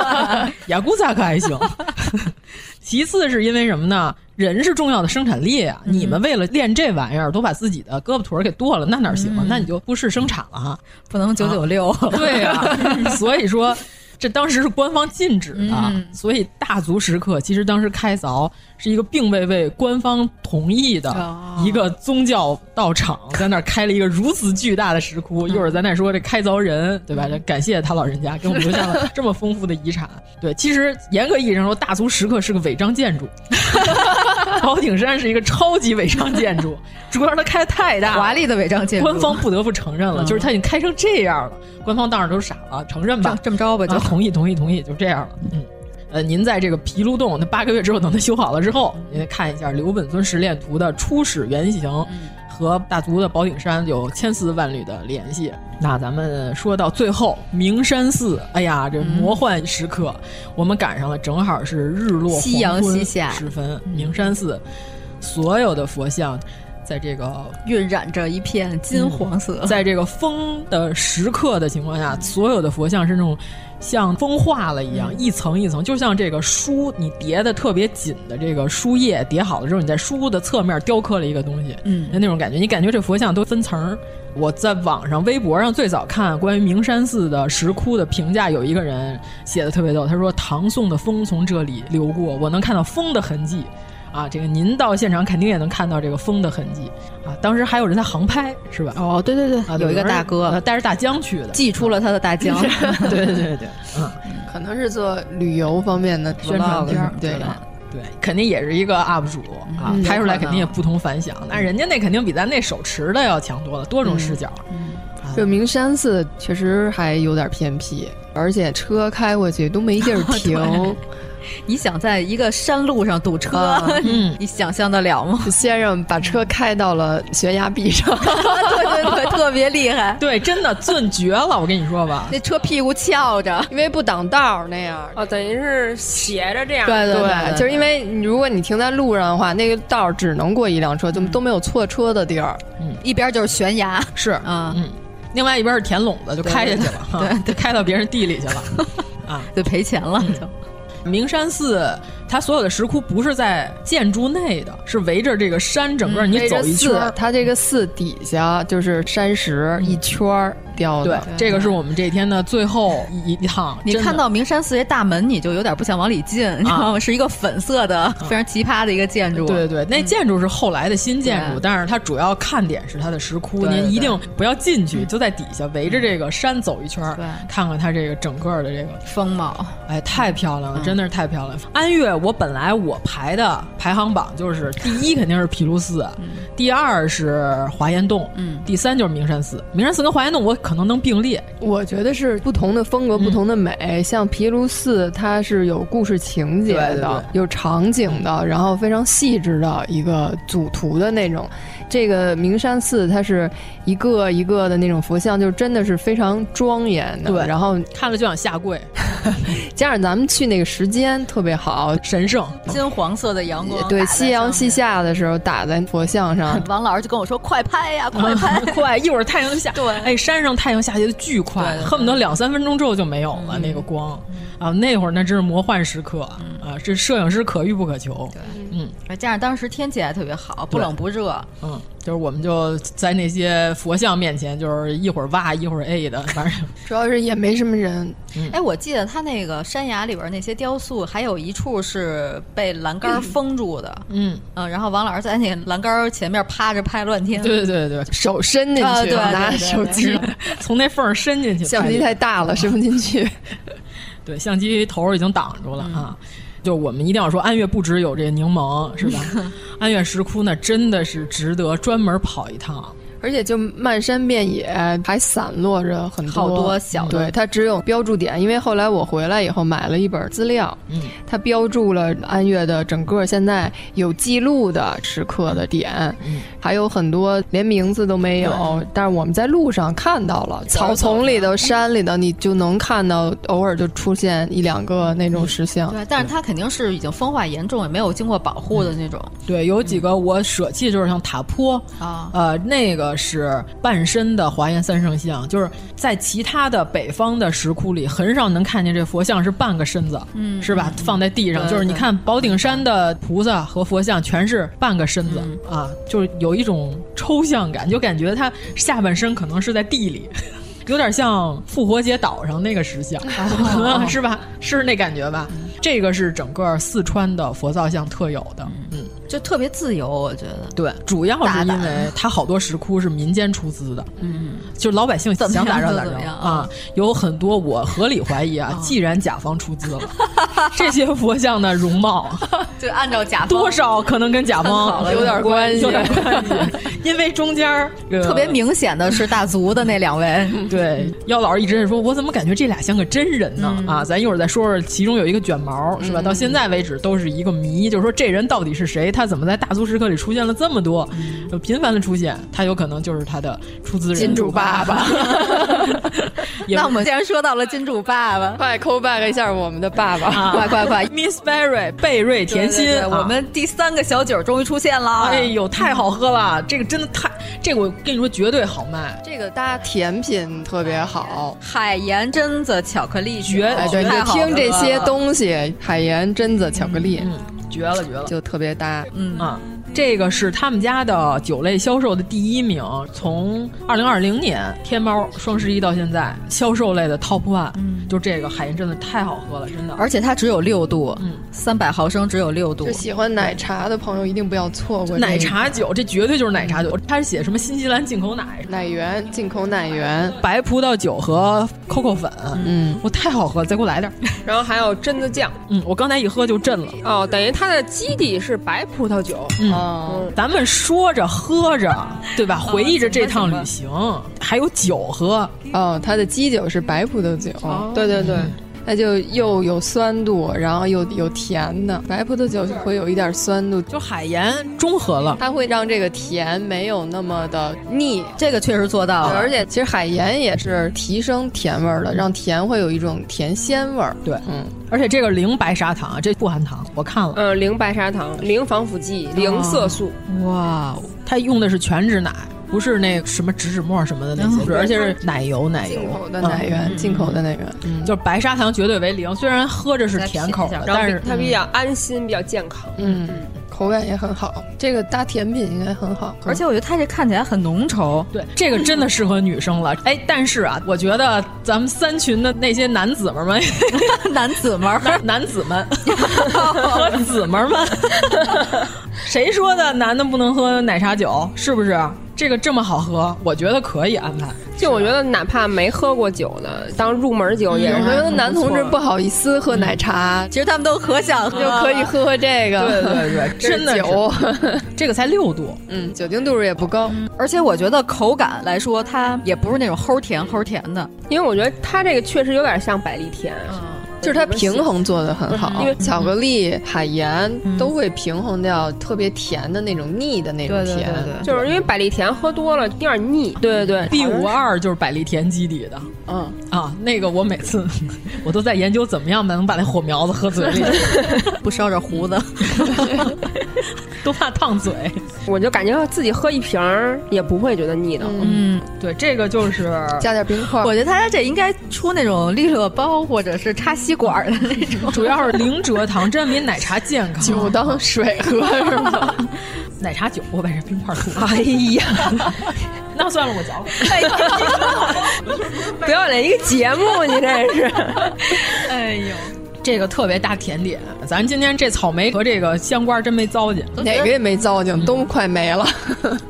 S10: 雅姑萨克还行。 其次是因为什么呢？人是重要的生产力啊！你们为了练这玩意儿，都把自己的胳膊腿儿给剁了，那哪行啊？那你就不是生产了哈，
S1: 不能九九六。
S10: 对啊， 所以说这当时是官方禁止的，
S1: 嗯
S10: 所以大足石刻其实当时开凿是一个并未为官方同意的
S2: 哦
S10: 一个宗教道场，在那儿开了一个如此巨大的石
S1: 嗯
S10: 窟。一会儿咱再说这开凿人，对吧？这感谢他老人家给我们留下 了这么丰富的遗产。对，其实严格意义上说，大足石刻是个违章 建筑。宝顶山是一个超级违章建筑，主要是它开得太大了，
S1: 华丽的违章建筑
S10: 官方不得不承认了，
S1: 嗯
S10: 就是它已经开成这样了，官方当然都傻了，承认吧，
S1: 这么着吧，
S2: 嗯
S10: 就、同意同意同意，就这样了，嗯。呃，您在这个皮卢洞，那八个月之后，等它修好了之后，您看一下刘本尊十恋图的初始原型
S1: 嗯
S10: 和大足的宝顶山有千丝万缕的联系。那咱们说到最后，明山寺，哎呀，
S1: 嗯
S10: 这魔幻时刻，我们赶上了，正好是日落
S1: 夕阳
S10: 黄昏
S1: 西下嗯
S10: 时分，明山寺所有的佛像，在这个
S1: 晕染着一片金黄色。
S10: 在这个风的时刻的情况下，所有的佛像是那种像风化了一样，一层一层，就像这个书你叠的特别紧的这个书页叠好了之后，你在书的侧面雕刻了一个东西，
S1: 嗯，
S10: 那种感觉，你感觉这佛像都分层儿。我在网上、微博上最早看关于明山寺的石窟的评价，有一个人写的特别逗，他说唐宋的风从这里流过，我能看到风的痕迹。啊，这个您到现场肯定也能看到这个风的痕迹啊！当时还有人在航拍，是吧？
S1: 哦，对对对，
S10: 啊、
S1: 有一个
S10: 人
S1: 大哥
S10: 呃带着大江去的，。
S1: 祭出了他的大江
S10: 对对 对对，嗯，
S2: 可能是做旅游方面的
S10: 宣传片儿
S2: 对
S10: 对吧对，肯定也是一个 UP 主啊
S2: 嗯，
S10: 拍出来
S2: 有可能
S10: 肯定也不同凡响。
S1: 嗯
S10: 但人家那肯定比咱那手持的要强多了，多种视角。
S2: 这明山寺确实还有点偏僻，而且车开过去都没地儿停
S1: 对。你想在一个山路上堵车，
S10: 嗯
S1: 你想象得了吗？
S2: 先生把车开到了悬崖壁上，
S1: 对对对，特别厉害，
S10: 对，真的俊绝了，我跟你说吧，
S1: 那车屁股翘着，
S2: 因为不挡道儿那样。
S9: 哦，等于是斜着这样。
S2: 对
S9: 对，
S2: 就是因为你如果你停在路上的话，那个道儿只能过一辆车，就都没有错车的地儿。
S1: 一边就是悬崖，
S10: 是
S1: 啊，
S10: 嗯，另外一边是田垄子，就开下去了，
S1: 对对
S10: 哈就开到别人地里去了。
S1: 得赔钱了就。
S10: 明山寺它所有的石窟不是在建筑内的，是围着这个山
S1: 嗯
S10: 整个你
S2: 围着
S10: 走一圈儿
S2: 寺，。
S1: 啊
S2: 它这个寺底下就是山石一圈儿雕
S10: 对
S2: 的。，
S10: 这个是我们这天的最后一一趟。
S1: 嗯你
S10: 真的
S1: 看到明山寺这大门，你就有点不想往里进，你知
S2: 啊
S1: 道吗？是一个粉色的、非常奇葩的一个建 筑。
S10: 对对，对，那建筑是后来的新建筑，
S1: 嗯对
S10: 但是它主要看点是它的石窟，
S1: 对对
S10: 您一
S1: 对嗯
S10: 定不要进去，就在底下围着这个山走一圈儿
S1: 对，
S10: 看看它这个整个的这个
S1: 风貌，
S10: 哎，太漂亮了，
S1: 嗯
S10: 真的是太漂亮了。安岳，我本来我排的排行榜就是第一肯定是毗卢寺，第二是华严洞，
S1: 嗯，
S10: 第三就是明山寺。明山寺跟华严洞我可能能并列，
S2: 我觉得是不同的风格、不同的美。像毗卢寺，它是有故事情节的，
S10: 对对对
S2: 有场景的，然后非常细致的一个组图的那种。这个明山寺，它是一个一个的那种佛像，就真的是非常庄严的。
S10: 对
S2: 然后
S10: 看了就想下跪，
S2: 加上咱们去那个时间特别好，
S10: 神 圣。
S1: 金黄色的阳光，
S2: 对，夕阳西。下的时候打在佛像上，
S1: 王老师就跟我说：“快拍呀，嗯快 拍！”
S10: 快，一会儿太阳下，
S1: 对
S10: 哎，山上太阳下去的巨快，
S1: 对对对嗯
S10: 恨不得两三分钟之后就没有了、那个光啊！那会儿那真是魔幻时刻、
S1: 嗯
S10: 啊！这摄影师可遇不可求。嗯
S1: 而加上当时天气还特别好，不
S10: 对
S1: 冷不热，
S10: 嗯，就是我们就在那些佛像面前，就是一会儿哇一会儿 A 的，反正
S2: 主要是也没什么人。
S1: 哎，我记得他那个山崖里边那些雕塑，还有一处是被栏杆封住的，
S10: 嗯
S1: 嗯，然后王老师在那栏杆前面趴着拍乱天，
S10: 对对 对对，
S2: 手伸进去，
S1: 啊对对
S2: 拿
S1: 对
S2: 手
S1: 对
S2: 机，
S10: 从那缝儿伸进去 拍，
S2: 相机太大了，伸不进去。
S10: 对，相机头已经挡住了啊。就我们一定要说，安岳不只有这柠檬是吧？ 安岳石窟那真的是值得专门跑一趟。
S2: 而且就漫山遍野，还散落着很多
S10: 好多小的
S2: 对，它只有标注点，因为后来我回来以后买了一本资料，
S10: 嗯，
S2: 它标注了安岳的整个现在有记录的石刻的点，还有很多连名字都没有，但是我们在路上看到了，草丛里头、山里头，你就能看到偶尔就出现一两个那种石像。
S1: 对，但是它肯定是已经风化严重，也没有经过保护的那种。
S10: 对，有几个我舍弃，就是像塔坡
S1: 啊，
S10: 呃，那个是半身的华严三圣像，就是在其他的北方的石窟里，很少能看见这佛像是半个身子，
S1: 嗯
S10: 是吧？放在地上，
S1: 对
S10: 就是你
S1: 对
S10: 看宝顶山的菩萨和佛像全是半个身子、
S1: 嗯
S10: 啊，就是有一种抽象感，就感觉他下半身可能是在地里。 有点像复活节岛上那个石
S1: 哦
S10: 像，是吧？是那感觉吧？
S1: 嗯
S10: 这个是整个四川的佛造像特有的，嗯，
S1: 就特别自由，我觉得。
S10: 对，主要
S1: 大
S10: 是
S1: 胆
S10: 因为它好多石窟是民间出资的，
S1: 嗯，
S10: 就是老百姓
S1: 怎么
S10: 想
S1: 样
S10: 咋
S1: 就
S10: 着咋
S1: 怎
S10: 着
S1: 么样
S10: 啊。有很多我合理怀疑啊，既然甲方 出资了，这些佛像的容貌
S1: 就按照甲方
S10: 多少可能跟甲
S1: 参考
S10: 方
S1: 了有点关系
S10: 有点关系，因为中间儿呃
S1: 特别明显的是大足的那两位，
S10: 对，妖老师一直在说，我怎么感觉这俩像个真人呢？
S1: 嗯
S10: 啊，咱一会儿再说说，其中有一个卷毛，是吧？到现在为止都是一个谜，就是说这人到底是谁？他怎么在大足石刻里出现了这么多，就频繁的出现？他有可能就是他的出资人
S1: 嗯金主爸爸。 那我们既
S10: 先
S1: 然说到了金主爸爸，
S2: 快 call back 一下我们的爸爸，
S1: 快快快
S10: ，Miss Berry 贝瑞甜心
S1: 对对对
S10: 啊
S1: 我们第三个小酒终于出现了。
S10: 哎呦，太好喝了！这个真的太，这个我跟你说绝对好卖。
S2: 这个搭甜品特别好。
S1: 海盐榛子巧克力绝
S2: 哎，对，你
S1: 太好
S2: 听这
S1: 了
S9: 嗯
S1: 啊
S2: 些东西，海盐、榛子、巧克力，
S10: 嗯绝了绝了，
S2: 就特别搭。
S1: 嗯
S10: 啊，这个是他们家的酒类销售的第一名，从二零二零年天猫双十一到现在，销售类的 top one，、就这个海盐真的太好喝了，真的。嗯
S1: 而且它只有六度，三百毫升只有六度
S2: 嗯就。喜欢奶茶的朋友一定不要错过
S10: 奶茶酒，这绝对就是奶茶酒。它是写什么新西兰进口奶、
S2: 奶源、进口奶源、
S10: 白葡萄酒和 COCO 粉，
S2: 嗯，
S10: 我太好喝了，再给我来点儿。
S9: 然后还有榛子酱，
S10: 嗯，我刚才一喝就震了。
S9: 哦，等于它的基底是白葡萄酒，
S2: 哦
S10: 嗯，咱们说着喝着，对吧？回忆着这趟旅啊行，还有酒喝。
S2: 哦，它的基酒是白葡萄酒，
S9: 哦
S2: 对对对。那就又有酸度，然后又有甜的，白葡萄酒就会有一点酸度，
S10: 就海盐中和了，
S2: 它会让这个甜没有那么的腻，
S1: 这个确实做到
S2: 对
S1: 了。
S2: 而且其实海盐也是提升甜味儿的，让甜会有一种甜鲜味儿。
S10: 对，
S2: 嗯，
S10: 而且这个零白砂糖啊，这不含糖，我看了。
S9: 嗯，零白砂糖、零防腐剂、零色素，
S10: 哇，它用的是全脂奶，不是那个什么植脂末什么的那些，
S2: 嗯
S10: 而且是奶油奶油。
S9: 嗯
S2: 进口的奶源，进口的奶源，嗯，
S10: 就是白砂糖绝对为零，虽然喝着是甜口的，
S9: 然后
S10: 但
S9: 比
S10: 是
S9: 它比较安心，比较健康。
S2: 嗯，口感也很好，这个搭甜品应该很好。嗯
S1: 而且我觉得它这看起来很浓稠，
S10: 对这个真的适合女生了。哎，但是啊，我觉得咱们三群的那些男子们们，
S1: 男子们儿，
S10: 男男子 们和姊们们，谁说的男的不能喝奶茶酒？是不是？这个这么好喝，我觉得可以安排。
S9: 就我觉得，哪怕没喝过酒的，当入门酒也
S2: 有
S9: 是
S2: 时候男同志
S9: 很
S2: 不
S9: 错
S2: 好意思喝奶茶，
S1: 嗯其实他们都可想喝
S2: 就可以喝喝这个。
S10: 对对 对，
S2: 这是
S10: 真的是
S2: 酒，
S10: 这个才六度，
S2: 嗯， 酒精度数也不高。
S1: 嗯而且我觉得口感来说，它也不是那种齁甜齁甜的，
S9: 的，因为我觉得它这个确实有点像百利甜，
S2: 嗯就是它平衡做的很
S1: 嗯
S2: 好，
S9: 因为
S2: 巧克力、海盐都会平衡掉特别甜的那种腻的那种甜。
S9: 就是因为百利甜喝多了有点腻。对对对，
S10: B 五二就是百利甜基底的
S2: 嗯，
S10: 啊，那个我每次 我都在研究怎么样能把那火苗子喝 嘴里，
S1: 不烧着胡子。
S10: 都怕烫嘴。
S9: 我就感觉自己喝一瓶儿也不会觉得腻的。
S1: 嗯，
S10: 对，这个就是
S2: 加点冰块
S1: 我。觉得他这应该出那种利乐包或者是插吸管的那种。
S10: 主要是零蔗糖，真比奶茶健康。
S2: 酒当水 喝是吗？
S10: 奶茶酒，我把这冰块吐了。
S2: 哎呀，
S10: 那算了，我嚼了。
S9: 不要脸一个节目，你这是。
S1: 哎呦，
S10: 这个特别大甜点，咱今天这草莓和这个香瓜真没糟践，
S2: 哪个也没糟践，都快没了，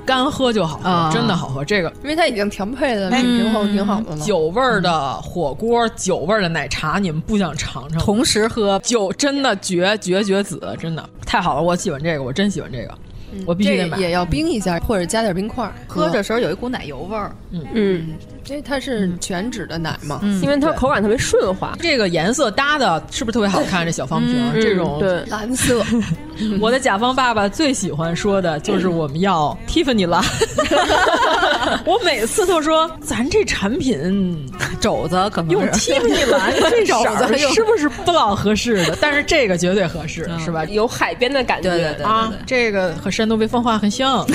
S10: 干喝就好喝，真的好喝。这个
S2: 因为它已经调配的
S9: 嗯
S2: 挺好，挺好的
S1: 嗯
S2: 了。
S10: 酒味儿的火锅，酒味儿的奶茶，你们不想尝尝？同时喝酒真的绝绝绝子，真的太好了！我喜欢这个，我真喜欢嗯这个，我必须得买。
S2: 也要冰一下，或者加点冰块。
S1: 喝的时候有一股奶油味儿，
S10: 嗯
S2: 嗯，因为它是全脂的奶嘛，
S10: 嗯因为它口
S2: 感特别顺滑。
S10: 这个颜色搭的是不是特别好看？这小方瓶儿，
S2: 嗯
S10: 这种
S2: 对蓝 色。
S10: 我的甲方爸爸最喜欢说的就是我们要 Tiffany 蓝。我每次都说咱这产品
S1: 肘子可能
S10: 用 Tiffany 蓝 这色
S1: 肘
S10: 儿
S1: 子用
S10: 是不是不老合适的？但是这个绝对合适，是吧？
S9: 有海边的感觉。
S10: 啊，这个和山东被风化很 像。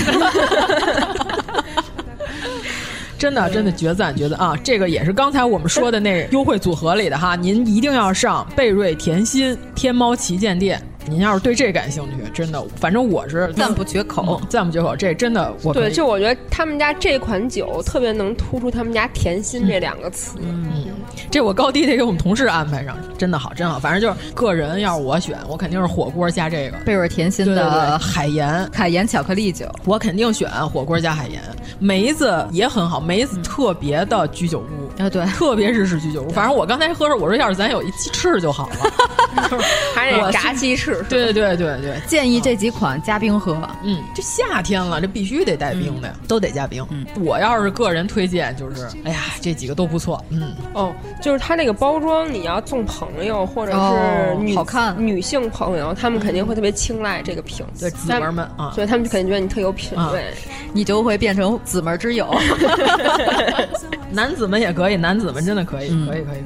S10: 真的，真的绝赞绝赞啊！这个也是刚才我们说的那优惠组合里的哈，您一定要上贝瑞甜心天猫旗舰店。您要是对这感兴趣，真的，反正我是赞不绝口，赞不绝口。这真的，我可
S9: 对，
S10: 以
S9: 就我觉得他们家这款酒特别能突出他们家“甜心”这两个词。
S10: 这我高低得给我们同事安排上，真的好，真好。反正就是个人，要是我选，我肯定是火锅加这个
S1: 贝瑞甜心
S10: 对对对
S1: 的
S10: 海
S2: 嗯
S10: 盐
S1: 海盐巧克力酒，
S10: 我肯定选火锅加海盐。梅子也很好，梅子特别的居酒屋
S1: 啊，对，
S10: 特别日式居酒屋。反正我刚才喝着，我说要是咱有一鸡翅就 好了，
S9: 还
S10: 我
S9: 得
S10: 是
S9: 炸鸡翅。
S10: 对对对 对，
S1: 建议这几款加冰喝。
S10: 嗯，这夏天了，这必须得带冰的，嗯都得加冰。我要是个人推荐，就是哎呀，这几个都不错，嗯，
S9: 哦，就是它这个包装，你要送朋友或者
S10: 哦
S9: 是女、
S10: 好看
S9: 女性朋友，他们肯定会特别青睐这个瓶子。
S10: 对姊妹儿们啊
S9: 所以他们就肯定觉得你特有品位。
S1: 你就会变成姊妹之 友。
S10: 男子们也可以，男子们真的可以，可以，可以，可以。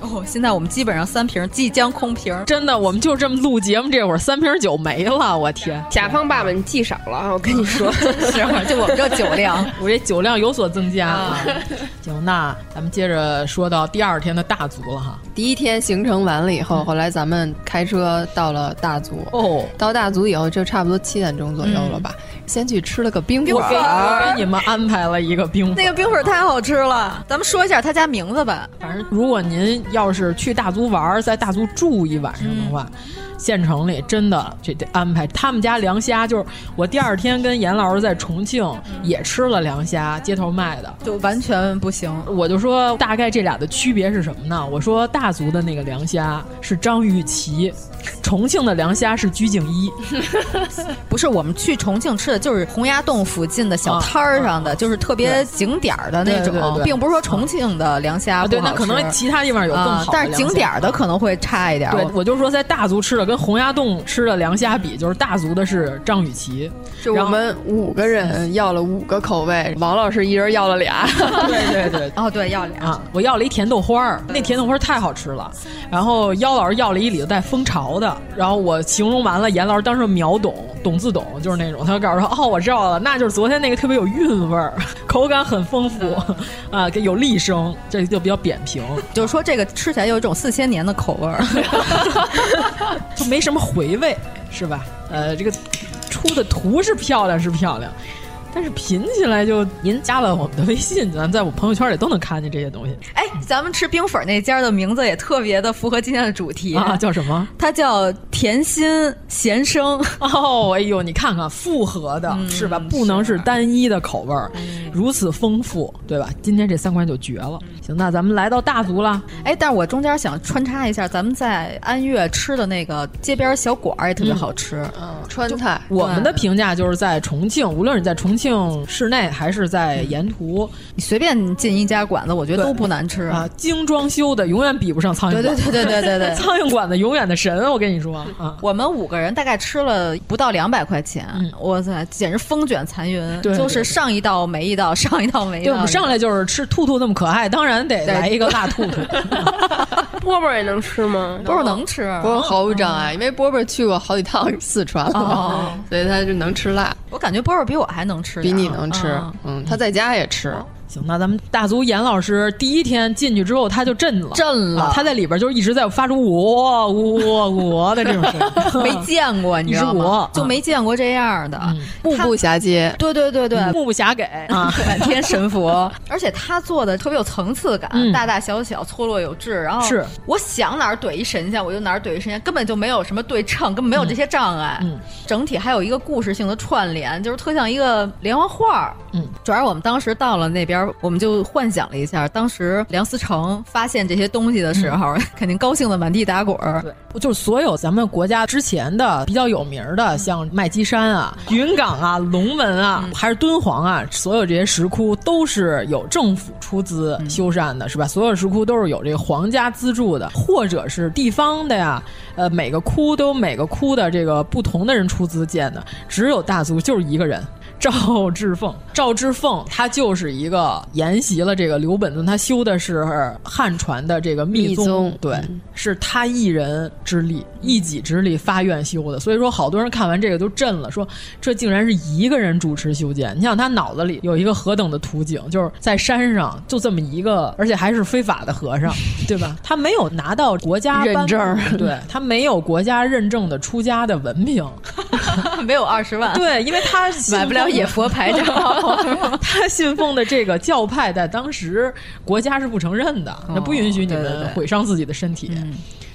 S1: 哦，现在我们基本上三瓶即将空瓶，
S10: 真的，我们就这么录节目这会儿，三瓶酒没了，我天！
S9: 甲方爸爸，你记少了啊！我跟你说，
S1: 是就我们这酒量，
S10: 我这酒量有所增加啊
S2: 啊。
S10: 行，那咱们接着说到第二天的大足了哈。
S2: 第一天行程完了以
S1: 嗯
S2: 后，后来咱们开车到了大足。
S10: 哦，
S2: 到大足以后就差不多七点钟左右了吧，
S1: 嗯
S2: 先去吃了个冰
S10: 我
S2: 棍
S10: 给
S2: 儿。
S10: 我给你们安排了一个冰
S1: 那个冰粉太好吃了。咱们说一下他家名字吧，
S10: 反正如果您要是去大足玩儿，在大足住一晚上的话，
S1: 嗯
S10: 县城里真的这得安排。他们家凉虾就是我第二天跟严老师在重庆
S1: 嗯
S10: 也吃了凉虾，街头卖的。
S1: 就完全不行。
S10: 我就说大概这俩的区别是什么呢？我说大足的那个凉虾是张玉琪，重庆的凉虾是鞠婧祎。
S1: 不是我们去重庆吃的，就是洪崖洞附近的小摊儿上
S2: 哦
S1: 的，就是特别景点儿的那
S10: 对对
S1: 种，
S10: 对
S1: 并不是说重庆的凉虾
S2: 哦
S10: 啊
S1: 不
S10: 对，
S1: 好
S10: 那
S1: 吃
S10: 可能其他地方有更
S1: 啊
S10: 好的
S1: 但是
S10: 凉虾
S1: 景点儿的可能会差一点。
S10: 对
S1: 我，
S10: 啊我就说在大足吃的跟洪崖洞吃的凉虾比，就是大足的是张雨绮，
S2: 就
S10: 然
S2: 我
S10: 后
S2: 们五个人要了五个口味，王老师一人要 了俩。
S10: 对对对。
S1: 哦，对，要俩。
S10: 啊，我要了一甜豆花儿，那甜豆花儿太好吃了。然后妖老师要了一里头带蜂巢的，然后我形容完了，严老师当时秒懂，懂自懂，就是那种，他就告诉我说，哦，我知道了，那就是昨天那个特别有韵味儿， 口感很丰富，啊，给有粒声，这就比较扁平，
S1: 就是说这个吃起来有一种四千年的口 味儿，
S10: 就没什么回味，是吧？呃，这个出的图是漂亮是漂亮，但是品起来就您加了我们的微信，咱在我朋友圈里都能看见这些东西
S1: 哎，咱们吃冰粉那家的名字也特别的符合今天的主题
S10: 啊，叫什么？
S1: 它叫甜心咸生。
S10: 哦，哎呦，你看看复合的、
S1: 嗯
S10: 是吧？不能是单一的口味儿，
S1: 啊
S10: 如此丰富，对吧？今天这三款就绝了。
S1: 嗯
S10: 行，那咱们来到大足了，
S1: 哎，但是我中间想穿插一下，咱们在安岳吃的那个街边小馆儿也特别好吃。
S2: 嗯，川菜。
S10: 我们的
S1: 对
S10: 评价就是在重庆，无论是在重庆市内还是在沿途，
S1: 你随便进一家馆子，我觉得都
S10: 对
S1: 不难吃
S10: 啊，。精装修的永远比不上苍蝇
S1: 对
S10: 馆。
S1: 对对对对对 对。
S10: 苍蝇馆子永远的神，我跟 你说啊。
S1: 我们五个人大概吃了不到两百块钱，哇塞，简直风卷残云，
S10: 对
S1: 就是上一道没一道，上一道没一
S10: 对，我
S1: 道。
S10: 们上来就是吃兔兔那么可爱，当然得
S1: 对
S10: 来一个辣兔兔。
S9: 波波也能吃吗？
S1: 都是能吃，
S2: 波波毫无障啊碍，因为波波去过好几趟四川了
S1: 哦，
S2: 所以他就能吃辣，
S1: 我感觉波波比我还能吃，
S2: 比你能吃
S1: 啊。
S2: 嗯，他在家也吃，
S10: 行，那咱们大足严老师第一天进去之后，他就震了，震
S1: 了
S10: 啊他在里边就是一直在发出我我我的这种声音，
S1: 没见过，你知道
S10: 一直
S1: 吗
S10: 我？
S1: 就没见过这样的，
S2: 目不暇接。
S1: 对对 对对，
S10: 目不暇给啊，
S1: 满天神佛，而且他做的特别有层次感，
S10: 嗯
S1: 大大小小错落有致。然后
S10: 是
S1: 我想哪儿怼一神仙，我就哪儿怼一神仙，根本就没有什么对称，根本没有这些障碍。
S10: 嗯
S1: 整体还有一个故事性的串联，就是特像一个连环画儿。
S10: 嗯，
S1: 主要是我们当时到了那边，我们就幻想了一下，当时梁思成发现这些东西的时候，肯定高兴的满地打滚儿。
S10: 就是所有咱们国家之前的比较有名儿的，像麦积山啊、云冈啊、龙门啊，还是敦煌啊，所有这些石窟都是有政府出资修缮的，是吧？所有石窟都是有这个皇家资助的，或者是地方的呀。呃，每个窟都有每个窟的这个不同的人出资建的，只有大足就是一个人。赵志凤，赵志凤，他就是一个沿袭了这个刘本尊，他修的是汉传的这个密宗，
S2: 密宗
S10: 对，嗯是他一人之力、一己之力发愿修的。所以说，好多人看完这个都震了，说这竟然是一个人主持修建。你想，他脑子里有一个何等的图景，就是在山上就这么一个，而且还是非法的 和尚，对吧？他没有拿到国家
S2: 认
S10: 颁
S2: 证儿
S10: 对他没有国家认证的出家的文凭，
S1: 没有二十 万，
S10: 对，因为他
S1: 买不了野佛牌照。
S10: 他信奉的这个教派在当时国家是不承认的，那不允许你
S1: 哦对对
S10: 们
S1: 对嗯
S10: 毁伤自己的身体。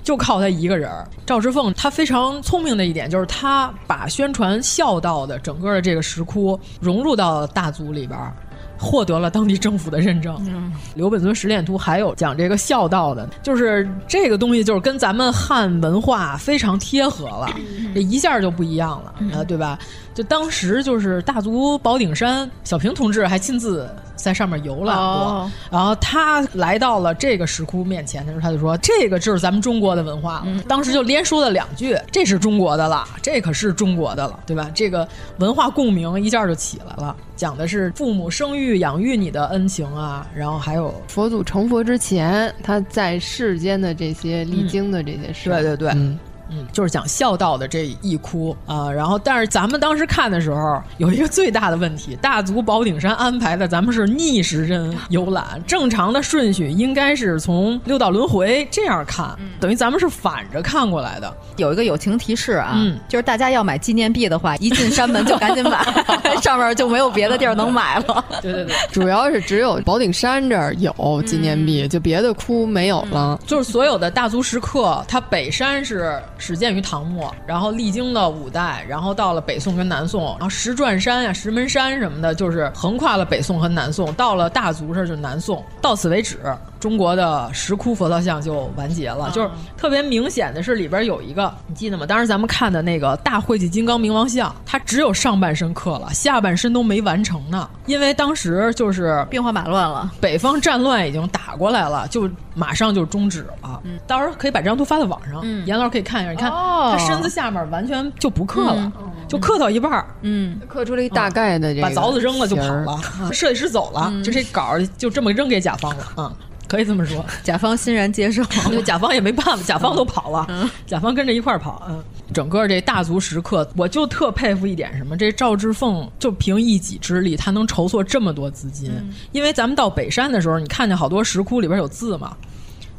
S10: 就靠他一个人儿，赵之凤他非常聪明的一点就是他把宣传孝道的整个的这个石窟融入到大族里边儿，获得了当地政府的认证。
S1: 嗯
S10: 刘本尊十恋图还有讲这个孝道的，就是这个东西就是跟咱们汉文化非常贴合了，
S1: 嗯
S10: 这一下就不一样了，呃，对吧？就当时就是大足宝顶山，小平同志还亲自在上面游览过，
S1: 哦
S10: 然后他来到了这个石窟面前的时候，他就说：“这个就是咱们中国的文化了。当时就连说了两句：“这是中国的了，这可是中国的了，对吧？”这个文化共鸣一下就起来了，讲的是父母生育养育你的恩情啊，然后还有
S2: 佛祖成佛之前，他在世间的这些历经的这些事，
S10: 对对对，
S2: 嗯
S10: 嗯，就是讲孝道的这一窟啊、然后，但是咱们当时看的时候，有一个最大的问题，大足宝顶山安排的咱们是逆时针游览，正常的顺序应该是从六道轮回这样看，等于咱们是反着看过来的。
S1: 有一个友情提示啊，
S10: 嗯
S1: 就是大家要买纪念币的话，一进山门就赶紧 买，上面就没有别的地儿能买了。
S10: 对对对，
S2: 主要是只有宝顶山这儿有纪念币，就别的窟没有
S1: 嗯
S2: 了。
S10: 就是所有的大足石刻，它北山是始建于唐末，然后历经了五代，然后到了北宋跟南宋，然后石转山呀、石门山什么的，就是横跨了北宋和南宋，到了大足这儿就是南宋，到此为止，中国的石窟佛造像就完结了。就是特别明显的是里边有一个，你记得吗？当时咱们看的那个大会稽金刚明王像，它只有上半身刻了，下半身都没完成呢，因为当时就是
S1: 变化马乱了，
S10: 北方战乱已经打过来了，就马上就终止了。
S1: 嗯
S10: 到时候可以把这张图发到网上，严老师可以看一下。你看、
S2: 哦
S10: 他身子下面完全就不刻了，就刻到一半儿，
S1: 嗯，
S2: 刻出了一大概的这个、
S10: 把凿子扔了就跑了，，啊设计师走了，
S1: 嗯
S10: 就这稿儿就这么扔给甲方了啊。可以这么说，
S1: 甲方欣然接受。
S10: 对，甲方也没办法，甲方都跑了，甲方跟着一块儿跑。嗯，整个这大足石刻，我就特佩服一点什么，这赵志凤就凭一己之力，他能筹措这么多资金。因为咱们到北山的时候，你看见好多石窟里边有字嘛，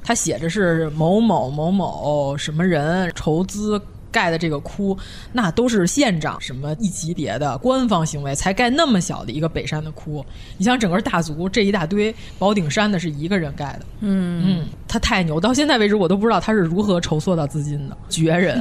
S10: 他写着是某某某某什么人筹资。盖的这个窟，那都是县长什么一级别的官方行为，才盖那么小的一个北山的窟。你像整个大足这一大堆宝顶山的是一个人盖的，嗯，他太牛，到现在为止我都不知道他是如何筹措到资金的，绝人。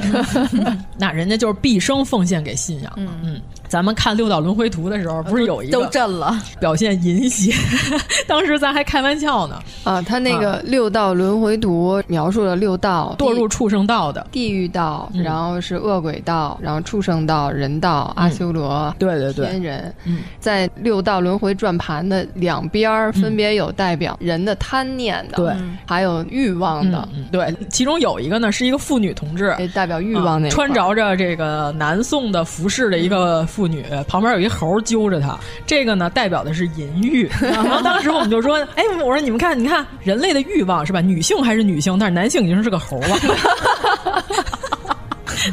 S10: 那人家就是毕生奉献给信仰。嗯咱们看《六道轮回图》的时候，不是有一
S1: 都
S10: 个
S1: 震了，
S10: 表现淫邪， 当时咱还开玩笑呢，
S2: 啊，他那个六道轮回图描述了六道
S10: 堕入畜生道的。
S2: 地狱道，
S10: 嗯
S2: 然后是恶鬼道，然后畜生道、人
S1: 啊
S2: 道、阿修罗、
S10: 对对
S2: 天
S10: 对，
S2: 人，
S10: 嗯
S2: 在六道轮回转盘的两边儿分别有代表人的贪念的，
S10: 对
S2: 还有欲望的，
S10: 嗯对，其中有一个呢是一个妇女同志，
S2: 也代表欲望那、
S10: 啊穿。着着这个南宋的服饰的一个妇女，旁边有一猴揪着她。这个呢，代表的是淫欲。然后当时我们就说：“哎，我说你们看，你看人类的欲望是吧？女性还是女性，但是男性已经是个猴了。”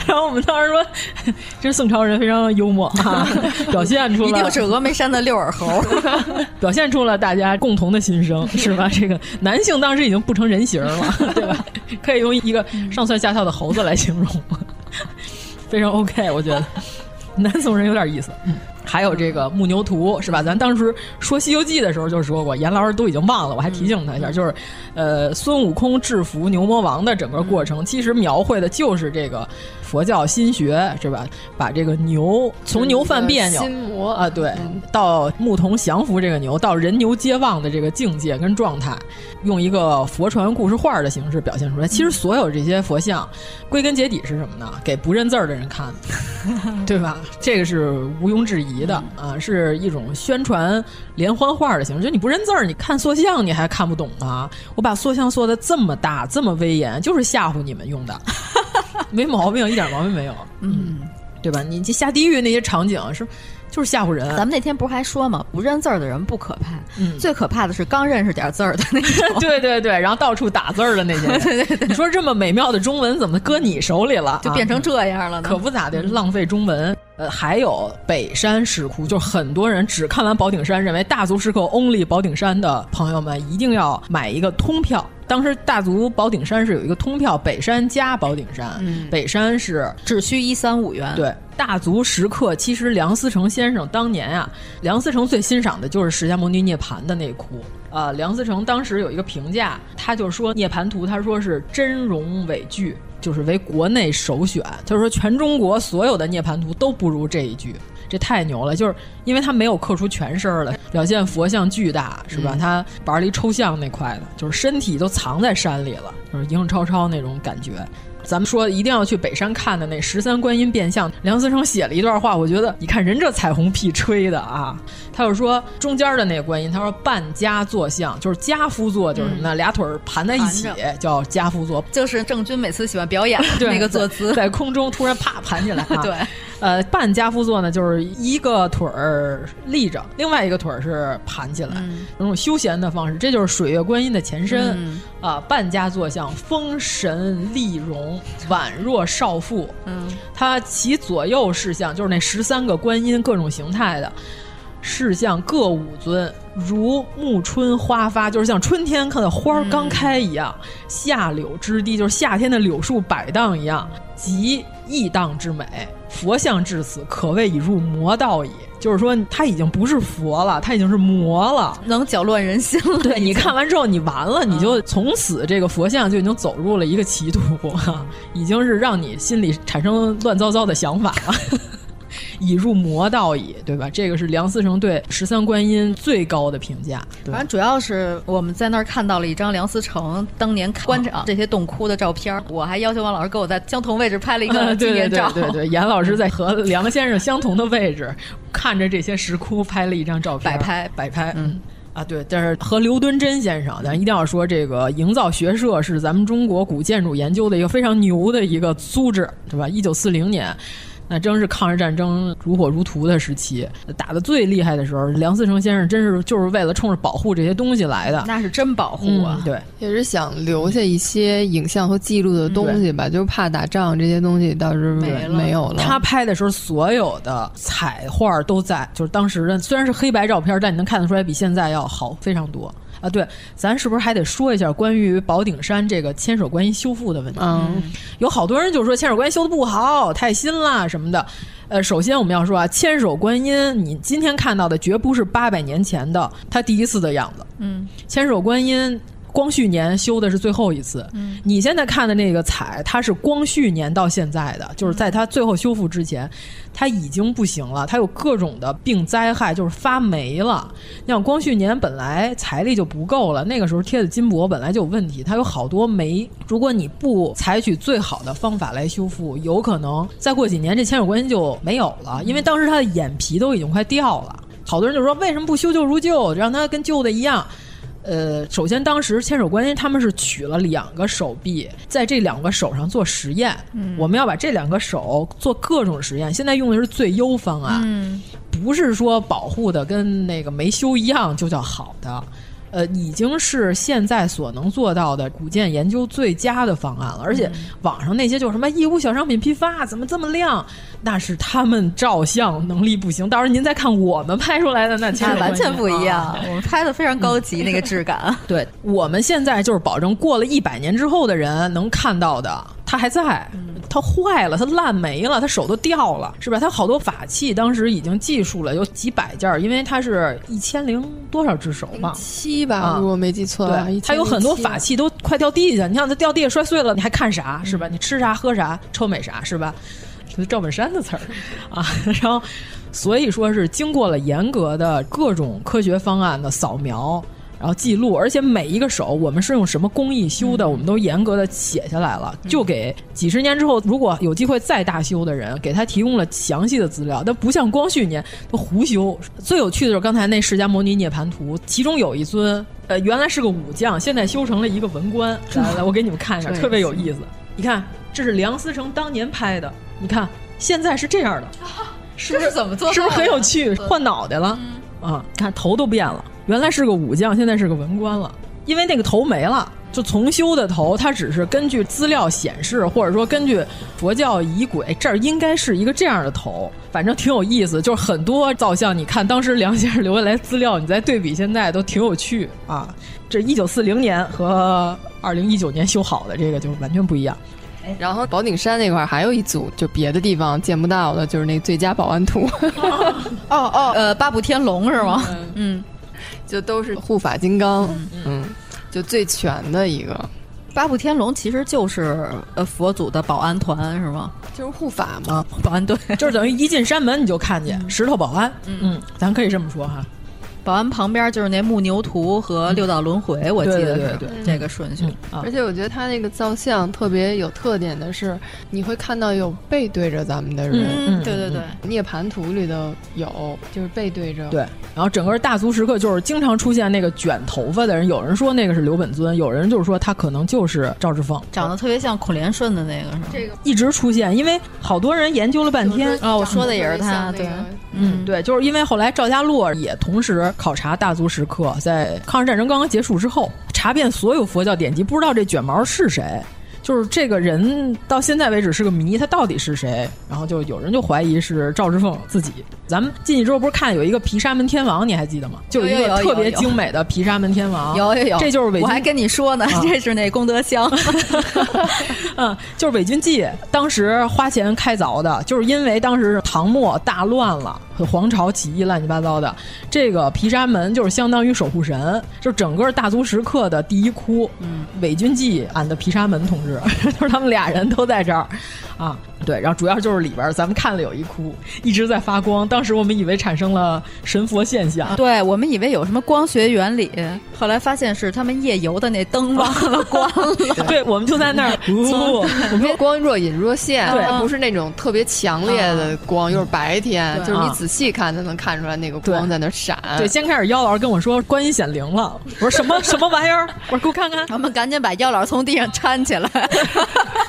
S10: 然后我们当时说，这宋朝人非常幽默啊，表现出了
S1: 一定是峨眉山的六耳猴，
S10: 表现出了大家共同的心声，是吧？这个男性当时已经不成人形了，对吧？可以用一个上蹿下跳的猴子来形容， 非常 OK，我觉得南宋人有点意思。嗯还有这个木牛图是吧？咱当时说《西游记》的时候就说过，严老师都已经忘了，我还提醒他一下，就是，呃，孙悟空制服牛魔王的整个过程，其实描绘的就是这个佛教心学是吧？把这个牛从牛犯别扭
S2: 心魔
S10: 啊，对，到牧童降服这个牛，到人牛皆忘的这个境界跟状态，用一个佛传故事画的形式表现出来。其实所有这些佛像，归根结底是什么呢？给不认字儿的人看的。对吧？这个是毋庸置疑的、啊，是一种宣传连环画的形式。就你不认字儿，你看塑像你还看不懂啊？我把塑像做的这么大，这么威严，就是吓唬你们用的，没毛病，一点毛病没有。嗯，对吧？你这下地狱那些场景是。就是吓唬人。
S1: 咱们那天不是还说嘛，不认字儿的人不可怕，
S10: 嗯
S1: 最可怕的是刚认识点字儿的那种。
S10: 对对对，然后到处打字儿的那 些人。对对对，你说这么美妙的中文怎么搁你手里了啊，啊
S1: 就变成这样 了呢？
S10: 可不咋的，浪费中文。呃，还有北山石窟，就是很多人只看完宝顶山，认为大足石刻 only 宝顶山的朋友们，一定要买一个通票。当时大足宝顶山是有一个通票，北山加宝顶山，
S1: 嗯
S10: 北山是
S1: 只需一三五元。
S10: 对，大足石刻其实梁思成先生当年啊，梁思成最欣赏的就是释迦牟尼涅盘的那窟。呃，梁思成当时有一个评价，他就说《涅盘图》，他说是真容伪句，就是为国内首选。就是说，全中国所有的《涅盘图》都不如这一句，这太牛了！就是因为他没有刻出全身儿来，表现佛像巨大，是吧？
S1: 嗯
S10: 他玩了一抽象那块的，就是身体都藏在山里了，就是影影绰绰那种感觉。咱们说一定要去北山看的那十三观音变相，梁思成写了一段话，我觉得你看人这彩虹屁吹的啊，他就说中间的那个观音，他说半家坐像，就是家夫座，就是什么呢？俩腿儿盘在一起
S1: 嗯盘着
S10: 叫家夫座，
S1: 就是郑钧每次喜欢表演的
S10: 对
S1: 那个坐姿，
S10: 在空中突然啪盘起来、啊，
S1: 对，
S10: 呃，半家夫座呢，就是一个腿儿立着，另外一个腿儿是盘起来，有种休闲的方式，这就是水月观音的前身。
S1: 嗯
S10: 啊，半家坐像，风神丽容，宛若少妇。
S1: 嗯，
S10: 它其左右视像就是那十三个观音各种形态的视像各五尊，如暮春花发，就是像春天看到花儿
S1: 嗯
S10: 刚开一样，夏柳之地就是夏天的柳树摆荡一样，极异荡之美。佛像至此，可谓已入魔道矣。就是说，他已经不是佛了，他已经是魔了，嗯
S1: 能搅乱人心了。
S10: 对你看完之后，你完了，你就从此这个佛像就已经走入了一个歧途， 已经是让你心里产生乱糟糟的想法了。 已入魔道矣，对吧？这个是梁思成对十三观音最高的评价。对
S1: 反正主要是我们在那儿看到了一张梁思成当年观赏这些洞窟的照片儿，我还要求王老师给我在相同位置拍了一个
S10: 嗯
S1: 纪
S10: 对对
S1: 念
S10: 对
S1: 照。
S10: 对对，严老师在和梁先生相同的位置，看着这些石窟拍了一张照片，
S1: 摆拍
S10: 摆拍，嗯。啊，对，但是和刘敦桢先生，咱一定要说，这个营造学社是咱们中国古建筑研究的一个非常牛的一个组织，对吧？一九四零年，那真是抗日战争如火如荼的时期，打得最厉害的时候，梁思成先生真是就是为了冲着保护这些东西来的，
S1: 那是真保护
S10: 嗯
S1: 啊！
S10: 对，
S2: 也是想留下一些影像和记录的东西吧，就是怕打仗这些东西到时候
S1: 嗯没了
S2: 没有了。
S10: 他拍的时候，所有的彩画都在，就是当时的虽然是黑白照片，但你能看得出来比现在要好非常多啊。对，咱是不是还得说一下关于宝顶山这个千手观音修复的问题？
S2: 嗯，
S10: 有好多人就说千手观音修的不好，太新啦什么的。呃，首先我们要说啊，千手观音，你今天看到的绝不是八百年前的它第一次的样子。
S1: 嗯，
S10: 千手观音光绪年修的是最后一次。
S1: 嗯
S10: 你现在看的那个彩，它是光绪年到现在的，就是在它最后修复之前，它已经不行了，它有各种的病灾害，就是发霉了。你想光绪年本来财力就不够了，那个时候贴的金箔本来就有问题，它有好多霉。如果你不采取最好的方法来修复，有可能再过几年这千手观音就没有了，因为当时它的眼皮都已经快掉了。好多人就说为什么不修旧如旧，让它跟旧的一样？呃，首先当时千手观音他们是取了两个手臂，在这两个手上做实验，
S1: 嗯
S10: 我们要把这两个手做各种实验。现在用的是最优方案，啊
S1: 嗯
S10: 不是说保护的跟那个没修一样就叫好的。呃，已经是现在所能做到的古建研究最佳的方案了。而且
S1: 嗯
S10: 网上那些就是什么义乌小商品批发怎么这么亮，那是他们照相能力不行。到时候您再看我们拍出来的，那其实
S1: 啊完全不一样我
S10: 们拍的非常高级，那个质感。对我们现在就是保证过了一百年之后的人能看到的，它还在，它坏了，它烂没了，它手都掉了，是吧？它好多法器当时已经技术了，有几百件儿，因为它是一千零多少只手嘛，
S2: 七吧，
S10: 啊
S2: 如果我没记错吧，
S10: 对，它有很多法器都快掉地下，你看它掉地下摔碎了，你还看啥是吧？你吃啥喝啥，臭美啥是吧？这是赵本山的词儿啊，然后所以说是经过了严格的各种科学方案的扫描。然后记录，而且每一个手我们是用什么工艺修的，我们都严格的写下来了，就给几十年之后如果有机会再大修的人，给他提供了详细的资料。但不像光绪年都胡修。最有趣的就是刚才那释迦牟尼涅盘图，其中有一尊，呃，原来是个武将，现在修成了一个文官。来来来，我给你们看一下，
S6: 这
S10: 特别有意思。你看，这是梁思成当年拍的，你看现在是这样的，是不
S1: 啊这
S10: 是
S1: 是怎么做到的
S10: 是不是很有趣？
S1: 嗯
S10: 换脑袋了、啊！看头都变了，原来是个武将，现在是个文官了，因为那个头没了。就重修的头，它只是根据资料显示，或者说根据佛教仪轨，这儿应该是一个这样的头，反正挺有意思。就是很多造像，你看当时梁先生留下来资料，你再对比现在都挺有趣啊。这一九四零年和二零一九年修好的这个就完全不一样。
S2: 然后宝顶山那块儿还有一组，就别的地方见不到的，就是那最佳保安 图，
S1: 哦哦，呃，八部天龙是吗？嗯，
S2: 就都是护法金刚，嗯，就最全的一个，
S1: 八部天龙其实就是呃佛祖的保安团是吗？
S2: 就是护法
S10: 嘛，
S1: 啊保安队，
S10: 就是等于一进山门你就看见石头保安。
S1: 嗯
S10: 嗯，咱可以这么说哈。
S1: 保安旁边就是那木牛图和六道轮回，我记
S10: 对对
S1: 得是
S10: 对对
S1: 这个顺序。啊
S2: 而且我觉得他那个造像特别有特点的是，你会看到有背对着咱们的人，
S10: 嗯嗯对对对
S2: 涅盘图里头有，就是背对着，
S10: 对，然后整个大足石刻就是经常出现那个卷头发的人，有人说那个是刘本尊，有人就是说他可能就是赵志凤，
S1: 长得特别像孔连顺的那个是吗？这个
S10: 一直出现，因为好多人研究了半天
S1: 啊，我说的也是他，对，
S10: 嗯，对，就是因为后来赵家洛也同时考察大足石刻，在抗日战争刚刚结束之后，查遍所有佛教典籍，不知道这卷毛是谁，就是这个人到现在为止是个谜，他到底是谁？然后就有人就怀疑是赵之凤自己。咱们进去之后不是看有一个毗沙门天王，你还记得吗？就有一
S1: 有有
S10: 个
S1: 有
S10: 特别
S1: 有有
S10: 精美的毗沙门天王，
S1: 有有有，
S10: 这就是伪
S1: 我还跟你说呢，
S10: 啊
S1: 这是那功德 箱，
S10: 嗯，就是伪军记，当时花钱开凿的，就是因为当时唐末大乱了，皇朝起义乱七八糟的，这个毗沙门就是相当于守护神，就是整个大足石刻的第一窟。嗯，伪军记俺的毗沙门同志， 就是他们俩人都在这儿啊。对，然后主要就是里边儿咱们看了有一窟一直在发光，当时我们以为产生了神佛现 象，
S1: 对我们以为有什么光学原理，后来发现是他们夜游的那灯忘了关了。
S10: 对，我们就在那儿，
S1: 从
S2: 我们光若隐若现，
S1: 对
S2: 它不是那种特别强烈的光，又是白天，
S10: 对
S2: 就是你
S10: 啊
S2: 仔细看才能看出来那个光在那闪。
S10: 对，先开始妖老师跟我说观音显灵了，我说什么什么玩意儿？我说给我看看。
S1: 我们赶紧把药老从地上搀起来，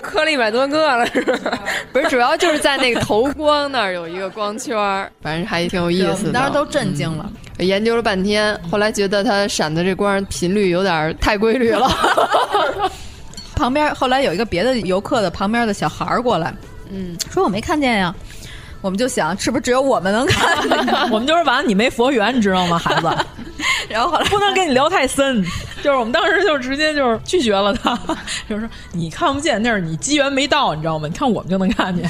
S2: 磕了一百多个了，是吧？ 不是，主要就是在那个头光那儿有一个光圈儿， 反正还挺有意
S1: 对我
S2: 思的。
S1: 们
S2: 嗯
S1: 当时都震惊了。
S2: 研究了半天，后来觉得它闪的这光频率有点儿太规律了。
S1: 旁边后来有一个别的游客的旁边的小孩儿过来，
S2: 嗯，
S1: 说我没看见呀。我们就想，是不是只有我们能看 见？
S10: 我们就是完了，你没佛缘，你知道吗，孩子？
S1: 然后后来
S10: 不能跟你聊太深，就是我们当时就直接就是拒绝了他， 就是说你看不见，那是你机缘没到，你知道吗？你看我们就能看见。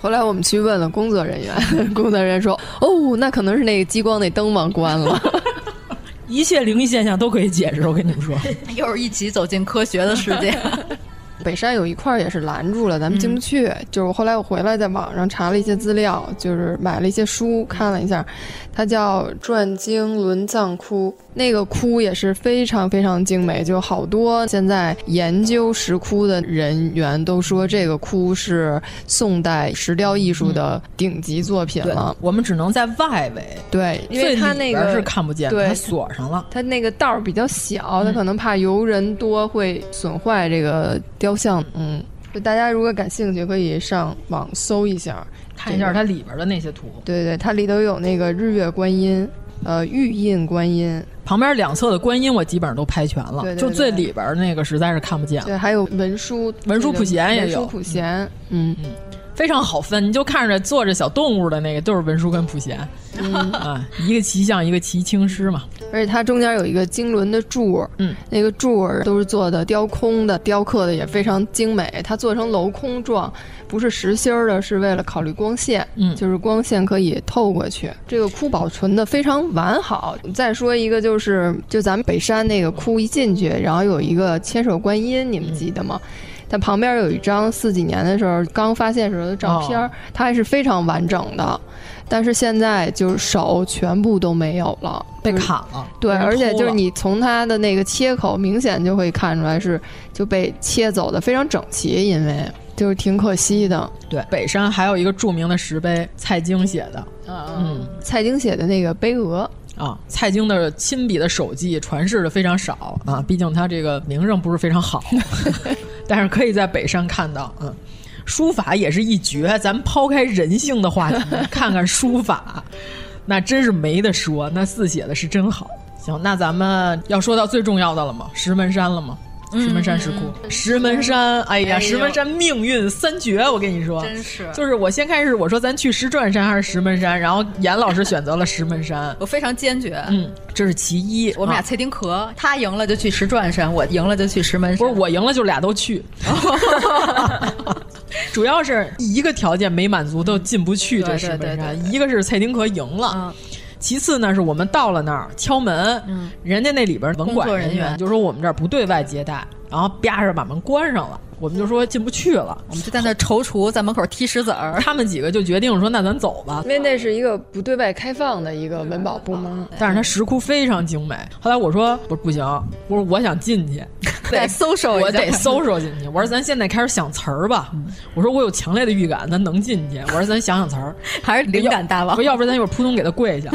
S2: 后来我们去问了工作人员， 工作人员说：“哦，那可能是那个激光那灯忘关了。
S10: 一切灵异现象都可以解释，我跟你们说。
S1: 又是一起走进科学的世界。
S2: 北山有一块儿也是拦住了，咱们进不去。就是后来我回来在网上查了一些资料，就是买了一些书看了一下，它叫《转经轮藏窟》，那个窟也是非常非常精美，就好多现在研究石窟的人员都说这个窟是宋代石雕艺术的顶级作品
S10: 对
S2: 了。，
S10: 我们只能在外围，
S2: 对，因为它那
S10: 最里边
S2: 个
S10: 是看不见的，
S2: 对
S10: 它锁上了。
S2: 它那个道儿比较小，它可能怕游人多会损坏这个雕像。嗯，就大家如果感兴趣，可以上网搜一下，
S10: 看一下它里边的那些图。
S2: 对对，它里头有那个日月观音，呃，玉印观音，
S10: 旁边两侧的观音我基本上都拍全了，
S2: 对对
S10: 就最
S2: 对
S10: 里边那个实在是看不见了。
S2: 对，还有文殊，
S10: 文殊普贤也
S2: 文
S10: 有
S2: 殊普贤，嗯
S10: 嗯，非常好分，你就看着坐着小动物的那个就是文殊跟普贤，
S2: 嗯
S10: 啊，一个骑象，一个骑青狮嘛。
S2: 而且它中间有一个经轮的柱儿，
S10: 嗯，
S2: 那个柱儿都是做的雕空的，雕刻的也非常精美。它做成镂空状，不是实心儿的，是为了考虑光线，
S10: 嗯
S2: 就是光线可以透过去。这个窟保存的非常完好。再说一个，就是就咱们北山那个窟一进去，然后有一个千手观音，你们记得
S10: 嗯
S2: 吗？它旁边有一张四几年的时候刚发现时候的照
S10: 哦
S2: 片儿，它还是非常完整的，但是现在就是手全部都没有了，
S10: 被
S2: 就是
S10: 砍了
S2: 对，
S10: 被人
S2: 而且
S10: 偷
S2: 就是
S10: 了
S2: 你从它的那个切口明显就会看出来是就被切走的非常整齐，因为就是挺可惜的。
S10: 对，北山还有一个著名的石碑，蔡京写的，嗯
S2: 蔡京写的那个碑额，
S10: 啊，蔡京的亲笔的手迹传世的非常少啊，毕竟他这个名声不是非 常好，但是可以在北山看到，嗯。书法也是一绝，咱们抛开人性的话题，看看书法，那真是没得说，那字写的是真好。行，那咱们要说到最重要的了吗？石门山了吗？石门山石窟，石门山，哎呀，
S6: 嗯哎呦
S10: 石门山命运三绝，我跟你说，
S6: 真是
S10: 就是我先开始我说咱去石转山还是石门山，然后严老师选择了石门山，
S1: 我非常坚决。
S10: 嗯，这是其一。
S1: 我们俩
S10: 啊
S1: 脆丁壳，他赢了就去石转山，我赢了就去石门山。不
S10: 是我赢了就俩 都去， 主要是一个条件没满足都进不去
S1: 对
S10: 这石
S1: 对
S10: 门
S1: 对嗯
S10: 山，一个是蔡丁壳赢了。其次呢，是我们到了那儿敲门，人家那里边文
S1: 工
S10: 管
S1: 作人
S10: 人员
S1: 员
S10: 就说我们这儿不对外接待，然后啪着把门关上了，我们就说进不去了，
S1: 嗯
S10: 我们就在那踌躇，在门口踢石子儿。他们几个就决定说，那咱走吧
S2: 因。为那是一个不对外开放的一个文保部门，
S10: 但是它石窟非常精美。后来我说不是不行，我说我想进去，
S1: 得搜搜一下嗯
S10: 我得搜搜进去。我说咱现在开始想词儿吧。我说我有强烈的预感，咱能进去。我说咱想想词儿，
S1: 还是灵感大王
S10: 我要不然咱一会儿扑通给他跪 下。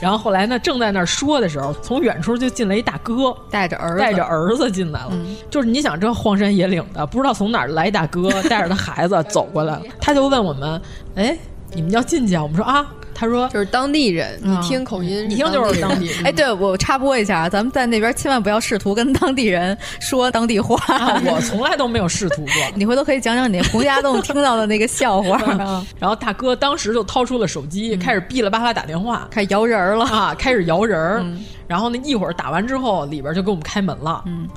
S10: 然后后来呢，正在那儿说的时候，从远处就进来一大哥，
S1: 带着儿嗯
S10: 带着儿子进来了。就是你想，这荒山野岭的，不知道从哪儿来一大 哥，带着他孩子走过来了。他就问我们：“哎，你们要进去啊？”我们说：“啊。”他说：“
S2: 就是当地人，你听口
S10: 嗯
S2: 音，
S1: 一听
S10: 就是当地 人
S1: 哎，对我插播一下啊，咱们在那边千万不要试图跟当地人说当地话。
S10: 啊我从来都没有试图过。
S1: 你回头可以讲讲你洪崖洞听到的那个笑话
S10: 啊。 然后大哥当时就掏出了手机，开始哔啦吧啦打电话，
S1: 嗯开始摇人儿了嗯
S10: 啊，开始摇人儿。然后呢，一会儿打完之后，里边就给我们开门了，嗯，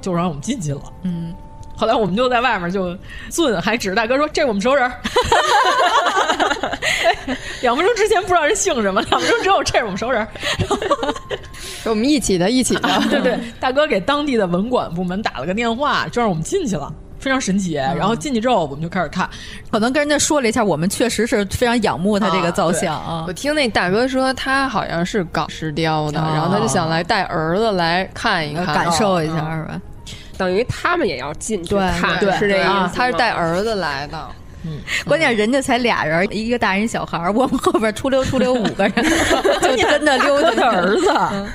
S10: 就让我们进去了。
S1: 嗯，
S10: 后来我们就在外面就俊还指着大哥说：“这是我们熟人。” 两分钟之前不知道人姓什么，两分钟之后这是我们熟人。
S2: 我们一起的，一起的，
S10: 对对，大哥给当地的文管部门打了个电话，就让我们进去了。非常神奇，然后进去之后我们就开始看，
S1: 可能跟人家说了一下，我们确实是非常仰慕他这个造型啊。
S2: 我听那大哥说，他好像是搞石雕的，
S1: 哦
S2: 然后他就想来带儿子来看一看，
S1: 呃
S2: 哦
S1: 感受一下是吧？
S9: 等于他们也要进去
S1: 对
S9: 看，
S1: 对
S9: 是这意思吗
S1: 啊他是带
S2: 儿子来的。嗯
S1: 关键人家才俩人，一个大人一小孩儿，我们后边出溜出溜五个人， 就真的溜达
S10: 他的儿子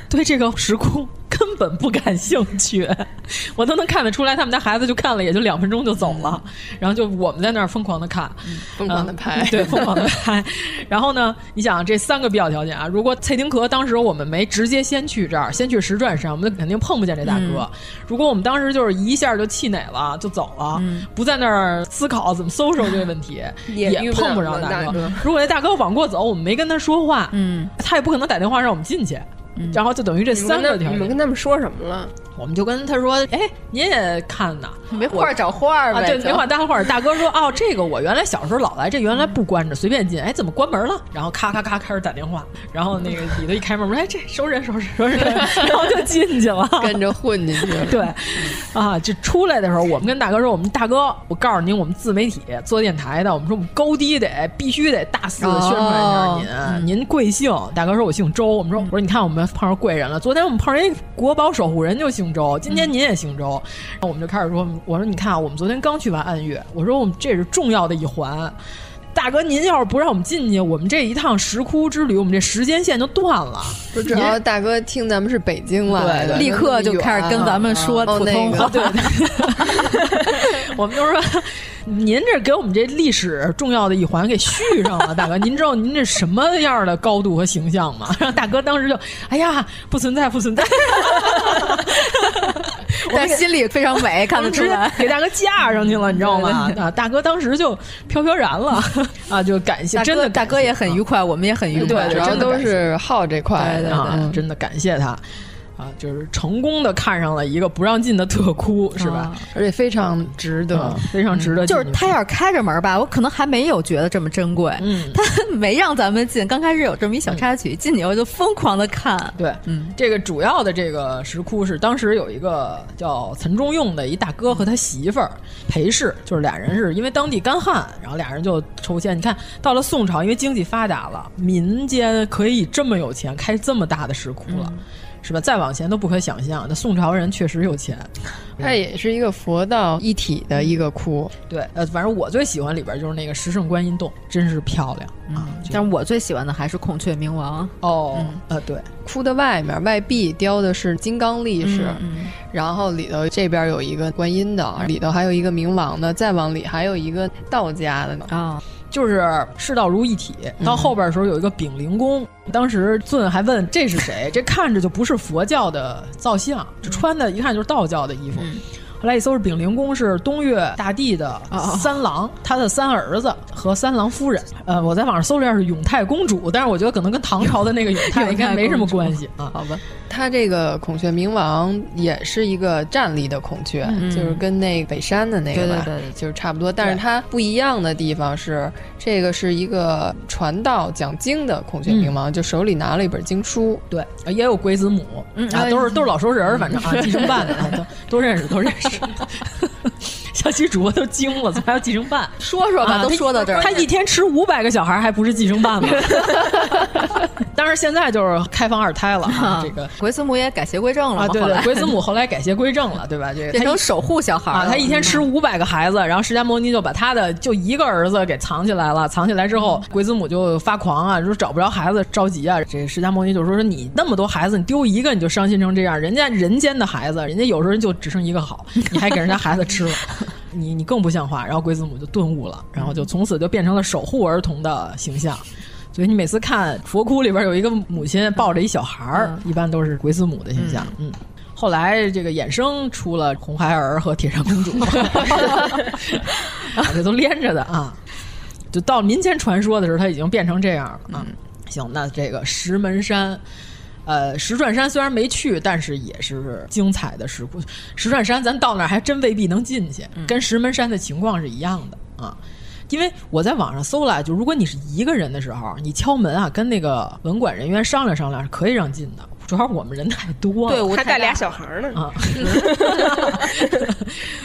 S10: 对这个时空根本不感兴趣， 我都能看得出来，他们家孩子就看了也就两分钟就走了，然后就我们在那儿疯狂的看，
S2: 疯狂地
S10: 嗯
S2: 拍
S10: 对，疯狂的拍。然后呢，你想这三个必要条件啊，如果蔡丁壳当时我们没直接先去这儿，先去石转山，我们肯定碰不见这大哥。如果我们当时就是一下就气馁了，就走了，不在那儿思考怎么搜索这个问题，
S9: 也
S10: 也
S9: 遇不
S10: 碰不
S9: 了
S10: 着
S9: 大
S10: 大哥
S9: 哥。
S10: 如果那大哥往过走，我们没跟他说话，嗯，他也不可能打电话让我们进去。然后就等于这
S9: 你们
S10: 三个
S9: 跟他
S10: 条
S9: 你们
S10: 件，
S9: 跟他们说什么了？
S10: 我们就跟他说：“哎，您也看呐，
S1: 没画找画
S10: 啊，
S1: 呗，
S10: 对，
S1: 就
S10: 没 画大画儿。”大哥说：“哦，这个我原来小时候老来，这原来不关着，随便进。哎，怎么关门了？”然后咔咔咔开始打电话，然后那个里头一开门，我说：“哎，这收拾人收拾人收拾人。” 然后就进去了，
S2: 跟着混进 去了
S10: 对，啊，就出来的时候，我们跟大哥说：“我们大哥，我告诉您，我们自媒体做电台的，我们说我们高低得必须得大肆宣传一下您。您贵姓？”大哥说：“我姓周。”我们说：“我说你看，我们碰上贵人了。昨天我们碰上一国宝守护人就姓周，今天您也姓周。然后我们就开始说：“我说你看，我们昨天刚去完暗月，我说我们这是重要的一环。”大哥，您要是不让我们进去，我们这一趟石窟之旅，我们这时间线就断了。
S2: 就主要大哥听咱们是北京来的，那
S10: 啊对对哦
S2: 么
S10: 立刻就
S2: 远
S10: 开始跟咱们说
S2: 哦
S10: 普
S2: 那
S10: 通
S2: 个
S10: 话对我们就说，您这给我们这历史重要的一环给续上了，大哥，您知道您这什么样的高度和形象吗？让大哥当时就，哎呀，不存在，不存在，
S1: 但心里非常美，看得出来，
S10: 给大哥架上去了，你知道吗？啊，大哥当时就飘飘然了，啊，就感谢，
S1: 大哥
S10: 真的
S1: 大哥也很愉快，我们也很愉快，
S10: 对，
S2: 主要都是好这块
S10: 对对
S1: 啊
S10: 对，真的感谢他。啊，就是成功的看上了一个不让进的特窟，是吧？
S2: 而且非常值得，
S10: 非常值得。
S1: 啊嗯就是他要是开着门吧，我可能还没有觉得这么珍贵。
S10: 嗯，
S1: 他没让咱们进，刚开始有这么一小插曲，进去以后就疯狂的看。
S10: 对，嗯，这个主要的这个石窟是当时有一个叫岑中用的一大哥和他媳妇儿裴氏，就是俩人是因为当地干旱，然后俩人就筹钱。你看到了宋朝，因为经济发达了，民间可以这么有钱，开这么大的石窟了。
S1: 嗯
S10: 是吧？再往前都不可想象。那宋朝人确实有钱，
S2: 它也是一个佛道一体的一个窟。
S10: 对，呃，反正我最喜欢里边就是那个十圣观音洞，真是漂亮。啊
S1: 嗯，但是我最喜欢的还是孔雀明王。嗯
S10: 哦，呃，对，
S2: 窟的外面外壁雕的是金刚力士，
S1: 嗯嗯
S2: 然后里头这边有一个观音的，里头还有一个明王的，再往里还有一个道家的呢。
S1: 啊，
S10: 就是世道如一体。
S1: 嗯
S10: 到后边的时候有一个丙灵宫，当时尊还问这是谁，这看着就不是佛教的造像，这
S1: 嗯
S10: 穿的一看就是道教的衣服。后来一搜是丙灵宫是东岳大帝的
S1: 哦
S10: 三郎，他的三儿子和三郎夫人。呃，我在网上搜了一下是永泰公主，但是我觉得可能跟唐朝的那个永泰
S2: 永
S10: 应
S2: 泰
S10: 该没什么
S2: 公主
S10: 关系啊。
S2: 好吧，它这个孔雀明王也是一个站立的孔雀，
S10: 嗯
S2: 就是跟那北山的那个吧，
S10: 对对对
S2: 就是差不多。但是它不一样的地方是，这个是一个传道讲经的孔雀明王，
S10: 嗯
S2: 就手里拿了一本经书。
S10: 对，也有鬼子母，
S2: 嗯
S10: 啊，都是都是老熟人儿，反正啊，
S2: 嗯
S10: 继承办的啊，都都认识，都认识。 小七主播都惊了，怎么还有继承办？
S1: 说说吧
S10: 啊
S1: 都
S10: 他
S1: 说到这儿
S10: 他一天吃五百个小孩儿，还不是继承办吗？ 当然，现在就是开放二胎了啊，这个
S1: 鬼子母也改邪归正了嘛
S10: 啊，对
S1: 后
S10: 对，
S1: 来
S10: 鬼子母后来改邪归正了，对吧？这个
S1: 变
S10: 他一
S1: 成守护小孩儿嗯
S10: 啊，
S1: 了
S10: 他一天吃五百个孩子，然后释迦牟尼就把他的就一个儿子给藏起来了，藏起来之
S1: 嗯
S10: 后，鬼子母就发狂啊，说找不着孩子着急啊，这释迦牟尼就说说你那么多孩子，你丢一个你就伤心成这样，人家人间的孩子，人家有时候就只剩一个好，你还给人家孩 子吃了。你你更不像话，然后鬼子母就顿悟了，然后就从此就变成了守护儿童的形象，所以你每次看佛窟里边有一个母亲抱着一小孩儿，
S1: 嗯
S10: 一般都是鬼子母的形象。嗯，后来这个衍生出了红孩儿和铁扇公主， 啊这都连着的啊。就到民间传说的时候，它已经变成这样了啊。行，那这个石门山。呃，石转山虽然没去，但是也是精彩的石窟。石转山咱到那儿还真未必能进去，跟石门山的情况是一样的啊。因为我在网上搜了，就如果你是一个人的时候，你敲门啊，跟那个文管人员商量商量，是可以让进的。主要是我们人太多了，
S9: 还带俩小孩儿呢。
S10: 啊，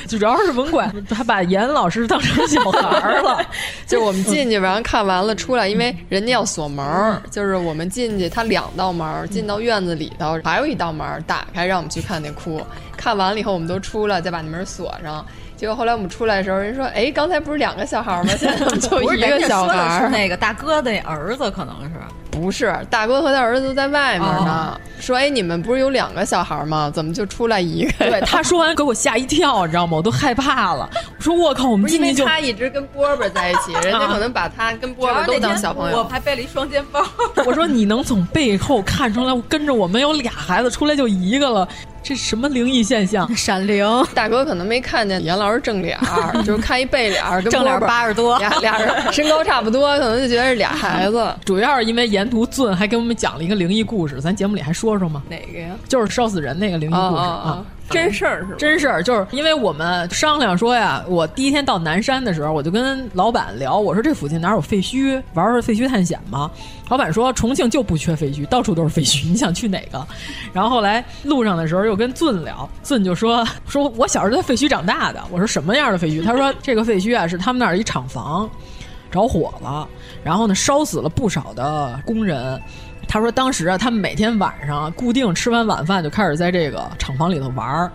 S10: 就主要是 文管他把严老师当成小孩儿了，
S2: 就我们进去，然后看完了出来，因为人家要锁门
S10: 嗯
S2: 儿，就是我们进去，它两道门儿，进到院子里头还有一道门儿打开，让我们去看那窟。看完了以后，我们都出来，再把那门锁上。结果后来我们出来的时候，人说：“哎，刚才不是两个小孩儿吗？ 现在怎么就
S1: 不是
S2: 一个
S1: 人家
S2: 小
S1: 说的
S2: 孩儿
S1: 是？”那个大哥的儿子，可能是
S2: 不是，大哥和他儿子都在外面呢。说：“哎，你们不是有两个小孩儿吗？怎么就出来一个？”
S10: 对，他说完给我吓一跳，你知道吗？我都害怕了。我说我靠，我们
S2: 不是
S10: 进
S2: 因
S10: 去
S2: 为
S10: 就
S2: 他一直跟波波在一起，人
S10: 啊
S2: 家可能把他跟波波都当小朋友。
S1: 还背了一双肩包。
S10: 我说你能从背后看出来，我跟着我们有俩孩子，出来就一个了，这什么灵异现象？
S1: 闪灵，
S2: 大哥可能没看见严老师正脸 儿，就是看一背脸儿，跟
S10: 正脸儿
S2: 波波
S10: 八十多
S2: 俩俩人身高差不多，可能就觉得是俩孩 子。
S10: 主要是因为沿途俊还给我们讲了一个灵异故事，咱节目里还说说吗？
S2: 哪个呀？
S10: 就是烧死人那个灵异故事、
S2: 哦哦
S10: 啊
S2: 哦。
S9: 真事儿是吗？
S10: 真事儿，就是因为我们商量说呀，我第一天到南山的时候，我就跟老板聊，我说这附近哪有废墟，玩玩废墟探险吗？老板说重庆就不缺废墟，到处都是废墟， 你想去哪个？然后后来路上的时候又跟俊聊，俊就说说我小时候在废墟长大的，我说什么样的废墟？他说这个废墟啊是他们那儿一厂房着火了，然后呢烧死了不少的工人。他说当时啊，他们每天晚上固定吃完晚饭就开始在这个厂房里头玩儿，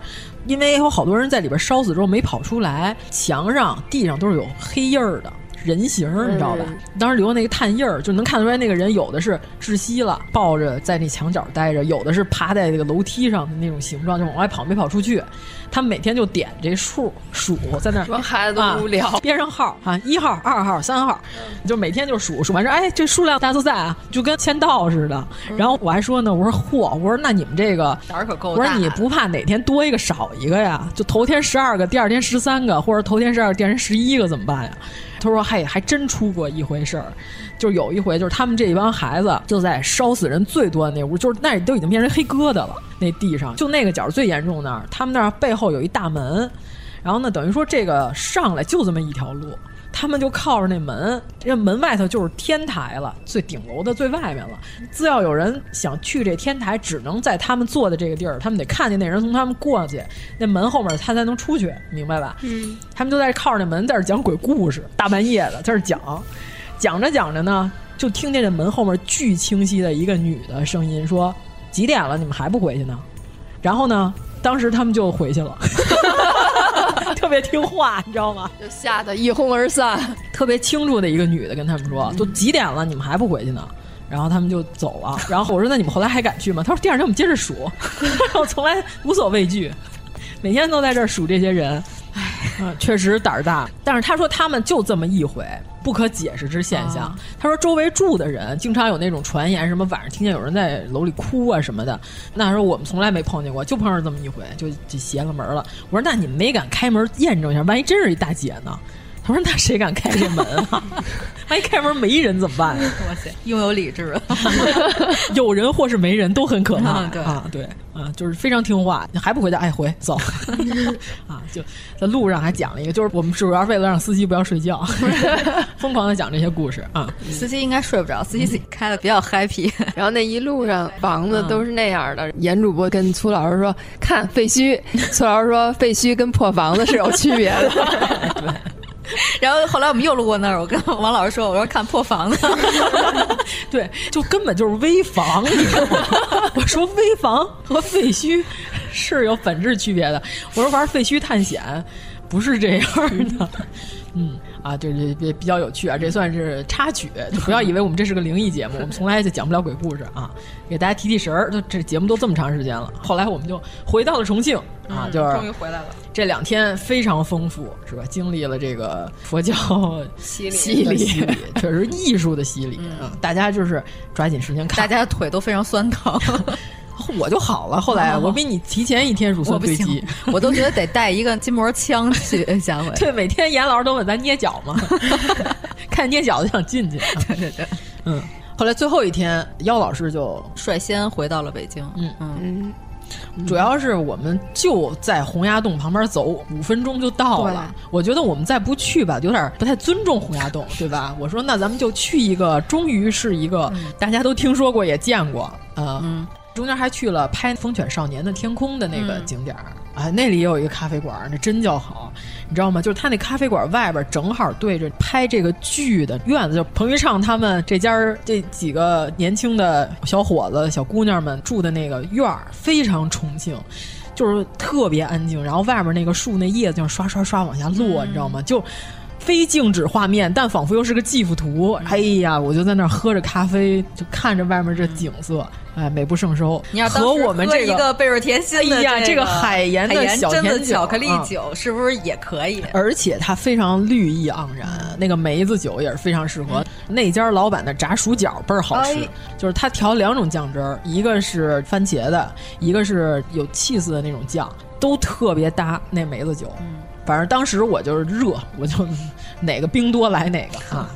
S10: 因为有好多人在里边烧死之后没跑出来，墙上、地上都是有黑印儿的。人形儿，你知道吧？
S2: 嗯
S10: 当时留的那个炭印儿，就能看出来那个人有的是窒息了，抱着在那墙角待着，有的是趴在这个楼梯上的那种形状，就往外跑没跑出去。他们每天就点这数数，在那哎
S2: 说孩子都无聊，
S10: 编上号啊，一号、二号、三号，
S1: 嗯
S10: 就每天就数数完之后，哎，这数量大作战啊，就跟签到似的。然后我还说呢，我说嚯，我说那你们这个
S1: 胆儿可嗯够
S10: 我
S1: 大。
S10: 说你不怕哪天多一个少一个呀？就头天十二个，第二天十三个，或者头天十二，第二天十一个怎么办呀？他说：“嘿，还真出过一回事儿，就有一回，就是他们这一帮孩子就在烧死人最多的那屋，就是那都已经变成黑疙瘩了，那地上就那个角儿最严重那儿，他们那儿背后有一大门，然后呢，等于说这个上来就这么一条路，他们就靠着那门，这门外头就是天台了，最顶楼的最外面了。只要有人想去这天台，只能在他们坐的这个地儿，他们得看见那人从他们过去，那门后面他才能出去，明白吧？
S19: 嗯，
S10: 他们就在靠着那门在这儿讲鬼故事，大半夜的在这儿讲，讲着讲着呢，就听见这门后面巨清晰的一个女的声音说：“几点了？你们还不回去呢？”然后呢，当时他们就回去了。 特别听话，你知道吗？
S2: 就吓得一哄而散。
S10: 特别清楚的一个女的跟他们说：“都几点了，你们还不回去呢？”然后他们就走了。然后我说：“那你们后来还敢去吗？”他说：“第二天我们接着数。”然后从来无所畏惧，每天都在这儿数这些人。嗯，确实胆儿大。但是他说他们就这么一回不可解释之现象。他说周围住的人经常有那种传言，什么晚上听见有人在楼里哭啊什么的。那他说我们从来没碰见过，就碰上这么一回，就就邪了门了。我说那你们没敢开门验证一下，万一真是一大姐呢？他说那谁敢开这门啊？万一开门没人怎么办啊呀、
S1: 哇塞，拥有理智了。
S10: 有人或是没人都很可怕。
S1: 嗯对
S10: 啊，对啊，就是非常听话，还不回家，哎，回走啊！就在路上还讲了一个，就是我们主要是为了让司机不要睡觉，疯狂的讲这些故事啊。
S1: 司机应该睡不着，司机自己开的比较 happy。
S2: 然后那一路上房子都是那样 的。严主播跟崔老师说看废墟，崔老师说废墟跟破房子是有区别的。
S1: 然后后来我们又路过那儿，我跟王老师说，我说看破房子，
S10: 对，就根本就是危房，你知道吗？ 我说危房和废墟是有本质区别的。我说玩废墟探险不是这样的，嗯。啊，这这这比较有趣啊，这算是插曲，就不要以为我们这是个灵 异节目，我们从来就讲不了鬼故事啊，给大家提提神儿。就这节目都这么长时间了，后来我们就回到了重庆啊，就是
S1: 嗯终于回来了。
S10: 这两天非常丰富，是吧？经历了这个 佛教
S1: 犀利
S10: 洗礼，确实艺术的洗礼啊！大家就是抓紧时间看，
S1: 嗯大家的腿都非常酸疼，
S10: 我就好了。后来我比你提前一天乳
S1: 哦我
S10: 酸
S1: 不
S10: 堆积
S1: 行，，我都觉得得带一个筋膜枪去 下回。
S10: 对，每天严老师都问咱捏脚 嘛，看捏脚就想进去。啊
S1: 对对对，
S10: 嗯，后来最后一天，妖老师就
S1: 率先回到了北京。
S10: 嗯
S1: 嗯，
S2: 嗯，
S10: 主要是我们就在洪崖洞旁边走，五分钟就到了。我觉得我们再不去吧，有点不太尊重洪崖洞，对吧？我说那咱们就去一个，终于是一个、大家都听说过也见过啊。中间还去了拍《风犬少年的天空》的那个景点儿、啊，那里也有一个咖啡馆，那真叫好，你知道吗？就是他那咖啡馆外边正好对着拍这个剧的院子，就是彭昱畅他们这家儿这几个年轻的小伙子、小姑娘们住的那个院儿，非常重庆。就是特别安静，然后外面那个树那叶子就刷刷刷往下
S1: 嗯
S10: 落，你知道吗？就非静止画面，但仿佛又是个 GIF 图。哎呀，我就在那儿喝着咖啡，就看着外面这景色，哎，美不胜收。
S1: 嗯你要当时
S10: 和我们
S1: 喝
S10: 这
S1: 一个贝尔甜心的
S10: 哎呀，
S1: 这
S10: 这个海盐
S1: 海盐
S10: 小
S1: 真的
S10: 甜
S1: 巧克力
S10: 啊
S1: 酒是不是也可以？
S10: 而且它非常绿意盎然，那个梅子酒也是非常适合。那家老板的炸薯角倍儿好吃，
S1: 嗯哎
S10: 就是他调两种酱汁儿，一个是番茄的，一个是有 cheese 的那种酱，都特别搭那梅子酒。
S1: 嗯
S10: 反正当时我就是热，我就哪个冰多来哪
S1: 嗯
S10: 个啊。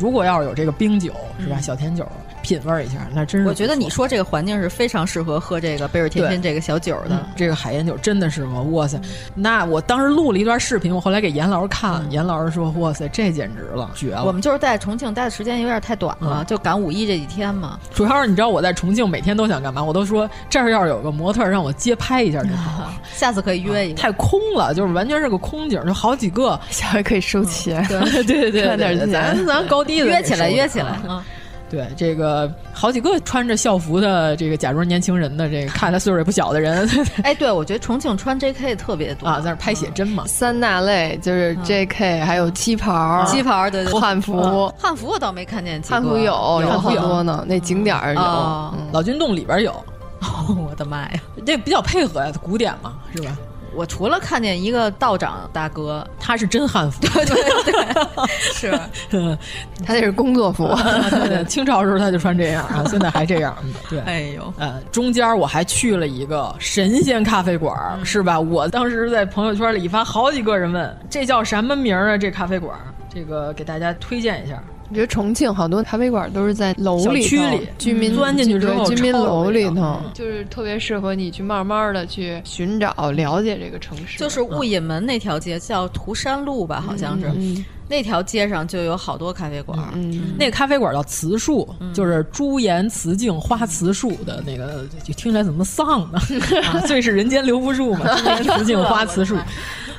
S10: 如果要是有这个冰酒是吧，小甜酒品味儿一下，那真是
S1: 我觉得
S10: 不错
S1: 你说这个环境是非常适合喝这个贝尔甜
S10: 对
S1: 心这个小酒的
S10: 嗯。这个海盐酒真的适合，哇塞！那我当时录了一段视频，我后来给严老师看，严老师说：“哇塞，这简直了，绝了！”
S1: 嗯我们就是在重庆待的时间有点太短了，
S10: 嗯
S1: 就赶五一这几天嘛。
S10: 主要是你知道我在重庆每天都想干嘛，我都说这儿要是有个模特儿让我街拍一下就好 了，
S1: 下次可以约一个。
S10: 太空了，就是完全是个空景，就好几 个，嗯
S2: 下回可以收钱。
S10: 对对对对，
S2: 赚点钱
S10: 咱咱高低的
S1: 约起来，
S10: 给收
S1: 约起来
S10: 啊！
S1: 啊！
S10: 对这个好几个穿着校服的这个假装年轻人的这个看来岁数也不小的人，
S1: 哎，对我觉得重庆穿 JK 特别多
S10: 啊，在那拍写真嘛。
S2: 三大类就是 JK，、还有旗袍、
S1: 嗯旗袍对对对
S2: 汉服、
S1: 嗯汉服我倒没看见几个，
S2: 汉服有有好多呢，那景点儿有，
S1: 哦
S2: 嗯
S10: 老君洞里边有，
S1: 我的妈呀！
S10: 这比较配合呀，古典嘛，是吧？
S1: 我除了看见一个道长大哥，
S10: 他是真汉服， 对
S1: 是
S2: 他那是工作服。
S10: 对对，清朝时候他就穿这样啊，现在还这样。嗯对，
S1: 哎呦，
S10: 呃，中间我还去了一个神仙咖啡馆儿，是吧？我当时在朋友圈里一发，好几个人问这叫什么名儿啊？这咖啡馆儿，这个给大家推荐一下。
S2: 我觉得重庆好多咖啡馆都是在楼
S10: 小
S2: 里头
S10: 区里
S1: 嗯
S2: 居民
S10: 钻进去之后
S2: 对居民
S10: 臭的
S2: 楼里
S10: 那
S2: 头
S10: 种，
S2: 就是特别适合你去慢慢的去寻找、了解这个城市。
S1: 就是雾隐门那条街叫涂山路吧，好像是、那条街上就有好多咖啡馆儿。
S2: 嗯，
S10: 那咖啡馆叫慈树，就是朱颜辞镜花辞树的那个，就听起来怎么丧呢？ 啊最是人间留不住嘛，朱颜辞镜花辞树，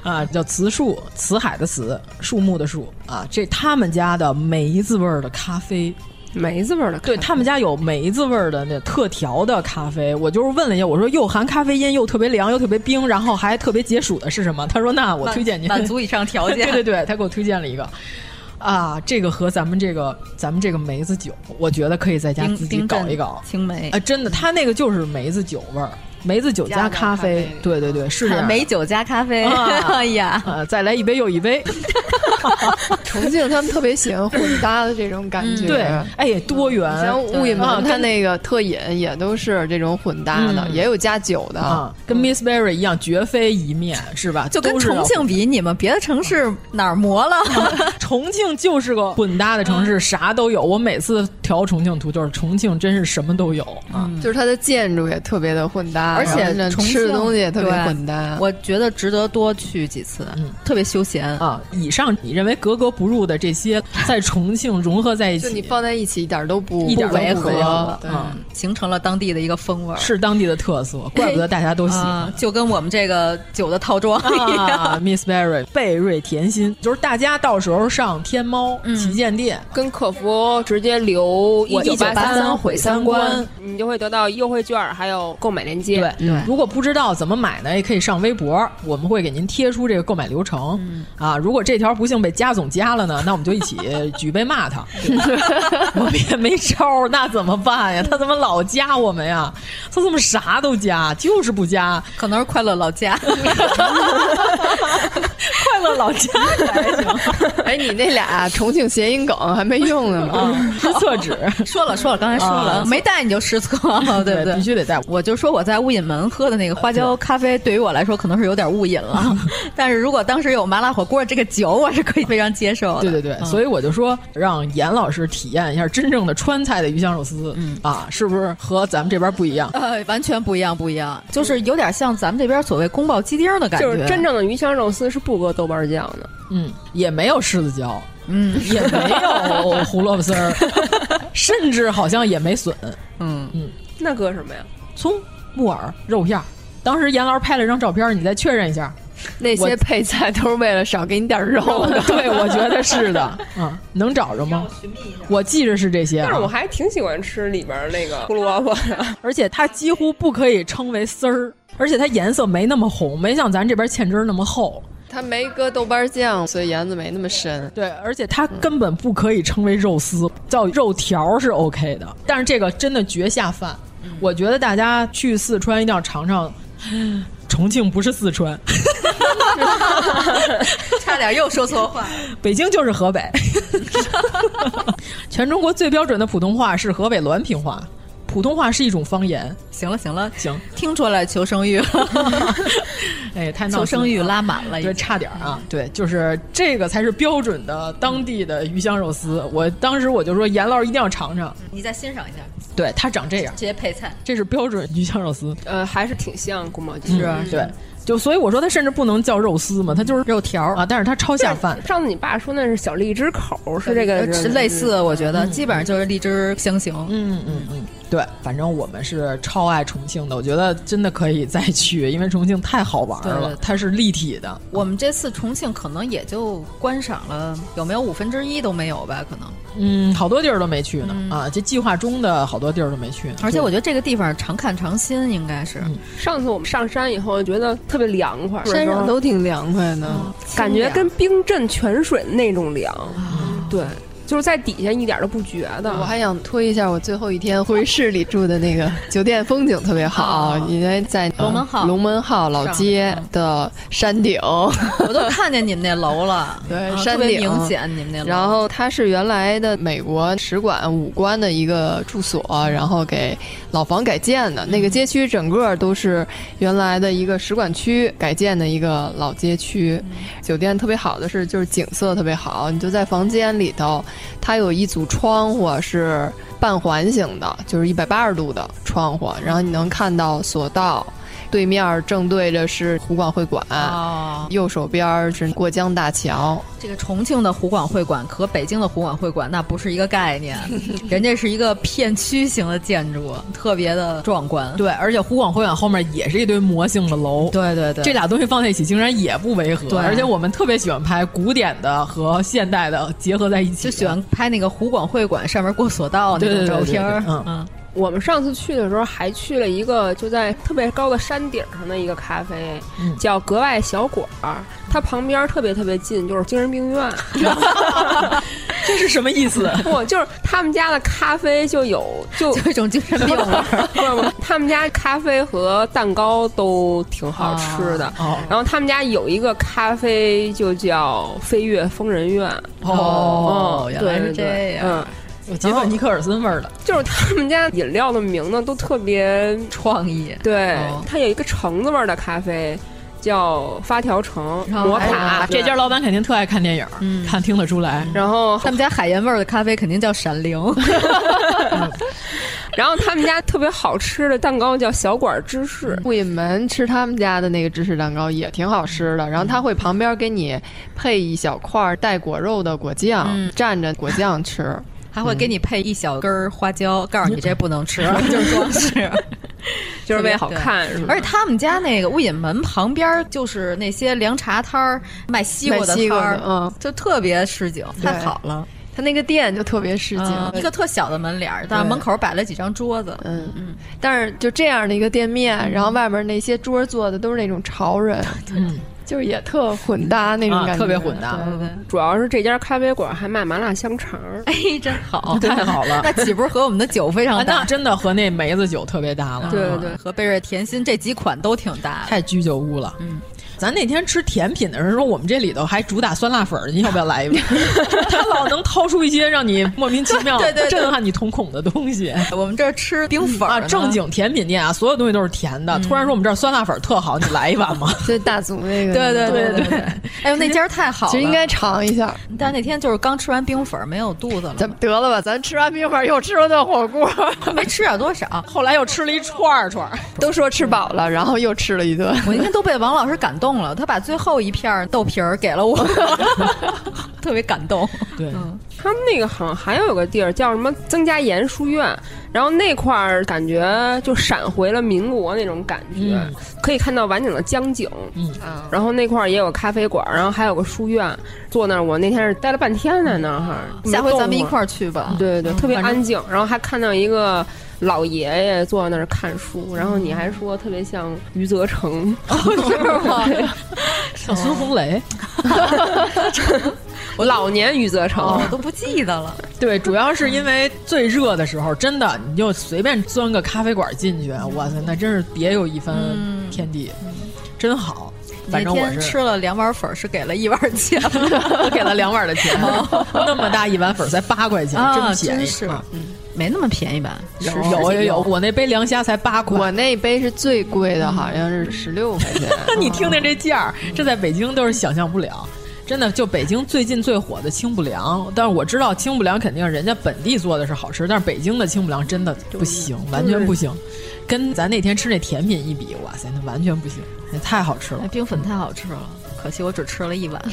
S10: 啊，叫慈树，辞海的辞，树木的树啊。这他们家的梅子味儿的咖啡。
S9: 梅子味儿的咖啡，
S10: 对他们家有梅子味儿的那特调的咖啡，我就是问了一下，我说又含咖啡因，又特别凉，又特别冰，然后还特别解暑的是什么？他说那我
S1: 满
S10: 推荐您
S1: 满足以上条 件
S10: 对对对，他给我推荐了一个。啊，这个和咱们这个咱们这个梅子酒，我觉得可以在家
S1: 丁
S10: 自己
S1: 丁
S10: 搞
S1: 镇
S10: 一搞。
S1: 青梅
S10: 啊，真的，他那个就是梅子酒味儿，梅子酒加咖啡，对对对，是这样。
S1: 美酒加咖啡，
S10: 啊
S1: 哎呀，
S10: 啊，再来一杯又一杯，
S2: 重庆他们特别喜欢混搭的这种感
S1: 嗯
S2: 觉。
S10: 对，哎，也多元。
S2: 像雾隐
S10: 啊
S2: 门，它
S10: 跟
S2: 那个特饮也都是这种混搭的，
S10: 嗯
S2: 也有加酒的。
S10: 啊，跟 Miss Berry 一样，绝非一面，是吧？
S1: 就跟
S10: 都是要
S1: 重庆比，你们别的城市哪儿磨了？
S10: 重庆就是个混搭的城市，啥都有。我每次调重庆图，就是重庆真是什么都有啊。
S2: 就是它的建筑也特别的混搭，
S1: 而且
S2: 然后
S1: 重庆
S2: 吃的东西也特别
S1: 对
S2: 混搭。
S1: 我觉得值得多去几次，特别休闲
S10: 啊！以上你认为格格不入的这些，在重庆融合在一
S2: 就
S10: 起，
S2: 你放在一起一点都不
S10: 一点
S2: 不
S10: 都不
S2: 违
S10: 违
S2: 和
S10: 和，
S2: 对。
S10: 嗯
S1: 形成了当地的一个风味儿。
S10: 是当地的特色，怪不得大家都喜欢
S1: 啊。，就跟我们这个酒的套装一样。
S10: 啊，Miss Berry 贝瑞甜心，就是大家到时候上天猫旗舰店，
S9: 跟客服直接留
S10: 我
S9: 九
S10: 1983
S9: 三
S10: 毁三
S9: 三
S10: 观，
S9: 你就会得到优惠券儿还有购买链接。
S10: 对
S2: 嗯
S1: 对
S10: 如果不知道怎么买呢，也可以上微博，我们会给您贴出这个购买流程。啊，如果这条不幸被加总加了呢，那我们就一起举杯骂他。 对吧我们也没招儿，那怎么办呀？他怎么老加我们呀？他怎么啥都加，就是不加？
S1: 可能是快乐老 家，
S10: 快乐老家还行
S2: 哎，你那俩重庆谐音梗还没用呢吗？
S1: 嗯
S10: 啊，知厕纸。
S1: 说了说了，刚才说了，
S10: 啊
S1: 没带你就失策了，对不对？
S10: 必须得带。
S1: 我就说我在雾隐门喝的那个花椒咖啡，对于我来说可能是有点雾隐 了，但是如果当时有麻辣火锅这个酒，我是可以非常接受的。
S10: 对对对，所
S1: 以
S10: 以我就说让严老师体验一下真正的川菜的鱼香肉丝，嗯啊，是不是和咱们这边不一样？
S1: 呃，完全不一样，不一样，就是有点像咱们这边所谓宫保鸡丁的感觉，
S9: 就是 真正的鱼香肉丝是不搁豆瓣酱的，
S10: 嗯，也没有柿子椒，
S1: 嗯
S10: 也没有胡萝卜丝 儿，甚至好像也没笋、
S1: 嗯，
S9: 那搁什么呀？
S10: 葱、木耳、肉片儿。当时严老师拍了一张照片，你再确认一下。
S2: 那
S10: 我
S2: 些配菜都是为了少给你点肉 的。
S10: 对，我觉得是的，哦嗯，能找着吗？我记着是这些、啊，
S9: 但是我还挺喜欢吃里边儿那个胡萝卜的，
S10: 而且它几乎不可以称为丝儿，而且它颜色没那么红，没像咱这边芡汁儿那么厚。
S2: 它没搁豆瓣酱，所以颜色没那么深。
S10: 对，而且它根本不可以称为肉丝，叫肉条是 OK 的，但是这个真的绝下饭。我觉得大家去四川一定要尝尝，重庆不是四川，
S1: 差点又说错话。
S10: 北京就是河北。 全中国最标准的普通话是河北滦平话，普通话是一种方言。
S1: 行了行了，
S10: 行，
S1: 听出来求生欲了，
S10: 哎，太闹
S1: 求
S10: 心了
S1: 生欲拉满了已经，
S10: 对，差点儿啊，对，就是这个才是标准的当地的鱼香肉丝。我当时我就说，严老师一定要尝尝，
S1: 你再欣赏一下
S10: 对，它长这样，
S1: 这些配菜。
S10: 这是标准鱼香肉丝。
S9: 呃，还是啊挺像宫保鸡丁。
S2: 啊
S10: 嗯对，就所以我说它甚至不能叫肉丝嘛，它就是肉条啊，但是它超下饭。
S9: 上次你爸说那是小荔枝口，是这
S2: 呃
S9: 个
S1: 是类似，我觉得基本上就是荔枝香型。
S10: 嗯嗯嗯，对，反正我们是超爱重庆的，我觉得真的可以再去，因为重庆太好玩
S1: 对
S10: 了，它是立体的。
S1: 我们这次重庆可能也就观赏了，有没有五分之一都没有吧？可能
S10: 嗯，好多地儿都没去呢、啊，这计划中的好多地儿都没去呢。
S1: 嗯而且我觉
S10: 得
S1: 得这个地方常看常新，应该是。
S9: 上次我们上山以后，觉得特别凉快，
S2: 山上都挺凉快的，
S9: 感觉跟冰镇泉水那种凉。
S2: 啊
S9: 对，就是在底下一点都不觉得。
S2: 我还想推一下我最后一天回市里住的那个酒店，风景特别好，因为在
S1: 龙门号
S2: 龙门号老街的山顶，
S1: 我都看见你们那楼了，
S2: 对
S1: 啊
S2: 山
S1: 特别
S2: 顶
S1: 明显，你们那楼。
S2: 然后它是原来的美国使馆武官的一个住所，然后给老房改建的。
S1: 嗯
S2: 那个街区整个都是原来的一个使馆区改建的一个老街区。
S1: 嗯
S2: 酒店特别好的是，就是景色特别好，你就在房间里头，它有一组窗户是半环形的，就是一百八十度的窗户，然后你能看到索道。对面正对着是湖广会馆，
S1: 哦
S2: 右手边是过江大桥，
S1: 这个重庆的湖广会馆和北京的湖广会馆那不是一个概念，人家是一个片区型的建筑，特别的壮观。
S10: 对，而且湖广会馆后面也是一堆魔性的楼。
S1: 对对对，
S10: 这俩东西放在一起竟然也不违和，
S1: 对
S10: 而且我们特别喜欢拍古典的和现代的结合在一起，就喜
S1: 欢拍那个湖广会馆上面过索道
S10: 对对
S1: 那种照
S10: 对对对
S1: 片儿，
S10: 嗯
S1: 嗯，
S9: 我们上次去的时候还去了一个就在特别高的山顶上的一个咖啡，叫格外小馆儿，它旁边特别特别近就是精神病院。
S10: 这是什么意思？
S9: 不，就是他们家的咖啡就有就
S1: 就一种精神病了。
S9: 不是不是，他们家咖啡和蛋糕都挺好吃的。
S10: 哦
S9: 然后他们家有一个咖啡就叫飞跃疯人院。
S10: 哦
S9: 嗯
S10: 原来是
S9: 对对对
S10: 这
S1: 哎
S10: 样
S9: 嗯。
S10: 有杰克尼克尔森味儿的。
S9: 就是他们家饮料的名字都特别
S1: 创意。
S9: 对
S10: 哦，
S9: 它有一个橙子味儿的咖啡，叫发条橙摩卡。
S10: 啊这家老板肯定特爱看电影，
S2: 嗯
S10: 看听得出来。啊
S9: 然后
S1: 他们家海盐味儿的咖啡肯定叫闪灵，
S9: 然后他们家特别好吃的蛋糕叫小馆芝士，
S2: 我们吃他们家的那个芝士蛋糕也挺好吃的，然后他会旁边给你配一小块儿带果肉的果酱，
S9: 嗯
S2: 蘸着果酱吃。
S1: 还会给你配一小根儿花椒，告诉你这不能吃， 就是装饰，
S9: 就是为好看
S1: 对
S9: 是吗
S1: 而且他们家那个乌隐门旁边儿就是那些凉茶摊儿、卖西瓜的
S2: 卖西
S1: 摊
S2: 瓜
S1: 儿
S2: 的，嗯，
S1: 就特别市井，
S2: 对
S1: 太好了。
S2: 他那个店就特别市井，
S1: 嗯一个特小的门脸儿，但是
S2: 对
S1: 门口摆了几张桌子，
S2: 嗯嗯，但是就这样的一个店面，然后外面那些桌坐的都是那种潮人，
S10: 嗯，
S2: 就是也特混搭那种感觉，对
S1: 对
S9: 主要是这家咖啡馆还卖麻辣香肠，
S1: 哎，真好，
S10: 太好 了
S1: 那岂不是和我们的酒非常
S10: 啊，那
S1: 搭？嗯
S10: 真的和那梅子酒特别搭了。
S1: 对对，和贝瑞甜心这几款都挺搭的。
S10: 太居酒屋了。嗯，咱那天吃甜品的时候，说我们这里头还主打酸辣粉儿，你要不要来 一碗？他老能掏出一些让你莫名其妙
S1: 对对对
S10: 震撼你瞳孔的东西。
S1: 我们这儿吃冰粉儿
S10: 啊，
S1: 呢
S10: 正经甜品店啊，所有东西都是甜
S2: 嗯
S10: 的。突然说我们这儿酸辣粉儿特好，你来一碗吗？
S2: 这大组那个，
S1: 对对对对对，哎呦，那家儿太好了，
S2: 其实应该尝一下。
S1: 但那天就是刚吃完冰粉儿，没有肚子了，
S2: 咱得了吧，咱吃完冰粉又吃了顿火锅，
S1: 没吃啊了多少。
S10: 后来又吃了一串儿串儿，
S2: 都说吃饱了，然后又吃了一 顿。
S1: 我应该都被王老师感动了，他把最后一片儿豆皮儿给了我， 特别感动。
S10: 对，
S9: 他们那个好像还有个地儿叫什么曾家岩书院，然后那块儿感觉就闪回了民国那种感觉，
S10: 嗯
S9: 可以看到完整的江景。
S10: 嗯，
S1: 啊
S9: 然后那块儿也有咖啡馆，然后还有个书院。坐那儿，我那天是待了半天在那儿哈。
S1: 下回咱们一块
S9: 儿，
S1: 儿去吧。
S9: 对对，特别
S1: 反正
S9: 安静。然后还看到一个老爷爷坐在那儿看书，然后你还说特别像余则成，
S1: 哦 是吗？
S10: 像孙红雷。
S9: 我 老年余则成。
S1: 哦我都不记得了。
S10: 对，主要是因为最热的时候，真的你就随便钻个咖啡馆进去，哇塞，那真是别有一番天地，真好。 反
S1: 那
S10: 正我
S1: 天
S10: 是
S1: 吃了两碗粉儿，是给了一碗 钱，
S10: 我给了两碗的钱， 那么大一碗粉儿才八块钱，
S1: 啊，
S10: 真便宜。
S1: 是嗯
S10: 啊，
S1: 没那么便宜吧？
S10: 有
S1: 是
S10: 有有有，我那杯凉虾才八块。
S2: 我那杯是最贵
S1: 嗯
S2: 的，好像是十六块钱。
S10: 那 你听听这价儿，这在北京都是想象不了。真的，就北京最近最火的清补凉，但是我知道清补凉肯定人家本地做的是好吃，但是北京的清补凉真的不行，完全不行，跟咱那天吃那甜品一比，哇塞，那完全不行，那太好吃了
S1: 哎，。冰粉太好吃了，可惜我只吃了一 碗。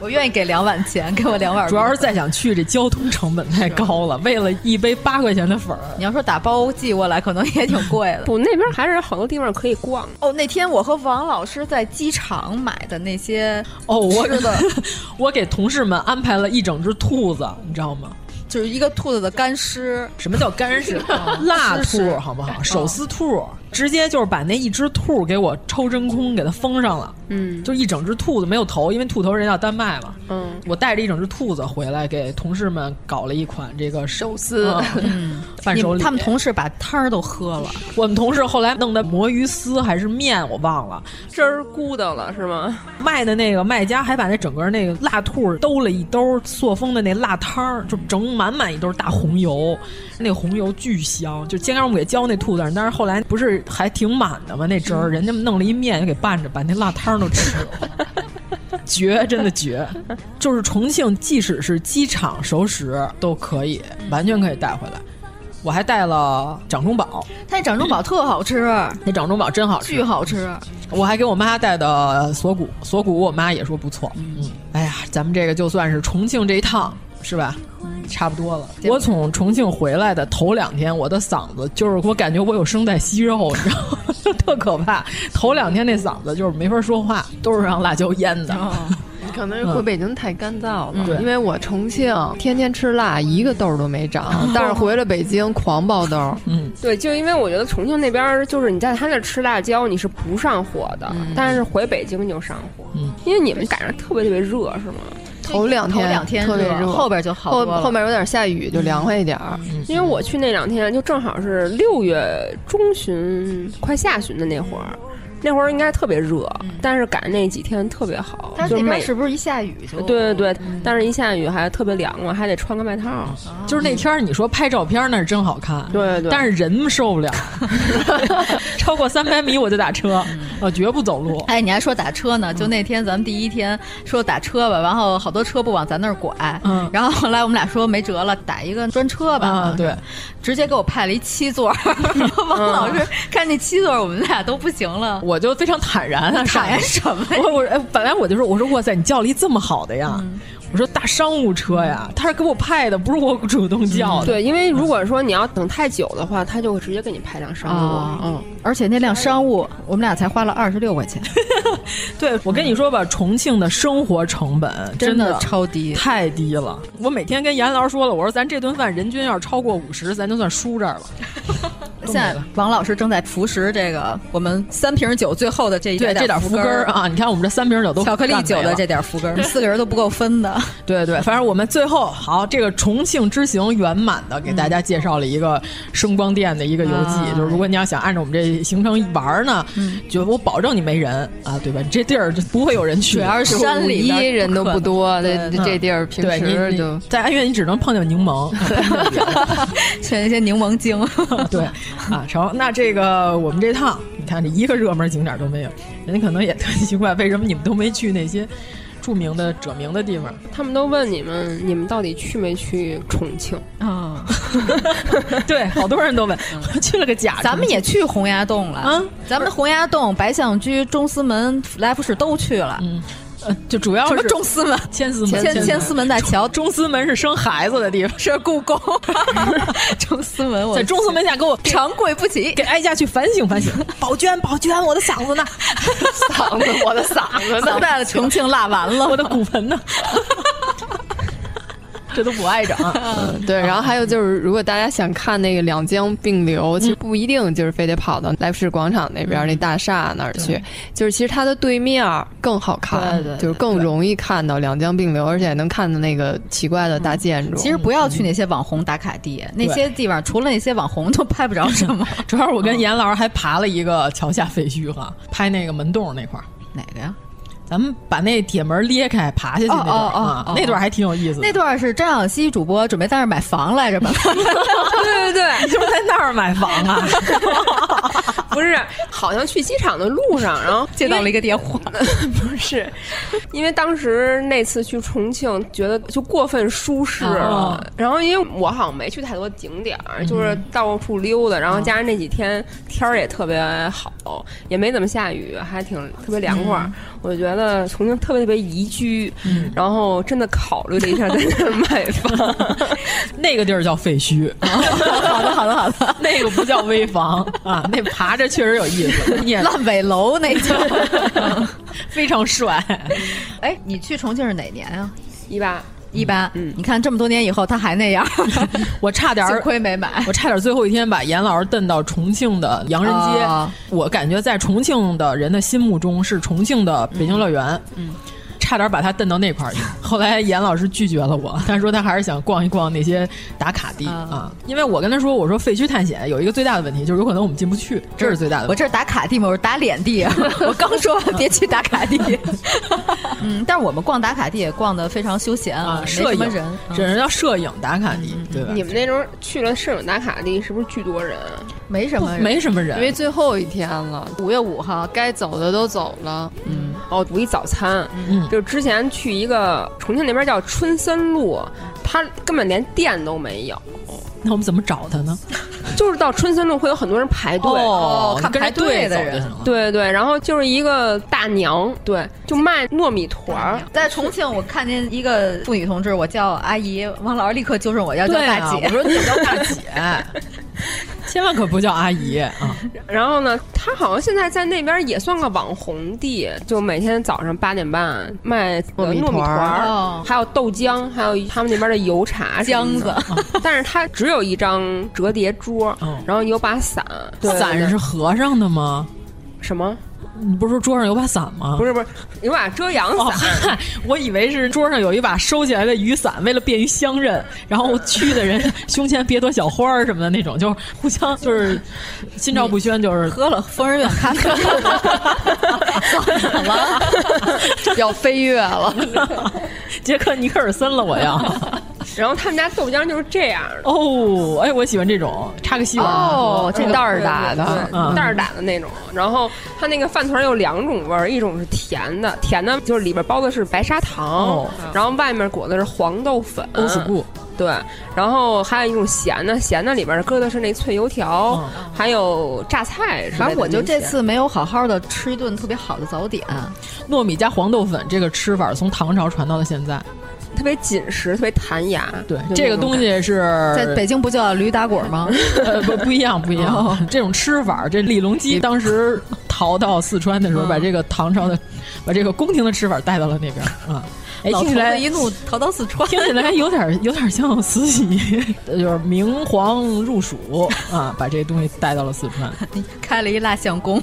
S1: 我愿意给两碗钱，给我两碗。
S10: 主要是再想去，这交通成本太高了。为了一杯八块钱的粉儿，
S1: 你要说打包寄过来，可能也挺贵的。
S9: 不，那边还是好多地方可以逛。
S1: 哦，那天我和王老师在机场买的那些
S10: 哦，我
S1: 吃的，
S10: 我给同事们安排了一整只兔子，你知道吗？
S1: 就是一个兔子的干尸。
S10: 什么叫干尸？
S1: 啊
S10: 蜡兔好不
S1: 嗯
S10: 好？手撕兔，直接就是把那一只兔给我抽真空，给它封上了。
S9: 嗯，
S10: 就一整只兔子没有头，因为兔头人要丹麦嘛。
S9: 嗯，
S10: 我带着一整只兔子回来，给同事们搞了一款这个手
S1: 丝
S10: 嗯，伴手
S1: 你
S10: 礼。
S1: 他们同事把汤儿都喝 了，
S10: 我们同事后来弄的魔芋丝还是面，我忘了，
S9: 汁儿咕捣了是吗？
S10: 卖的那个卖家还把那整个那个辣兔兜了一兜，塑封的那辣汤儿就整满满一兜大红油，那个红油巨香。就刚刚我们给浇那兔子，但是后来不是还挺满的吗？那汁儿人家弄了一面就给拌着，把那辣汤儿都吃了。绝，真的绝！就是重庆，即使是机场熟食都可以，完全可以带回来。我还带了掌中宝，
S1: 但掌中宝特好吃，
S10: 那掌中宝真好吃，
S1: 巨好吃。
S10: 我还给我妈带的锁骨，锁骨我妈也说不错。嗯，哎呀，咱们这个就算是重庆这一趟是吧？差不多了。我从重庆回来的头两天，我的嗓子就是我感觉我有声带息肉，你知道吗？ 特可怕。头两天那嗓子就是没法说话，都是让辣椒腌的。
S9: 哦
S2: 可能是
S1: 嗯
S2: 回北京太干燥了，
S10: 嗯对
S2: 因为我重庆天天吃辣，一个痘儿都没
S1: 哦
S2: 长，但是回了北京狂爆痘儿。
S10: 嗯，
S9: 对，就因为我觉得重庆那边儿就是你在他那儿吃辣椒你是不上火的，
S1: 嗯
S9: 但是回北京就上火，
S10: 嗯
S9: 因为你们赶上特别特别热是吗？
S2: 头两天
S1: 头两天
S2: 特别
S1: 热
S2: 热，
S1: 后边就好多
S2: 后
S1: 了
S2: 后面有点下雨就凉快一点儿。
S1: 嗯
S9: 因为我去那两天就正好是六月中旬快下旬的那会儿，那会儿应该特别热，但是赶上那几天特别好，
S1: 但是嗯
S9: 就
S1: 那
S9: 每
S1: 边是不是嗯一下雨就？
S9: 对对对，但是一下雨还特别凉快，还得穿个外套。
S1: 嗯
S10: 就是那天儿你说拍照片儿那是真好看，
S9: 对对，
S10: 但是人受不 了，超过三百米我就打车，
S9: 嗯
S10: 我绝不走 路。
S1: 哎，你还说打车呢？就那天咱们第一天说打车吧，然后好多车不往咱那儿拐，
S10: 嗯
S1: 然后后来我们俩说没辙了，打一个专车吧，
S10: 啊对，
S1: 直接给我派了一七座儿， 然后王老师 看那七座儿，我们俩都不行了，
S10: 我就非常坦然啊，
S1: 坦然什
S10: 上
S1: 么
S10: 来
S1: 呀嗯
S10: 我我哎本来我就说，我说哇塞，你叫了一这么好的呀，我说大商务车呀，他是给我派的，不是我主
S1: 嗯
S10: 动叫的。
S9: 对，因为如果说你要等太久的话，他就会直接给你排辆商
S2: 嗯
S9: 务。
S1: 啊，而且那辆商务，我们俩才花了二十六块钱，
S10: 对，我跟你说吧，重庆的生活成本
S1: 真
S10: 的
S1: 的超低。
S10: 太低了。我每天跟严老师说了，我说咱这顿饭人均要是超过五十，咱就算输这儿了。
S1: 现在王老师正在服食这个我们三瓶酒最后的这一
S10: 对，这点
S1: 福
S10: 福根儿，啊，你看我们这三瓶酒都
S1: 巧克力
S10: 干没
S1: 酒的
S10: 了
S1: 这点福 根儿，我们四个人都不够分的。
S10: 对对，反正我们最后好，这个重庆之行圆满的给大家介绍了一个声光电的一个游记，
S1: 啊
S10: 就是如果你要想按照我们这行程玩儿呢，
S1: 嗯
S10: 就我保证你没人啊，对吧？你这地儿就不会有人去，
S1: 主要是山里
S2: 五
S1: 边
S2: 一人都不多，这
S10: 嗯
S2: 这地儿平
S10: 对你
S2: 时
S10: 你
S2: 就
S10: 在安岳，你只能碰见 柠檬，
S1: 选一些柠檬精，
S10: 对啊，成。那这个我们这趟，你看这一个热门景点都没有，人家可能也特奇怪，为什么你们都没去那些著名的、者名的地方？
S9: 他们都问你们，你们到底去没去重庆？
S1: 啊，
S10: 对，好多人都问，我 去了个假重
S1: 嗯
S10: 庆，
S1: 咱们也去洪崖洞了
S10: 啊
S1: 咱们洪崖洞、白象居、中司门、来福士都去了。
S10: 嗯，呃，就主要
S1: 什
S10: 是
S1: 么中司门、
S10: 千丝门，
S1: 千千丝门大桥、
S10: 中司门是生孩子的地方，
S1: 是故 宫、中司门，我
S10: 在中司门下给我
S1: 长跪不起
S10: 给。哀家去反省反省。宝娟，宝娟，我的嗓子呢？
S2: 嗓子，我的嗓子
S1: 都带了重庆辣完了，
S10: 我的骨盆呢？这都不啊爱长。
S2: 对，然后还有就是，如果大家想看那个两江并流，其实不一定就是非得跑到来福士广场那边儿那大厦那儿去，就是其实它的对面儿更好看，
S1: 对对对
S2: 就是更容易看到两江并流，而且能看到那个奇怪的大建筑。
S1: 其实不要去那些网红打卡地，那些地方除了那些网红都拍不着什 么。
S10: 主要是我跟严老师还爬了一个桥下废墟哈，拍那个门洞那块儿。
S1: 哪个呀？
S10: 咱们把那铁门裂开，爬下去那段
S1: 哦哦哦
S10: 啊
S1: 哦，
S10: 那段还挺有意思的。
S1: 那段是张小希主播准备在那儿买 房来着吧？
S9: 对对对，
S10: 你就是在那儿买房啊？
S9: 不是，好像去机场的路上，然后
S1: 接到了一个电话，
S9: 不是，因为当时那次去重庆，觉得就过分舒适了。
S1: 哦
S9: 然后因为我好像没去太多景点儿，
S1: 嗯
S9: 就是到处溜达，然后加上那几天天儿也特别好，也没怎么下雨，还挺特别凉
S1: 嗯
S9: 快儿。我就觉得重庆特别特别宜居，然后真的考虑了一下在那儿买房。
S10: 那个地儿叫废墟。 好的，好的，好的， 那个不叫危房 啊，那爬着确实有意思，也
S1: 烂尾楼那叫。
S10: 非常帅。
S1: 哎，你去重庆是哪年啊？
S9: 一八。
S1: 一八，你看这么多年以后，他还那样，
S10: 我差点儿
S1: 幸亏没买。
S10: 我差点最后一天把严老师蹬到重庆的洋人街。
S1: 哦
S10: 我感觉在重庆的人的心目中是重庆的北京乐园。
S1: 嗯嗯
S10: 差点把他蹬到那 块儿去，后来严老师拒绝了我，他说他还是想逛一逛那些打卡地啊，因为我跟他说，我说废墟探险有一个最大的问题就是有可能我们进不去，这是最大的
S1: 我
S10: 问题。
S1: 这是打卡地吗？我是打脸 地。啊我刚说完别去打卡地。嗯，但是我们逛打卡地也逛得非常休闲啊，没
S10: 摄
S1: 什么
S10: 影
S1: 人。嗯
S10: 只能叫摄影打卡地，对吧？
S9: 你们那时候去了摄影打卡地，是不是巨多人啊？
S1: 没什
S10: 不没什么人，
S2: 因为最后一天了，五月五号，该走的都走了。
S10: 嗯，
S9: 哦，补一早餐，
S10: 嗯
S9: 就之前去一个重庆那边叫春森路，它根本连店都没 有，
S10: 那我们怎么找他呢？
S9: 就是到春森路会有很多人排队，
S10: 哦看跟着排队队的走就人行了
S9: 对对，然后就是一个大娘，对，就卖糯米团儿，
S1: 啊在重庆，我看见一个妇女同志，我叫阿姨，王老师立刻纠正我要叫
S10: 对
S1: 大
S10: 啊，
S1: 姐。
S10: 我说你叫大姐，千万可不叫阿姨啊！
S9: 然后呢，他好像现在在那边也算个网红地，就每天早上八点半卖呃糯
S10: 米
S9: 米
S10: 团
S9: 团
S10: 儿
S9: 儿
S10: 哦，
S9: 还有豆浆，还有他们那边的油茶什么 的
S1: 浆。
S9: 但是它只有一张折叠桌，然后有把哦伞，对
S10: 伞是和尚的吗？
S9: 什么？
S10: 你不是说桌上有把伞吗？
S9: 不是不是，有把遮阳
S10: 哦，
S9: 伞。
S10: 嗨我以为是桌上有一把收起来的雨伞，为了便于相认，然后去的人 胸前别朵小花儿什么的那种，就是互相就是心照不宣，就是
S1: 喝了疯人院咖啡，
S10: 怎么
S2: 要飞跃 了？
S10: 杰克尼克尔森了，我要。
S9: 然后他们家豆浆就是这样的。
S10: 哦，哎，我喜欢这种插个吸啊管
S9: 哦这个
S2: 袋儿打的
S9: 对
S10: 嗯
S9: 袋儿打的那种。然后它那个饭团有两种味儿，一种是甜的，甜的就是里边包的是白砂糖
S10: 哦，
S9: 然后外面裹的是黄豆粉。
S10: 欧死固，
S9: 对，然后还有一种咸的，咸的里边搁的是那脆油条，
S10: 哦
S9: 还有榨菜之类的那些。
S1: 反正我就这次没有好好的吃一顿特别好的早点，
S10: 糯米加黄豆粉这个吃法从唐朝传到了现在。
S9: 特别紧实，特别弹牙。
S10: 对
S9: 就
S10: 这个
S9: 那种
S10: 东
S9: 感觉
S10: 西是
S1: 在北京不叫驴打滚吗？
S10: 呃，不不一样，不一
S1: 哦
S10: 样。这种吃法，这李隆基当时逃到四川的时候，把这个唐朝的，把这个宫廷的吃法带到了那边啊。哎，
S1: 老
S10: 听
S1: 头
S10: 起来
S1: 子一怒逃到四川，
S10: 听起来有点有点像慈禧，呃就是明皇入蜀啊，把这东西带到了四川。
S1: 开了一蜡像宫。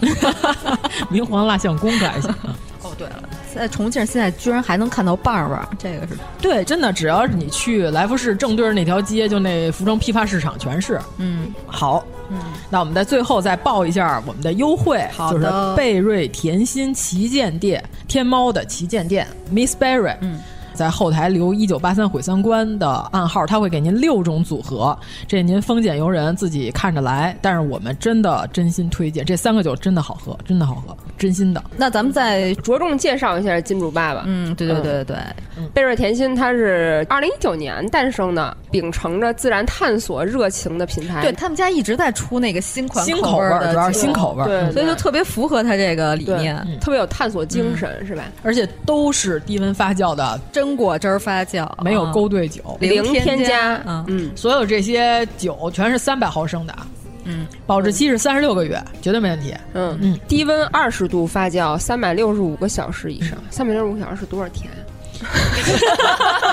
S10: 明皇蜡像宫改一下啊。
S1: 哦，对了，在重庆现在居然还能看到棒棒，这个是
S10: 对，真的，只要是你去来福士正对着那条街，就那服装批发市场全是。
S1: 嗯
S10: 好，
S1: 嗯，
S10: 那我们在最后再报一下我们的优惠，
S1: 好
S10: 就
S1: 的
S10: 是贝瑞甜心旗舰店，天猫的旗舰店，Miss Berry。
S1: 嗯。
S10: 在后台留一九八三毁三观的暗号，他会给您六种组合，这您丰俭由人，自己看着来。但是我们真的真心推荐这三个酒，真的好喝，真的好喝，真心的。
S1: 那咱们再
S9: 着重介绍一下金主爸爸。
S1: 嗯，对对对对对，
S10: 嗯
S9: 贝瑞甜心它是二零一九年诞生的，秉承着自然探索热情的品牌。
S1: 对他们家一直在出那个新款
S10: 新口味
S1: 味嗯
S10: 儿
S1: 的
S10: 主要是
S1: 酒
S10: 新口味儿
S9: 对
S10: 嗯
S1: 所以就特别符合他这个理
S9: 对
S1: 念，
S9: 特别有探索精神，是吧？
S10: 而且都是低温发酵的，
S1: 真果汁儿发酵，
S10: 没有
S1: 啊
S10: 勾兑酒。
S9: 零添
S1: 加，
S9: 嗯
S1: 嗯，
S10: 所有这些酒全是三百毫升的，啊
S1: 嗯，
S10: 保质期是三十六个月，绝对没问题。
S9: 嗯
S10: 嗯
S9: 低温二十度发酵三百六十五个小时以上，
S10: 嗯
S9: 三百六十五小时是多少天？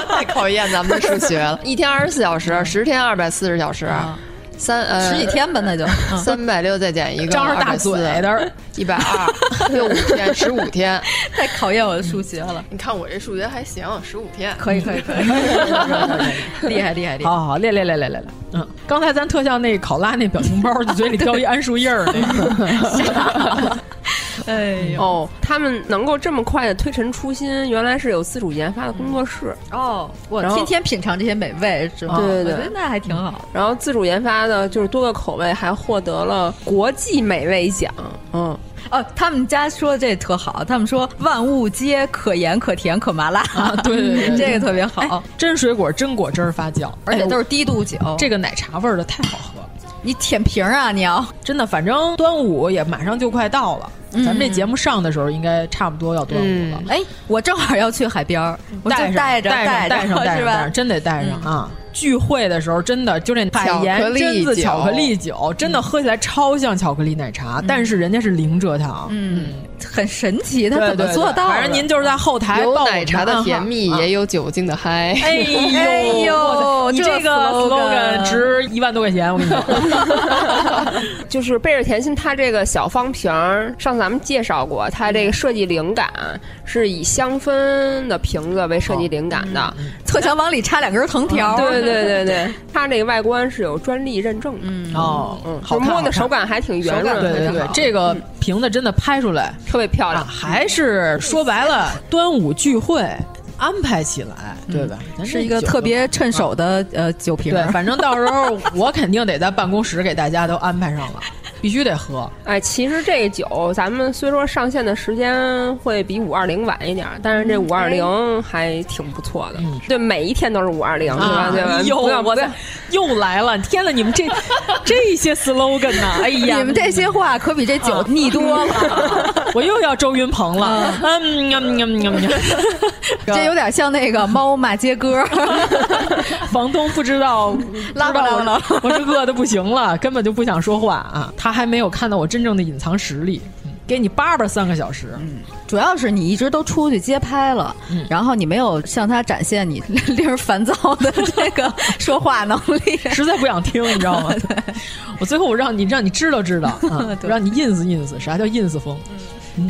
S2: 太考验咱们的数学 了。一嗯天二十四小时，十天二百四十小时，三呃
S1: 十几天吧，那 就嗯
S2: 三百六再减一个，
S10: 张着大嘴的，
S2: 一百二，六五天，十五天。
S1: 太考验我的数学了。
S2: 你看我这数学还行，十五天。
S1: 可以可以可 以，厉害厉害厉害！
S10: 好好好，练练练练练练。嗯，刚才咱特像那考拉那表情包，就嘴里叼一桉树叶儿那个。哎呦，
S9: 哦，他们能够这么快的推陈出新，原来是有自主研发的工作室
S10: 嗯
S1: 哦，我
S9: 然后
S1: 天天品尝这些美味，是吗？
S9: 对对对
S1: 我觉得那还挺好。
S9: 然后自主研发的就是多个口味，还获得了国际美味奖。嗯，
S1: 哦，他们家说的这特好，他们说万物皆可盐、可甜、可麻辣，
S10: 对 对对
S1: 这个特别好，
S10: 真水果真果汁儿发酵，
S1: 哎而且都是低度酒，
S10: 这个奶茶味儿的太好喝了。
S1: 你舔瓶儿啊，你要
S10: 真的，反正端午也马上就快到了，
S1: 嗯
S10: 咱们这节目上的时候应该差不多要端午了。
S1: 哎，我正好要去海边儿，我就
S10: 带上
S1: 带着
S10: 带上带
S1: 着
S10: 上带
S1: 是
S10: 上带
S1: 吧嗯
S10: 上，？真得带上啊！聚会的时候，真的就这海盐
S2: 巧克力
S10: 榛子
S2: 酒
S10: 巧克力酒，真的喝起来超像巧克力奶茶，但是人家是零蔗糖。
S1: 嗯，很神奇，他
S10: 对
S1: 怎么
S10: 对
S1: 做
S10: 对
S1: 到的？
S10: 反正您就是在后台
S2: 有
S10: 报
S2: 奶茶的甜蜜，也
S1: 嗯
S10: 有。
S2: 有酒精的嗨。
S10: 哎呦，
S1: 哎呦
S10: 哇塞你
S1: 这
S10: 这个
S1: slogan
S10: slogan 值一万多块钱，我跟 你说。
S9: 就是贝尔甜心，它这个小方瓶儿，上次咱们介绍过，它这个设计灵感是以香氛的瓶子为设计灵感的。
S10: 嗯
S1: 特想往里插两根藤条。
S9: 对对对对，它这个外观是有专利认证的。嗯
S10: 哦，
S9: 嗯，
S10: 好看
S9: 摸
S10: 好
S9: 的
S10: 看
S9: 手感还挺圆
S10: 手
S9: 润
S10: 感
S9: 的，
S10: 对对
S9: 挺
S10: 对
S9: 好，啊
S10: 这个瓶子真的拍出来，
S9: 特别漂
S10: 亮。还是说白了，端午聚会安排起来，对吧？咱这
S1: 嗯是一个
S10: 酒
S1: 特别
S20: 啊
S1: 趁手的呃酒瓶
S10: 对
S1: 儿，，
S10: 反正到时候我肯定得在办公室给大家都安排上了，必须得喝。
S9: 哎，其实这个酒咱们虽说上线的时间会比五二零晚一点儿，
S10: 嗯
S9: 但是这五
S10: 哎
S9: 二零还挺不错的。对，每一天都是五二零，对吧？啊对吧？
S10: 又
S9: 不要
S10: 啊哎我
S9: 不
S10: 的
S9: 要，
S10: 又来了！天呐，你们这这些 slogan 呐、哎呀，
S1: 你们这些话可比这
S20: 啊
S1: 酒腻多 了，
S10: 我又要周云鹏了。
S9: 啊
S10: 嗯呀呀呀 呀！
S1: 这有点像那个猫骂街歌儿，
S10: 房东不知道，
S1: 拉不
S10: 不知道
S1: 拉
S10: 我
S1: 了？
S10: 我是饿的不行了，根本就不想说话啊！他还没有看到我真正的隐藏实力，嗯给你叭叭三个小时，
S1: 主要是你一直都出去街拍了，
S10: 嗯
S1: 然后你没有向他展现你 令人烦躁的这 个说话能力。
S10: 实在不想听，你知道吗？我最后我让你让你知道 知道，啊
S1: 对
S10: 让你 ins ins，啥叫 ins 风？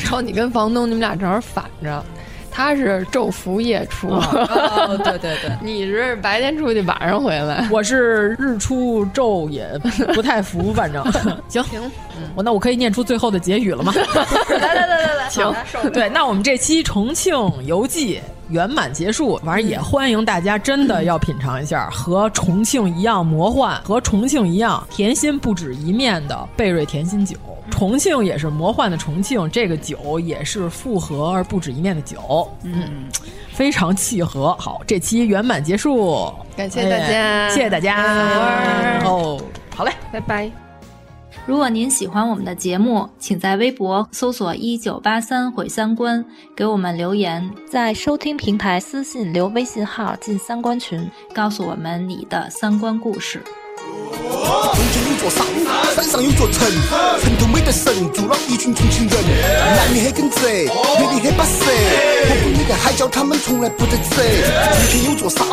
S2: 然后你跟房东，你们俩正好反着，他是昼伏夜出，
S1: 哦，对对对，
S2: 你是白天出去，晚上回来。
S10: 我是日出昼也不太服，反正行行，我哦那我可以念出最后的结语了吗？
S1: 来来来来来，
S10: 行，对，那我们这期重庆游记圆满结束，反正也欢迎大家真的要品尝一下和重庆一样魔幻，和重庆一样甜心不止一面的贝瑞甜心酒。重庆也是魔幻的重庆，这个酒也是复合而不止一面的酒，嗯，非常契合。好，这期圆满结束，
S2: 感谢大家
S10: 哎谢谢大家，哦，好嘞。
S9: 拜拜。
S20: 如果您喜欢我们的节目，请在微博搜索“一九八三毁三观”给我们留言，在收听平台私信留微信号进三观群，告诉我们你的三观故事。
S7: 重庆有座山，山上有座城，城头每个省住了一群重庆人，南面很耿直，北面很巴适，不管哪个海角，他们从来不得走。重庆有座山，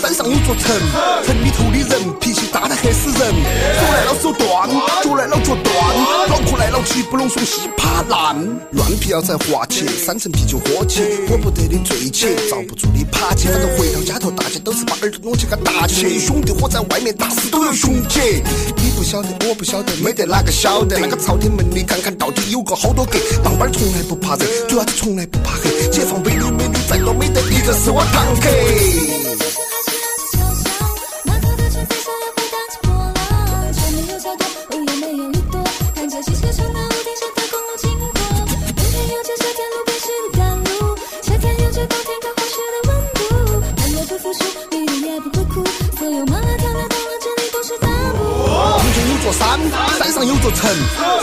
S7: 山上有座城，城里头的人脾气大得很死人，手来了手断，脚来了脚断，脑壳来了气不拢怂，稀怕烂。乱皮要在花起，三层啤酒喝起，我不得的醉起，遭不住的趴起，反正回到家头，大家都是把耳朵弄起个打起，兄弟伙在外面打死都有胸气。你不晓得，我不晓得，没得哪个晓得。那个朝天门里看看到底有个好多格，棒棒儿从来不怕热，主要是从来不怕黑。解放碑里美女再多，没得一个是我堂客。重庆有座山，山上有座城，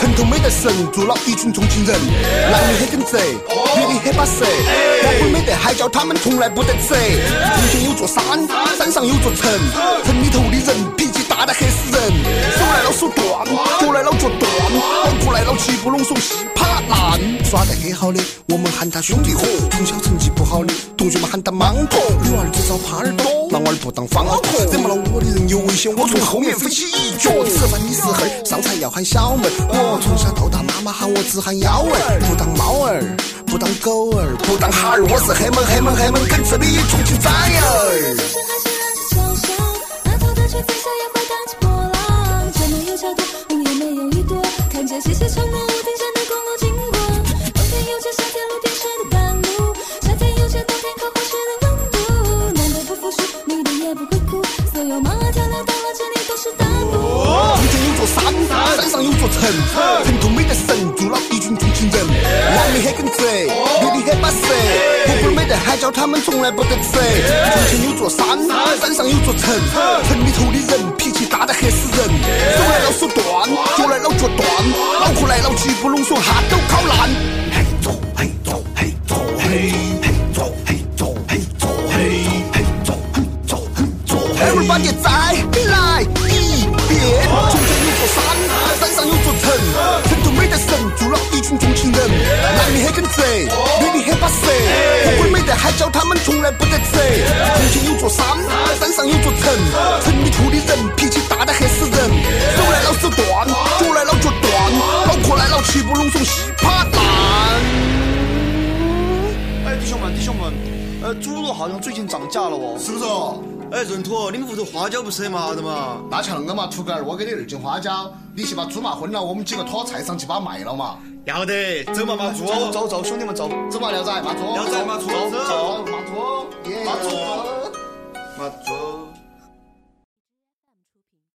S7: 城头没得神，住了一群重庆人。男的很耿直，女的很巴适，老鬼没得海椒，他们从来不得走。重庆有座山，山上有座城，城里头的人脾气大得很死人，手来了手断，脚来了脚断，脑壳来了气不拢怂，稀怕烂。耍得很好的，我们喊他兄弟伙；从小成绩不好的，同学们喊他莽哥。女儿只找耙耳朵，男娃儿不当方壳。惹毛了我的人有危险，我从后面飞起一脚。吃饭你是孩儿，上菜要喊小妹儿。我从小到大，妈妈喊我只喊幺儿，不当猫儿，不当狗儿，不当哈儿。我是黑门黑门黑门跟这里重庆崽儿。
S21: 这没有桥段，我也没有一朵，看着熙熙攘攘屋顶上的公路经过。
S7: 座城，城头没得神，住了一群重庆人，南面还跟贼，北里还把谁，我不没得海角，他们从来不得贼。从前有座山，山上有座城，城里头的人脾气大得吓死人，手来了手断，脚来了脚断，脑壳来了气不拢，说哈都烤烂。嘿走嘿走嘿走嘿嘿走嘿走嘿走嘿嘿走嘿走嘿走嘿。Everybody 再来一遍，
S22: 哎
S7: 从前有座山，山上有座城，城头没得神，住了一群重庆人，南面还跟贼，北面还把谁，不会没得海角，他们从来不得贼。从前有座山，山上有座城，城里头的人脾气大得吓死人，手来了手断，脚来了脚断，脑壳来了气不拢松，稀巴烂。
S22: 哎，弟兄们，弟兄们，呃，猪肉好像最近涨价了哦，是不是？哦？哎，润土，你们屋头花椒不是很麻的嘛？
S3: 那强了嘛，土狗儿，我给你二斤花椒，你去把猪麻昏了，我们几个拖菜上去把它卖了嘛。
S22: 要得，走嘛，哦麻猪，哎走走走，兄弟们走，
S3: 走嘛，聊仔，麻猪，
S22: 聊仔，麻猪，
S3: 走
S22: 走，
S3: 麻猪，
S22: 麻猪，麻猪。